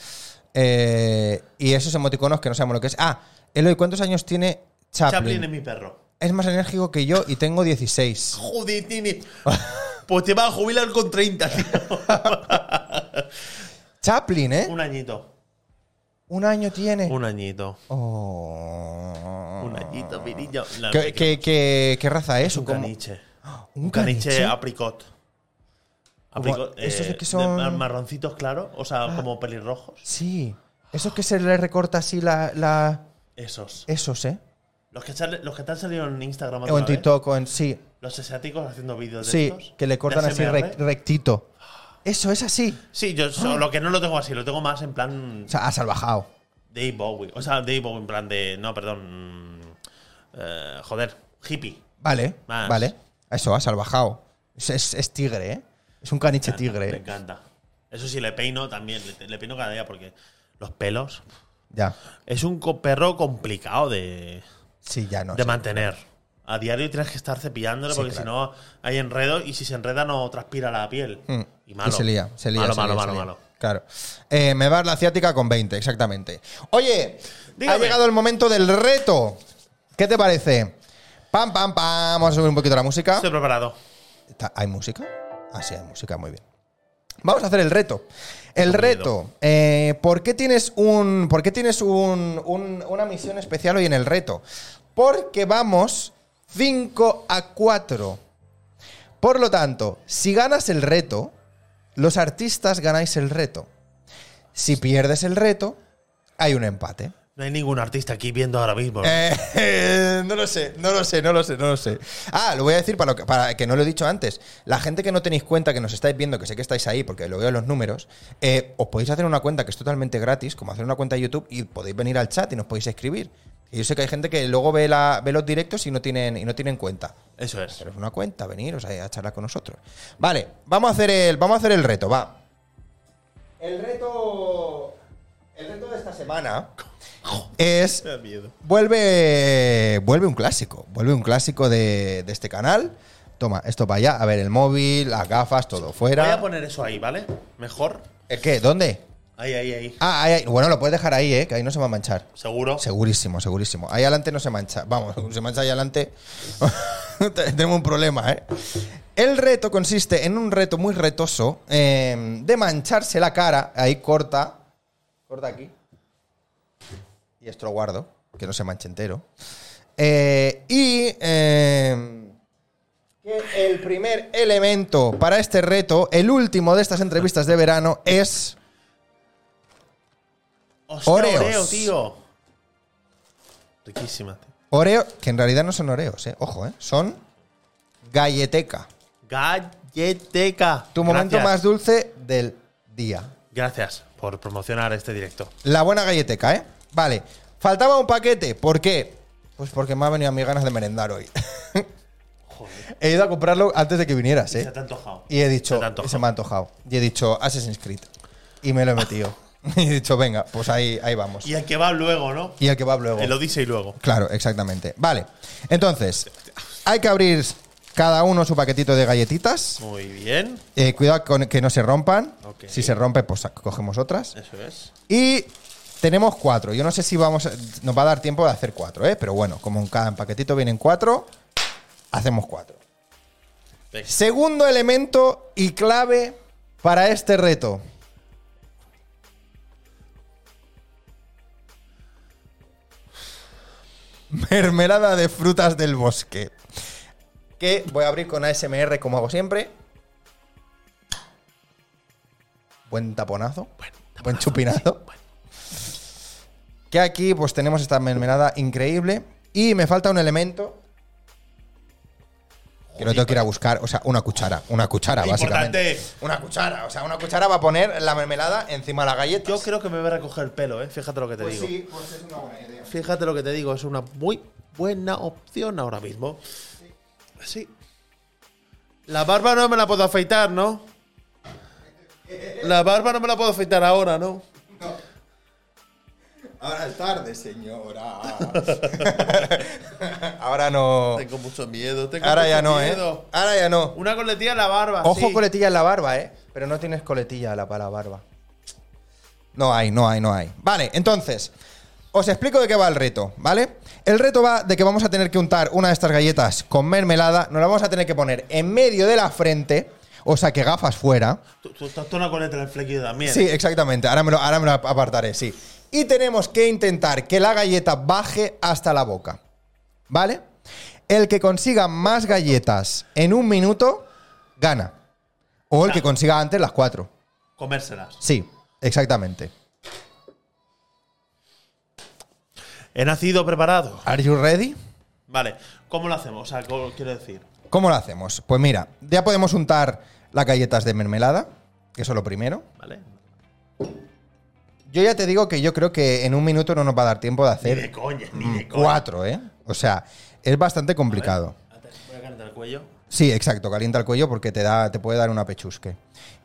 Speaker 1: Eh, y esos emoticonos que no sabemos lo que es. Ah, Eloy, ¿cuántos años tiene Chaplin?
Speaker 2: Chaplin es mi perro.
Speaker 1: Es más enérgico que yo y tengo 16.
Speaker 2: Joder, Tini. Pues te vas a jubilar con 30, tío.
Speaker 1: Chaplin, ¿eh?
Speaker 2: Un añito.
Speaker 1: Un año tiene.
Speaker 2: Un añito.
Speaker 1: Oh.
Speaker 2: Un añito, mi niño. La
Speaker 1: ¿Qué,
Speaker 2: verdad que
Speaker 1: qué- qué- qué raza es?
Speaker 2: es un
Speaker 1: ¿O cómo?
Speaker 2: caniche.
Speaker 1: ¿Un
Speaker 2: Un caniche
Speaker 1: caniche?
Speaker 2: apricot.
Speaker 1: Como-
Speaker 2: Apricot,
Speaker 1: esos
Speaker 2: eh,
Speaker 1: que son- Ah.
Speaker 2: de- marroncitos, claro. O sea, como pelirrojos.
Speaker 1: Sí. Eso es que se le recorta así la- la...
Speaker 2: Esos.
Speaker 1: Esos, ¿eh?
Speaker 2: Los que, sale- los que te han salido en Instagram. otra
Speaker 1: O en
Speaker 2: vez,
Speaker 1: TikTok, o en sí.
Speaker 2: Los asiáticos haciendo vídeos de
Speaker 1: Sí,
Speaker 2: estos,
Speaker 1: que le
Speaker 2: de
Speaker 1: cortan así
Speaker 2: ASMR.
Speaker 1: rec- rectito. Eso es así.
Speaker 2: Sí, yo so- lo que no lo tengo así, lo tengo más en plan
Speaker 1: Ah. O sea, ha salvajado.
Speaker 2: Dave Bowie. O sea, Dave Bowie en plan de. No, perdón. mm, eh, joder, hippie.
Speaker 1: Vale,
Speaker 2: Más.
Speaker 1: vale. Eso, ha salvajado. Es, es- es tigre, ¿eh? Es un caniche tigre.
Speaker 2: Me
Speaker 1: ¿eh?
Speaker 2: encanta. Eso sí, le peino también. Le, le peino cada día porque los pelos.
Speaker 1: Ya.
Speaker 2: Es un co- perro complicado de,
Speaker 1: Sí, ya no.
Speaker 2: de
Speaker 1: Ah, sí.
Speaker 2: mantener. A diario tienes que estar cepillándolo
Speaker 1: Sí,
Speaker 2: porque
Speaker 1: claro.
Speaker 2: si no hay enredo y si se enreda no transpira la piel.
Speaker 1: Mm.
Speaker 2: Y malo.
Speaker 1: se lía, se lía.
Speaker 2: Malo,
Speaker 1: se
Speaker 2: malo,
Speaker 1: lía, se
Speaker 2: malo,
Speaker 1: lía.
Speaker 2: malo.
Speaker 1: Claro. Eh, me va la asiática con 20, exactamente. Oye, ha
Speaker 2: Dígame.
Speaker 1: llegado el momento del reto. ¿Qué te parece? Pam, pam, pam. Vamos a subir un poquito la música.
Speaker 2: Estoy preparado.
Speaker 1: Ta- ¿Hay música? Ah, sí, hay música, muy bien. Vamos a hacer el reto. El
Speaker 2: Tengo
Speaker 1: reto.
Speaker 2: miedo.
Speaker 1: eh, ¿Por qué tienes, un, por qué tienes un- un- una misión especial hoy en el reto? Porque vamos 5 a 4. Por lo tanto, si ganas el reto, los artistas ganáis el reto. Si pierdes el reto, hay un empate.
Speaker 2: No hay ningún artista aquí viendo ahora mismo.
Speaker 1: Eh, no lo sé, no lo sé, no lo sé, no lo sé. Ah, lo voy a decir para, lo que, para que no lo he dicho antes. La gente que no tenéis cuenta, que nos estáis viendo, que sé que estáis ahí porque lo veo en los números, eh, os podéis hacer una cuenta que es totalmente gratis, como hacer una cuenta de YouTube, y podéis venir al chat y nos podéis escribir. Y yo sé que hay gente que luego ve, la, ve los directos y no tienen, y no tienen cuenta.
Speaker 2: Eso es.
Speaker 1: Haceros una cuenta, veniros ahí a charlar con nosotros. Vale, vamos a hacer el, vamos a hacer el reto, va. El reto. El reto de esta semana es
Speaker 2: Me da miedo.
Speaker 1: Vuelve, vuelve un clásico, vuelve un clásico de, de este canal. Toma, esto para allá, a ver, el móvil, las gafas, todo fuera.
Speaker 2: Voy a poner eso ahí, ¿vale? Mejor.
Speaker 1: ¿El qué? ¿Dónde?
Speaker 2: Ahí, ahí, ahí.
Speaker 1: Ah, ahí, ahí. bueno, lo puedes dejar ahí, ¿eh? que ahí no se va a manchar.
Speaker 2: Seguro.
Speaker 1: Segurísimo, segurísimo. Ahí adelante no se mancha. Vamos, se mancha ahí adelante. Tenemos un problema, ¿eh? El reto consiste en un reto muy retoso eh, de mancharse la cara. Ahí corta. Corta aquí. Y esto lo guardo, que no se manche entero. Eh, y eh, que el primer elemento para este reto, el último de estas entrevistas de verano, es
Speaker 2: Hostia,
Speaker 1: Oreos.
Speaker 2: Oreo, tío. Riquísima. tío.
Speaker 1: Oreo, que en realidad no son Oreos, eh. Ojo, eh. Son galleteca.
Speaker 2: Galleteca.
Speaker 1: Tu momento
Speaker 2: Gracias.
Speaker 1: más dulce del día.
Speaker 2: Gracias por promocionar este directo.
Speaker 1: La buena galleteca, ¿eh? Vale. Faltaba un paquete. ¿Por qué? Pues porque me ha venido a mis ganas de merendar hoy.
Speaker 2: Joder.
Speaker 1: he ido a comprarlo antes de que vinieras,
Speaker 2: Se
Speaker 1: ¿eh?
Speaker 2: te ha antojado.
Speaker 1: Y he
Speaker 2: Se
Speaker 1: dicho,
Speaker 2: te ha antojado.
Speaker 1: se me ha antojado. Y he dicho, Assassin's Creed. Y me lo he metido. y he dicho, venga, pues ahí, ahí vamos.
Speaker 2: Y el que va luego, ¿no?
Speaker 1: Y el que va luego.
Speaker 2: El Odyssey luego.
Speaker 1: Claro, exactamente. Vale. Entonces, hay que abrir cada uno su paquetito de galletitas.
Speaker 2: Muy bien.
Speaker 1: Eh, cuidado con que no se rompan.
Speaker 2: Ok.
Speaker 1: Si se rompe, pues cogemos otras.
Speaker 2: Eso es.
Speaker 1: Y tenemos cuatro. Yo no sé si vamos a- nos va a dar tiempo de hacer cuatro, ¿eh? Pero bueno, como en cada paquetito vienen cuatro, hacemos cuatro.
Speaker 2: Venga.
Speaker 1: Segundo elemento y clave para este reto. Mermelada de frutas del bosque. Que voy a abrir con ASMR como hago siempre. Buen taponazo. Buen, chupinazo. Que aquí pues tenemos esta mermelada increíble. Y me falta un elemento. Que lo tengo que ir a buscar. O sea, una cuchara. Una cuchara, básicamente.
Speaker 2: Importante.
Speaker 1: Una cuchara. O sea, una cuchara va a poner la mermelada encima de la galleta.
Speaker 2: Yo creo que me voy a recoger el pelo, ¿eh? Fíjate lo que te
Speaker 1: Pues
Speaker 2: digo.
Speaker 1: sí, pues es una buena idea.
Speaker 2: Fíjate lo que te digo. Es una muy buena opción ahora mismo. Sí. La barba no me la puedo afeitar, ¿no? La barba no me la puedo afeitar ahora, ¿no?
Speaker 1: Ahora es tarde, señora. Ahora no.
Speaker 2: Tengo mucho miedo. Tengo
Speaker 1: Ahora
Speaker 2: mucho
Speaker 1: ya no, ¿eh?
Speaker 2: miedo.
Speaker 1: Ahora ya no.
Speaker 2: Una coletilla en la barba.
Speaker 1: Ojo
Speaker 2: sí.
Speaker 1: coletilla en la barba, ¿eh? Pero no tienes coletilla la- para la barba. No hay, no hay, no hay. Vale, entonces, os explico de qué va el reto, ¿vale? El reto va de que vamos a tener que untar una de estas galletas con mermelada, nos la vamos a tener que poner en medio de la frente, o sea que gafas fuera.
Speaker 2: Tú, tú estás toda una coleta en el flequillo también.
Speaker 1: Sí, exactamente, ahora me, lo, ahora me lo apartaré, sí. Y tenemos que intentar que la galleta baje hasta la boca, ¿vale? El que consiga más galletas en un minuto, gana. O el que consiga antes las cuatro.
Speaker 2: Comérselas.
Speaker 1: Sí, exactamente.
Speaker 2: He nacido preparado.
Speaker 1: ¿Are you ready?
Speaker 2: Vale. ¿Cómo lo hacemos? O sea, co- quiero decir.
Speaker 1: ¿Cómo lo hacemos? Pues mira, ya podemos untar las galletas de mermelada, que eso es lo primero.
Speaker 2: ¿Vale?
Speaker 1: Yo ya te digo que yo creo que en un minuto no nos va a dar tiempo de
Speaker 2: Ni de
Speaker 1: hacer
Speaker 2: coña, ni de coña.
Speaker 1: cuatro, ¿eh? O sea, es bastante complicado.
Speaker 2: Ah, Voy a calentar el cuello.
Speaker 1: Sí, exacto, calienta el cuello porque te, da, te puede dar una pechusque.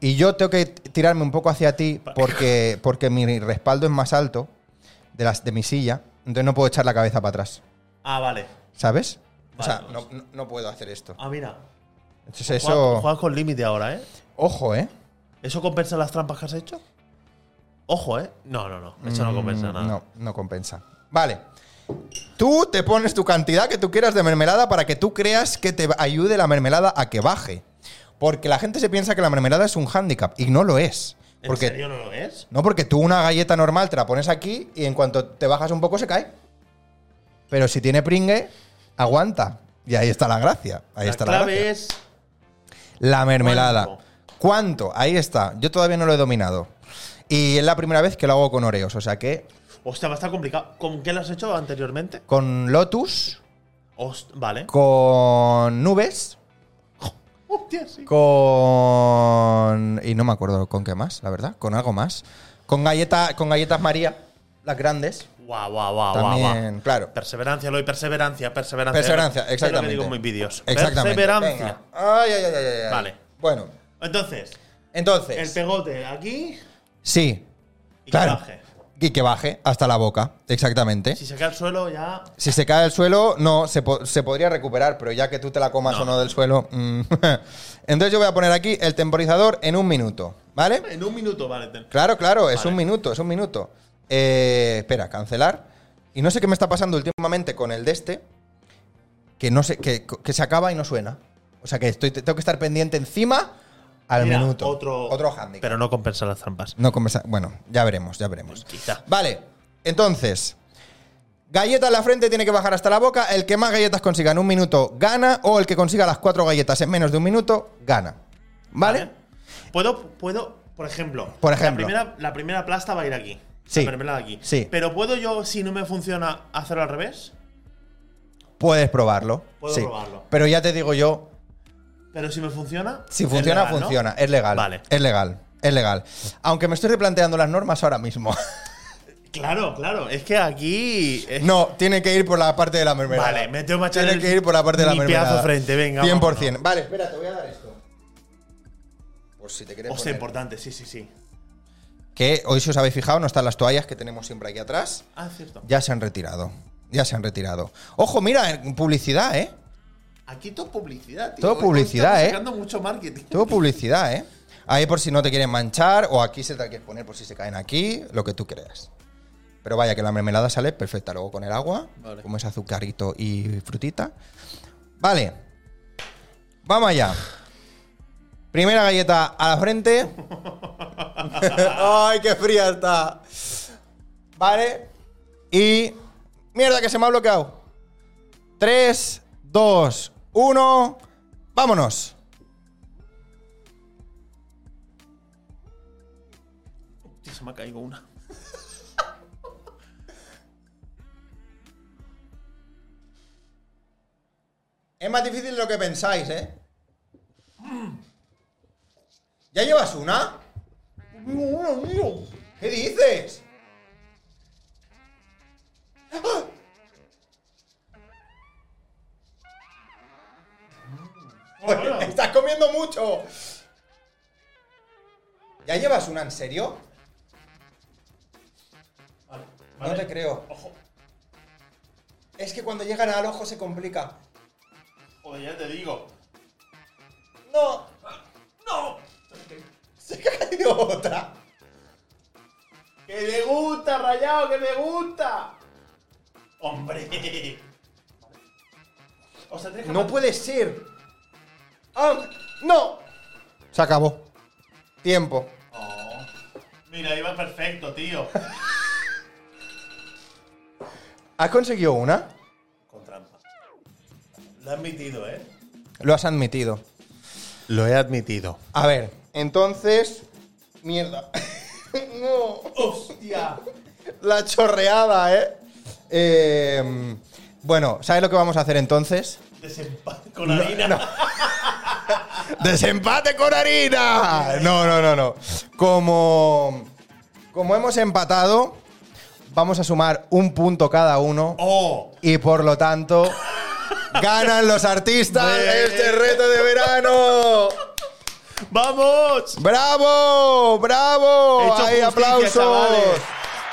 Speaker 1: Y yo tengo que t- tirarme un poco hacia ti porque, porque mi respaldo es más alto de, las, de mi silla, entonces no puedo echar la cabeza para atrás,
Speaker 2: Ah, vale.
Speaker 1: ¿sabes? O sea,
Speaker 2: Vale. pues.
Speaker 1: no, no- no puedo hacer esto.
Speaker 2: Ah, mira.
Speaker 1: Entonces
Speaker 2: Juegas,
Speaker 1: eso...
Speaker 2: juegas con límite ahora, ¿eh?
Speaker 1: Ojo, ¿eh?
Speaker 2: ¿Eso compensa las trampas que has hecho? Ojo, ¿eh? No, no, no. Eso no compensa
Speaker 1: Mm,
Speaker 2: nada.
Speaker 1: No, no compensa. Vale. Tú te pones tu cantidad que tú quieras de mermelada para que tú creas que te ayude la mermelada a que baje. Porque la gente se piensa que la mermelada es un hándicap y no lo es.
Speaker 2: ¿En
Speaker 1: Porque,
Speaker 2: serio no lo es?
Speaker 1: No, porque tú una galleta normal te la pones aquí y en cuanto te bajas un poco se cae. Pero si tiene pringue, aguanta. Y ahí está la gracia. Ahí
Speaker 2: La
Speaker 1: está la
Speaker 2: clave
Speaker 1: gracia.
Speaker 2: es.
Speaker 1: La mermelada.
Speaker 2: ¿Cuánto?
Speaker 1: ¿Cuánto? Ahí está. Yo todavía no lo he dominado. Y es la primera vez que lo hago con Oreos. O sea que
Speaker 2: Hostia, va a estar complicado. ¿Con qué lo has hecho anteriormente?
Speaker 1: con Lotus,
Speaker 2: Host- vale.
Speaker 1: con nubes,
Speaker 2: Hostia, sí.
Speaker 1: con... Y no me acuerdo con qué más, la verdad. Con algo más. Con, galleta, con galletas María, las grandes.
Speaker 2: Guau, guau, guau, guau, guau.
Speaker 1: También, claro.
Speaker 2: Perseverancia, Eloy, perseverancia, perseverancia.
Speaker 1: Perseverancia,
Speaker 2: Es lo que
Speaker 1: exactamente.
Speaker 2: digo en mis vídeos.
Speaker 1: Exactamente.
Speaker 2: Perseverancia.
Speaker 1: Venga. Ay, ay, ay, ay, ay, ay.
Speaker 2: Vale.
Speaker 1: Bueno,
Speaker 2: Entonces, el
Speaker 1: entonces.
Speaker 2: pegote aquí
Speaker 1: Sí.
Speaker 2: y
Speaker 1: Claro.
Speaker 2: que baje.
Speaker 1: Y que baje hasta la boca, exactamente.
Speaker 2: Si se cae al suelo, ya.
Speaker 1: Si se cae al suelo, no, se, po- se podría recuperar, pero ya que tú te la comas
Speaker 2: No.
Speaker 1: o no del suelo. mm. Entonces yo voy a poner aquí el temporizador en un minuto, ¿vale?
Speaker 2: En un minuto, vale. ten-
Speaker 1: Claro, claro, es
Speaker 2: Vale.
Speaker 1: un minuto, es un minuto. Eh, espera, cancelar. Y no sé qué me está pasando últimamente con el de este, que no sé, que, que se acaba y no suena. O sea que estoy, tengo que estar pendiente encima al
Speaker 2: Mira,
Speaker 1: minuto.
Speaker 2: Otro,
Speaker 1: otro handicap.
Speaker 2: Pero no compensa las trampas. Pues
Speaker 1: No conversa. Bueno, ya veremos, ya veremos.
Speaker 2: Quizá.
Speaker 1: Vale, entonces. Galleta en la frente tiene que bajar hasta la boca. El que más galletas consiga en un minuto gana. O el que consiga las cuatro galletas en menos de un minuto gana. ¿Vale?
Speaker 2: Puedo, puedo, por ejemplo.
Speaker 1: Por ejemplo.
Speaker 2: La primera, la primera plasta va a ir aquí.
Speaker 1: Sí.
Speaker 2: La mermelada aquí.
Speaker 1: Sí.
Speaker 2: Pero puedo yo, si no me funciona, hacerlo al revés.
Speaker 1: Puedes probarlo.
Speaker 2: Puedo
Speaker 1: sí.
Speaker 2: probarlo.
Speaker 1: Pero ya te digo yo,
Speaker 2: Pero si me funciona.
Speaker 1: si
Speaker 2: es
Speaker 1: funciona,
Speaker 2: legal, ¿no?
Speaker 1: funciona. Es legal.
Speaker 2: Vale.
Speaker 1: Es legal. Es legal. Aunque me estoy replanteando las normas ahora mismo.
Speaker 2: Claro, claro. Es que aquí. es-
Speaker 1: No, tiene que ir por la parte de la mermelada.
Speaker 2: Vale, me tengo que machar
Speaker 1: Tiene
Speaker 2: el-
Speaker 1: que ir por la parte de la
Speaker 2: mi
Speaker 1: mermelada.
Speaker 2: pedazo frente, venga,
Speaker 1: 100%.
Speaker 2: vámonos.
Speaker 1: Vale, espera, te voy a dar esto. Por si te quieres
Speaker 2: Hostia,
Speaker 1: poner.
Speaker 2: importante, sí, sí, sí.
Speaker 1: Que hoy, si os habéis fijado, no están las toallas que tenemos siempre aquí atrás.
Speaker 2: Ah, cierto.
Speaker 1: Ya se han retirado. Ya se han retirado. Ojo, mira, en publicidad, ¿eh?
Speaker 2: Aquí todo publicidad, tío.
Speaker 1: Todo
Speaker 2: Hoy
Speaker 1: publicidad,
Speaker 2: estamos
Speaker 1: eh.
Speaker 2: sacando mucho marketing.
Speaker 1: Todo publicidad, ¿eh? Ahí por si no te quieren manchar o aquí se te la quieres poner por si se caen aquí, lo que tú creas. Pero vaya, que la mermelada sale perfecta luego con el agua,
Speaker 2: Vale.
Speaker 1: como es azucarito y frutita. Vale. Vamos allá. Primera galleta a la frente. ¡Ay, qué fría está! Vale. Y... Mierda, que se me ha bloqueado. 3, 2, 1. Vámonos.
Speaker 2: Tío, se me ha caído una.
Speaker 1: Es más difícil de lo que pensáis, ¿eh? ¿Ya llevas una? ¿Qué dices? ¡Ah!
Speaker 2: Bueno.
Speaker 1: ¡Estás comiendo mucho! ¿Ya llevas una en serio?
Speaker 2: Vale,
Speaker 1: No
Speaker 2: vale.
Speaker 1: te creo.
Speaker 2: Ojo.
Speaker 1: Es que cuando llegan al ojo se complica.
Speaker 2: Joder, ya te digo.
Speaker 1: ¡No!
Speaker 2: ¡No!
Speaker 1: ¡Se ha caído otra!
Speaker 2: ¡Que me gusta, rayado! ¡Que me gusta! ¡Hombre! O sea, tienes que
Speaker 1: No puede ser. Ah, no. Se acabó. Tiempo.
Speaker 2: Oh. Mira, iba perfecto, tío.
Speaker 1: ¿Has conseguido una?
Speaker 2: Con trampa. Lo he admitido, ¿eh?
Speaker 1: Lo has admitido.
Speaker 2: Lo he admitido.
Speaker 1: A ver, entonces. Mierda. no.
Speaker 2: ¡Hostia!
Speaker 1: La chorreada, ¿eh? Eh, Bueno, ¿sabes lo que vamos a hacer entonces?
Speaker 2: Desempate con harina.
Speaker 1: ¡Desempate con harina! No, no, no, no. Como. Como hemos empatado, vamos a sumar un punto cada uno.
Speaker 2: ¡Oh!
Speaker 1: Y por lo tanto, ganan los artistas
Speaker 2: Bien.
Speaker 1: este reto de verano.
Speaker 2: ¡Vamos!
Speaker 1: ¡Bravo!
Speaker 2: He
Speaker 1: ¡Bravo!
Speaker 2: hecho
Speaker 1: ¡Hay
Speaker 2: justicia,
Speaker 1: aplausos!
Speaker 2: chavales.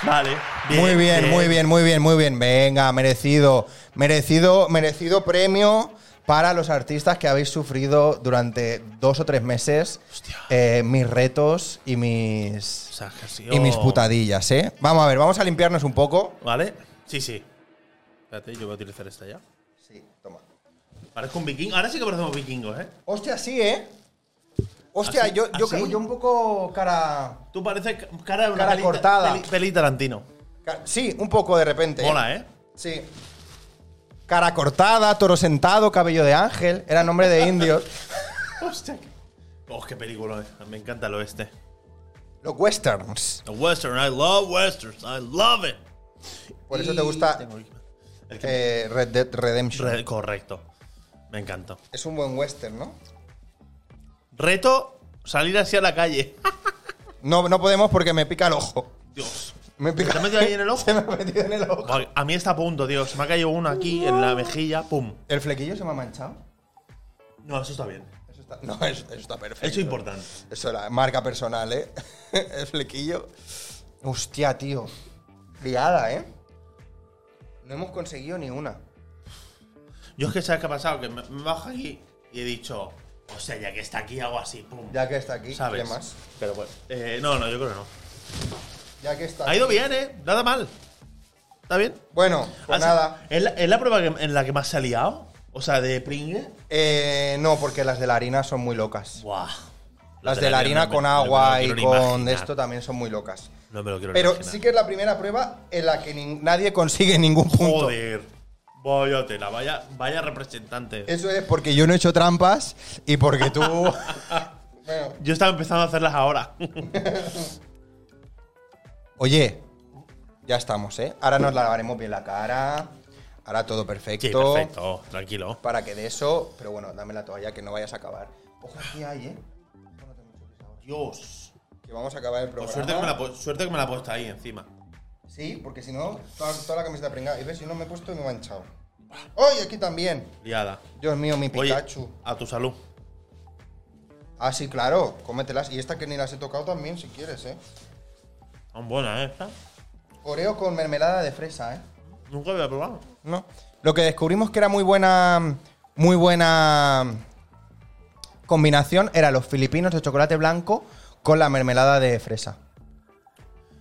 Speaker 2: Vale.
Speaker 1: muy bien, muy bien, muy bien, muy bien. Venga, merecido, merecido, merecido premio para los artistas que habéis sufrido durante dos o tres meses
Speaker 2: Hostia.
Speaker 1: eh, mis retos y mis
Speaker 2: O sea, que ha sido-
Speaker 1: y mis putadillas, ¿eh? Vamos a ver, vamos a limpiarnos un poco.
Speaker 2: ¿Vale? Sí, sí. Espérate, yo voy a utilizar esta ya.
Speaker 1: Sí, toma.
Speaker 2: Parezco un vikingo. Ahora sí que parecemos vikingos, ¿eh?
Speaker 1: Hostia, sí, ¿eh? Hostia,
Speaker 2: Así-
Speaker 1: yo, yo,
Speaker 2: así.
Speaker 1: yo un poco cara,
Speaker 2: Tú pareces ca- cara de una
Speaker 1: Cara
Speaker 2: peli-
Speaker 1: cortada.
Speaker 2: Peli, peli Tarantino.
Speaker 1: ca- Sí, un poco de repente.
Speaker 2: Mola, ¿eh?
Speaker 1: Sí. Cara cortada, toro sentado, cabello de ángel. Era nombre de indios.
Speaker 2: Hostia. qué- Oh, qué película, eh. Me encanta el oeste.
Speaker 1: Los westerns.
Speaker 2: The western, I love westerns, I love it.
Speaker 1: Por eso te
Speaker 2: Y
Speaker 1: gusta
Speaker 2: tengo aquí- el que-
Speaker 1: eh, Red Dead Redemption.
Speaker 2: Re- correcto. Me encantó.
Speaker 1: Es un buen western, ¿no?
Speaker 2: Reto, salir así a la calle.
Speaker 1: No, no podemos porque me pica el ojo.
Speaker 2: Dios.
Speaker 1: Me pica
Speaker 2: ¿Te has metido ahí en el ojo?
Speaker 1: Se me ha metido en el ojo.
Speaker 2: Vale, A mí está a punto, tío. Se me ha caído una aquí en la mejilla. Pum.
Speaker 1: ¿El flequillo se me ha manchado?
Speaker 2: No, eso está bien.
Speaker 1: Eso está, no, eso, eso está perfecto.
Speaker 2: Eso es importante.
Speaker 1: Eso era marca personal, ¿eh? El flequillo. Hostia, tío. Liada, ¿eh? No hemos conseguido ni una.
Speaker 2: Yo es que sabes qué ha pasado, que me, me bajo aquí y he dicho, o sea, ya que está aquí hago así, pum.
Speaker 1: Ya que está aquí,
Speaker 2: ¿Sabes?
Speaker 1: ¿qué más?
Speaker 2: Pero bueno. eh, no, no, yo creo que no.
Speaker 1: Ya que está
Speaker 2: Ha ido Ah,
Speaker 1: aquí.
Speaker 2: bien, ¿eh? Nada mal. ¿Está bien?
Speaker 1: Bueno, pues
Speaker 2: Así-
Speaker 1: nada.
Speaker 2: ¿Es la, es la prueba que- en la que más se ha liado? O sea, de pringue.
Speaker 1: Eh, no, porque las de la harina son muy locas.
Speaker 2: Buah.
Speaker 1: Las de la harina
Speaker 2: no me-
Speaker 1: con
Speaker 2: no me lo
Speaker 1: agua y
Speaker 2: quiero ni
Speaker 1: con
Speaker 2: imaginar.
Speaker 1: esto también son muy locas.
Speaker 2: No me lo quiero ni
Speaker 1: Pero
Speaker 2: imaginar.
Speaker 1: sí que es la primera prueba en la que nin- nadie consigue ningún punto.
Speaker 2: Joder. Vaya tela, vaya, vaya representante.
Speaker 1: Eso es porque yo no he hecho trampas y porque tú. Bueno,
Speaker 2: Yo estaba empezando a hacerlas ahora.
Speaker 1: Oye, ya estamos, ¿eh? Ahora nos lavaremos bien la cara. Ahora todo perfecto.
Speaker 2: sí, perfecto, tranquilo.
Speaker 1: Para que de eso. Pero bueno, dame la toalla que no vayas a acabar. Ojo, aquí hay, ¿eh?
Speaker 2: Dios.
Speaker 1: Que vamos a acabar el programa.
Speaker 2: Pues suerte que, me la, pu- suerte que me la he puesto ahí encima.
Speaker 1: Sí, porque si no, toda, toda la camiseta pringada. Y ves, si no me he puesto y me he manchado. ¡Oye, aquí también!
Speaker 2: Liada.
Speaker 1: Dios mío, mi
Speaker 2: Oye,
Speaker 1: Pikachu.
Speaker 2: a tu salud.
Speaker 1: Ah, sí, claro, cómetelas. Y esta que ni las he tocado también, si quieres, ¿eh?
Speaker 2: Son buenas, ¿eh?
Speaker 1: Ah.
Speaker 2: Estas.
Speaker 1: Oreo con mermelada de fresa, ¿eh?
Speaker 2: Nunca había probado.
Speaker 1: No. Lo que descubrimos que era muy buena. Muy buena combinación era los filipinos de chocolate blanco con la mermelada de fresa.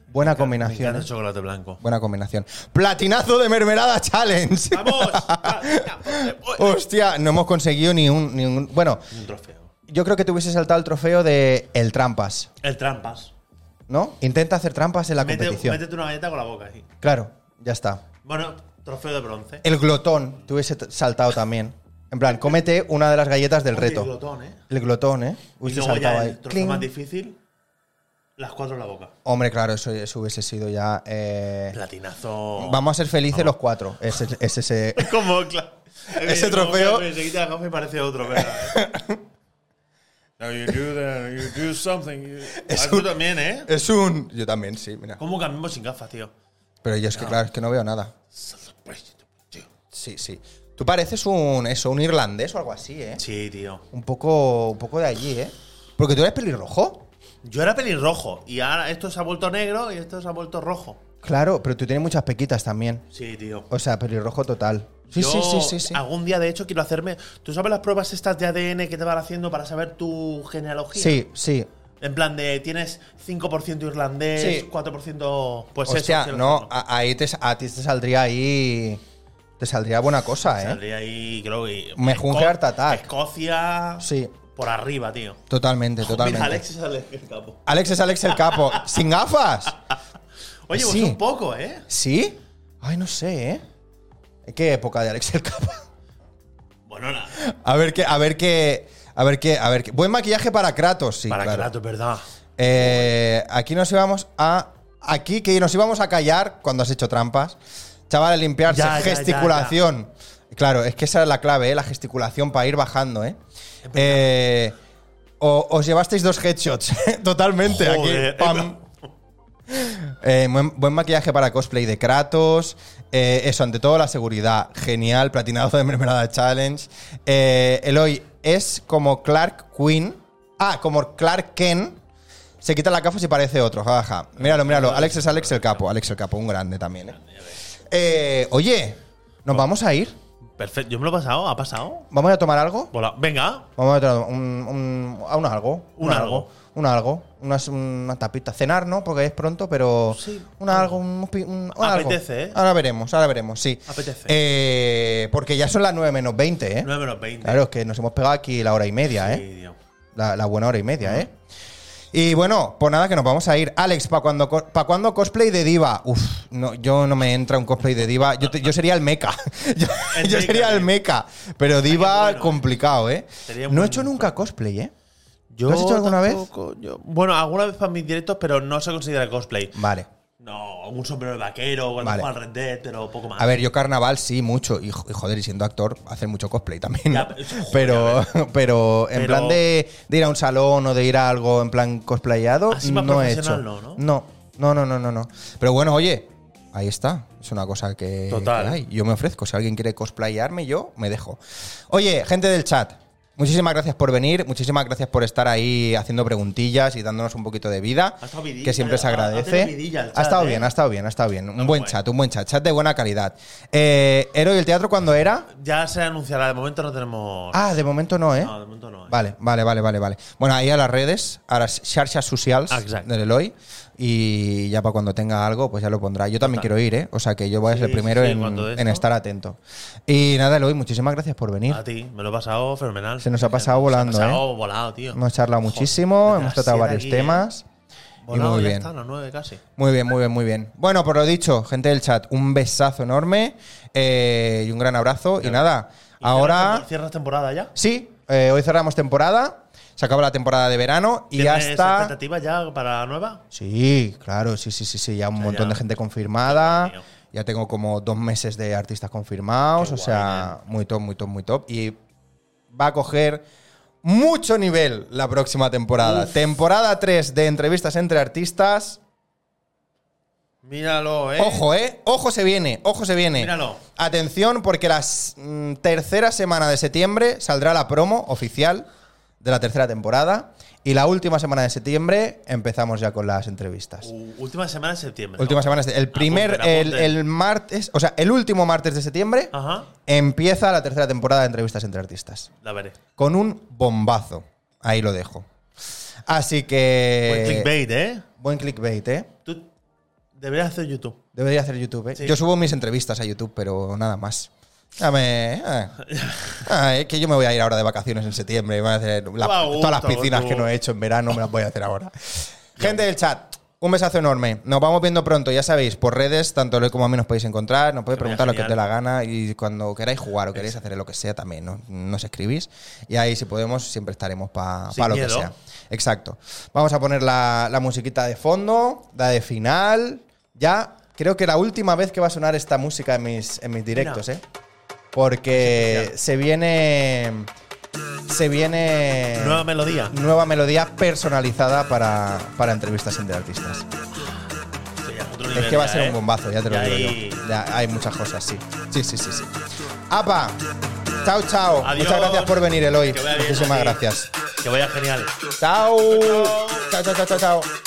Speaker 1: Buena
Speaker 2: Me
Speaker 1: combinación.
Speaker 2: encanta el
Speaker 1: ¿eh?
Speaker 2: chocolate blanco.
Speaker 1: Buena combinación. Platinazo de mermelada challenge.
Speaker 2: ¡Vamos! eh. Va, venga, ponte, pues, voy.
Speaker 1: Hostia, no hemos conseguido ni un, ni un- Bueno,
Speaker 2: Un trofeo.
Speaker 1: yo creo que te hubiese saltado el trofeo de el trampas,
Speaker 2: El trampas.
Speaker 1: ¿no? Intenta hacer trampas en la
Speaker 2: Mete-
Speaker 1: competición.
Speaker 2: métete una galleta con la boca ahí.
Speaker 1: Claro, ya está.
Speaker 2: Bueno, trofeo de bronce.
Speaker 1: El glotón te hubiese t- saltado también. En plan, cómete una de las galletas del
Speaker 2: Oye,
Speaker 1: reto.
Speaker 2: glotón, ¿eh?
Speaker 1: El glotón, ¿eh?
Speaker 2: Y
Speaker 1: Hubiese
Speaker 2: luego
Speaker 1: saltado
Speaker 2: ya
Speaker 1: ahí.
Speaker 2: el trofeo
Speaker 1: Cling.
Speaker 2: más difícil, las cuatro en la boca.
Speaker 1: Hombre, claro, eso, eso hubiese sido ya. eh,
Speaker 2: Platinazo.
Speaker 1: Vamos a ser felices los cuatro. Es, es- es ese.
Speaker 2: Como, claro.
Speaker 1: Ese trofeo-
Speaker 2: Se quita la gafa y parece otro, ¿verdad? No, you do that, you do something. you-
Speaker 1: Es
Speaker 2: Ah, tú
Speaker 1: un-
Speaker 2: también, ¿eh?
Speaker 1: Es un. Yo también, sí, mira.
Speaker 2: ¿Cómo cambiamos sin gafas, tío?
Speaker 1: Pero yo es que, claro, es que no veo nada. Sí, sí. Tú pareces un. Eso, un irlandés o algo así, ¿eh?
Speaker 2: Sí, tío.
Speaker 1: Un poco. Un poco de allí, ¿eh? Porque tú eres pelirrojo.
Speaker 2: Yo era pelirrojo y ahora esto se ha vuelto negro y esto se ha vuelto rojo.
Speaker 1: Claro, pero tú tienes muchas pequitas también.
Speaker 2: Sí, tío.
Speaker 1: O sea, pelirrojo total. Sí,
Speaker 2: Yo
Speaker 1: sí, sí, sí, sí.
Speaker 2: Algún día, de hecho, quiero hacerme. ¿Tú sabes las pruebas estas de ADN que te van haciendo para saber tu genealogía?
Speaker 1: Sí, sí.
Speaker 2: En plan de tienes 5% irlandés,
Speaker 1: Sí.
Speaker 2: 4%. Pues
Speaker 1: Hostia,
Speaker 2: eso.
Speaker 1: no, ah, a- ahí te, a ti te saldría ahí. Te saldría buena cosa, ¿eh?
Speaker 2: Saldría ahí, creo que.
Speaker 1: Me junge
Speaker 2: Esco-
Speaker 1: Art Attack.
Speaker 2: Escocia.
Speaker 1: Sí,
Speaker 2: Por arriba, tío.
Speaker 1: totalmente,
Speaker 2: Mira,
Speaker 1: totalmente.
Speaker 2: Alex sale el capo.
Speaker 1: Alex es Alex el capo. ¿Sin gafas?
Speaker 2: Oye,
Speaker 1: Sí.
Speaker 2: pues un poco, ¿eh?
Speaker 1: ¿Sí? Ay, no sé, ¿eh? ¿En ¿Qué época de Alex el capo?
Speaker 2: Bueno, nada.
Speaker 1: A ver qué, a ver qué, a ver qué, a ver qué. Buen maquillaje para Kratos, sí,
Speaker 2: para
Speaker 1: claro.
Speaker 2: Kratos, es verdad.
Speaker 1: Eh, aquí nos íbamos a. Aquí que nos íbamos a callar cuando has hecho trampas. Chaval, limpiarse,
Speaker 2: Ya, ya,
Speaker 1: gesticulación. Claro, es que esa es la clave, ¿eh? la gesticulación para ir bajando, ¿eh? Eh, o- os llevasteis dos headshots, totalmente.
Speaker 2: Joder,
Speaker 1: aquí, pam. Eh, buen, buen maquillaje para cosplay de Kratos. Eh, eso, ante todo, la seguridad. Genial, platinazo de mermelada challenge. Eh, Eloy es como Clark Quinn. Ah, como Clark Kent. Se quita la gafas y parece otro. Jaja. Míralo, míralo. Alex es Alex el capo. Alex el capo, un grande también. ¿eh? Eh, oye, ¿nos vamos a ir?
Speaker 2: Perfecto. Yo me lo he pasado, ha pasado.
Speaker 1: ¿Vamos a tomar algo?
Speaker 2: Vola. Venga,
Speaker 1: Vamos a tomar un, un- a un algo.
Speaker 2: Un algo.
Speaker 1: Un algo. Unas- Una, tapita. Cenar, ¿no? Porque es pronto, pero.
Speaker 2: Sí,
Speaker 1: Un algo. Un, pi- un- un algo.
Speaker 2: Apetece, ¿eh?
Speaker 1: Ahora veremos, ahora veremos, sí.
Speaker 2: Apetece.
Speaker 1: Eh, porque ya son las 9 menos 20, ¿eh?
Speaker 2: 9 menos 20.
Speaker 1: Claro, es que nos hemos pegado aquí la hora y media,
Speaker 2: Sí,
Speaker 1: ¿eh?
Speaker 2: tío.
Speaker 1: La, la buena hora y media, ¿eh? Y bueno, pues nada, que nos vamos a ir. Alex, ¿para cuándo co- pa' cuándo cosplay de diva? Uf, no, yo no me entra un cosplay de diva. Yo, te- yo sería el meca. yo,
Speaker 2: El
Speaker 1: yo
Speaker 2: meca,
Speaker 1: sería el
Speaker 2: eh.
Speaker 1: meca. Pero diva,
Speaker 2: bueno, eh.
Speaker 1: complicado, ¿eh?
Speaker 2: Sería
Speaker 1: No he
Speaker 2: buen-
Speaker 1: hecho nunca cosplay, ¿eh?
Speaker 2: Yo
Speaker 1: ¿Lo has hecho alguna vez?
Speaker 2: tampoco, yo- bueno, alguna vez para mis directos, pero no se considera cosplay.
Speaker 1: Vale.
Speaker 2: No, un sombrero de vaquero, cuando
Speaker 1: Vale.
Speaker 2: juega al Red Dead, pero poco más.
Speaker 1: A ver, yo carnaval sí, mucho. Y, jo- y joder, y siendo actor, hacer mucho cosplay también. ¿no?
Speaker 2: Ya, pero- joder,
Speaker 1: pero, pero en
Speaker 2: Pero-
Speaker 1: plan de, de ir a un salón o de ir a algo en plan cosplayado,
Speaker 2: Así Ah, más
Speaker 1: no he hecho.
Speaker 2: profesional no, ¿no?
Speaker 1: no, no, no, no, no, no. Pero bueno, oye, ahí está. Es una cosa que,
Speaker 2: Total.
Speaker 1: que hay. Yo me ofrezco. Si alguien quiere cosplayarme, yo me dejo. Oye, gente del chat. Muchísimas gracias por venir, muchísimas gracias por estar ahí haciendo preguntillas y dándonos un poquito de vida,
Speaker 2: Ha estado vidilla,
Speaker 1: que siempre se
Speaker 2: ha- ha
Speaker 1: agradece.
Speaker 2: tenido vidilla el
Speaker 1: Ha
Speaker 2: chat,
Speaker 1: estado
Speaker 2: ¿eh?
Speaker 1: bien, ha estado bien, ha estado bien. Un
Speaker 2: No,
Speaker 1: buen
Speaker 2: bueno.
Speaker 1: chat, un buen chat, chat de buena calidad. Eh, ¿Héroe del teatro cuándo era?
Speaker 2: Ya se anunciará, de momento no tenemos.
Speaker 1: Ah, de momento no, ¿eh?
Speaker 2: No, de momento no. ¿eh?
Speaker 1: Vale, vale, vale, vale, vale. Bueno, ahí a las redes, a las xarxas socials
Speaker 2: Exacto.
Speaker 1: del Eloy. Y ya para cuando tenga algo, pues ya lo pondrá. Yo también quiero ir, ¿eh? O sea que yo voy a ser el
Speaker 2: Sí,
Speaker 1: primero
Speaker 2: sí, sí,
Speaker 1: en,
Speaker 2: cuando de
Speaker 1: en
Speaker 2: esto.
Speaker 1: estar atento. Y nada, Eloy, muchísimas gracias por venir.
Speaker 2: A ti, me lo he pasado fenomenal.
Speaker 1: Se nos ha pasado volando,
Speaker 2: Se nos ha
Speaker 1: ¿eh?
Speaker 2: pasado volado, tío.
Speaker 1: Hemos charlado
Speaker 2: Joder,
Speaker 1: muchísimo,
Speaker 2: desde
Speaker 1: hemos
Speaker 2: las
Speaker 1: tratado
Speaker 2: siete
Speaker 1: varios
Speaker 2: aquí, ¿eh?
Speaker 1: temas. y
Speaker 2: Volado,
Speaker 1: muy
Speaker 2: ya
Speaker 1: bien.
Speaker 2: está, a las nueve casi.
Speaker 1: Muy bien, muy bien, muy bien. Bueno, por lo dicho, gente del chat, un besazo enorme eh, y un gran abrazo. Y nada,
Speaker 2: ¿Y
Speaker 1: ahora
Speaker 2: cierras- ¿Cierras temporada ya?
Speaker 1: sí, eh, hoy cerramos temporada, se acaba la temporada de verano y ya
Speaker 2: ¿Tienes
Speaker 1: está.
Speaker 2: expectativas ya para la nueva?
Speaker 1: Sí, claro, sí, sí, sí, sí. Ya un
Speaker 2: sea,
Speaker 1: montón
Speaker 2: ya-
Speaker 1: de gente confirmada.
Speaker 2: Dios mío.
Speaker 1: Ya tengo como dos meses de artistas confirmados.
Speaker 2: Qué
Speaker 1: o
Speaker 2: guay,
Speaker 1: sea, muy top, muy top, muy top. Y va a coger mucho nivel la próxima temporada.
Speaker 2: Uf.
Speaker 1: Temporada 3 de entrevistas entre artistas.
Speaker 2: Míralo, ¿eh?
Speaker 1: Ojo, ¿eh? Ojo se viene, ojo se viene.
Speaker 2: Míralo.
Speaker 1: Atención, porque la s- mm, tercera semana de septiembre saldrá la promo oficial de la tercera temporada. Y la última semana de septiembre empezamos ya con las entrevistas.
Speaker 2: U- Última semana de septiembre.
Speaker 1: Última
Speaker 2: ¿no?
Speaker 1: semana. El primer,
Speaker 2: Apunten,
Speaker 1: el,
Speaker 2: apunten.
Speaker 1: el martes, o sea, el último martes de septiembre
Speaker 2: Ajá,
Speaker 1: empieza la tercera temporada de entrevistas entre artistas.
Speaker 2: la veré.
Speaker 1: Con un bombazo. Ahí lo dejo. Así que.
Speaker 2: Buen clickbait, ¿eh?
Speaker 1: Buen clickbait, ¿eh?
Speaker 2: Tú deberías hacer YouTube.
Speaker 1: Debería hacer YouTube, ¿eh?
Speaker 2: Sí.
Speaker 1: Yo subo mis entrevistas a YouTube, pero nada más. Dame. eh. Ah, es que yo me voy a ir ahora de vacaciones en septiembre. y voy a hacer la-
Speaker 2: Va a
Speaker 1: todas las
Speaker 2: gusto,
Speaker 1: piscinas
Speaker 2: tú.
Speaker 1: que no he hecho en verano me las voy a hacer ahora. Gente del chat. Un besazo enorme. Nos vamos viendo pronto, ya sabéis, por redes, tanto Eloy como a mí nos podéis encontrar, nos podéis
Speaker 2: Que vaya
Speaker 1: preguntar lo que os dé
Speaker 2: genial.
Speaker 1: la gana y cuando queráis jugar o queréis hacer lo que sea también, ¿no? nos escribís y ahí si podemos siempre estaremos para
Speaker 2: Sin
Speaker 1: lo que
Speaker 2: miedo.
Speaker 1: sea. Exacto. Vamos a poner la, la musiquita de fondo, la de final. Ya creo que la última vez que va a sonar esta música en mis, en mis directos, ¿eh? Porque se viene. Se viene.
Speaker 2: Nueva melodía.
Speaker 1: nueva melodía personalizada para, para entrevistas entre artistas.
Speaker 2: Sí, ya, otro
Speaker 1: eh, Es
Speaker 2: nivel
Speaker 1: que va a
Speaker 2: ya,
Speaker 1: ser
Speaker 2: ¿eh?
Speaker 1: un bombazo, ya te lo
Speaker 2: Ya
Speaker 1: digo
Speaker 2: ahí-
Speaker 1: yo. Ya, hay muchas cosas, sí. Sí, sí, sí, sí. ¡Apa! Chao, chao.
Speaker 2: Adiós.
Speaker 1: Muchas gracias por venir, Eloy.
Speaker 2: Que vaya bien,
Speaker 1: Muchísimas
Speaker 2: así.
Speaker 1: gracias.
Speaker 2: Que vaya genial.
Speaker 1: Chao. Chao, chao, chao, chao. chao.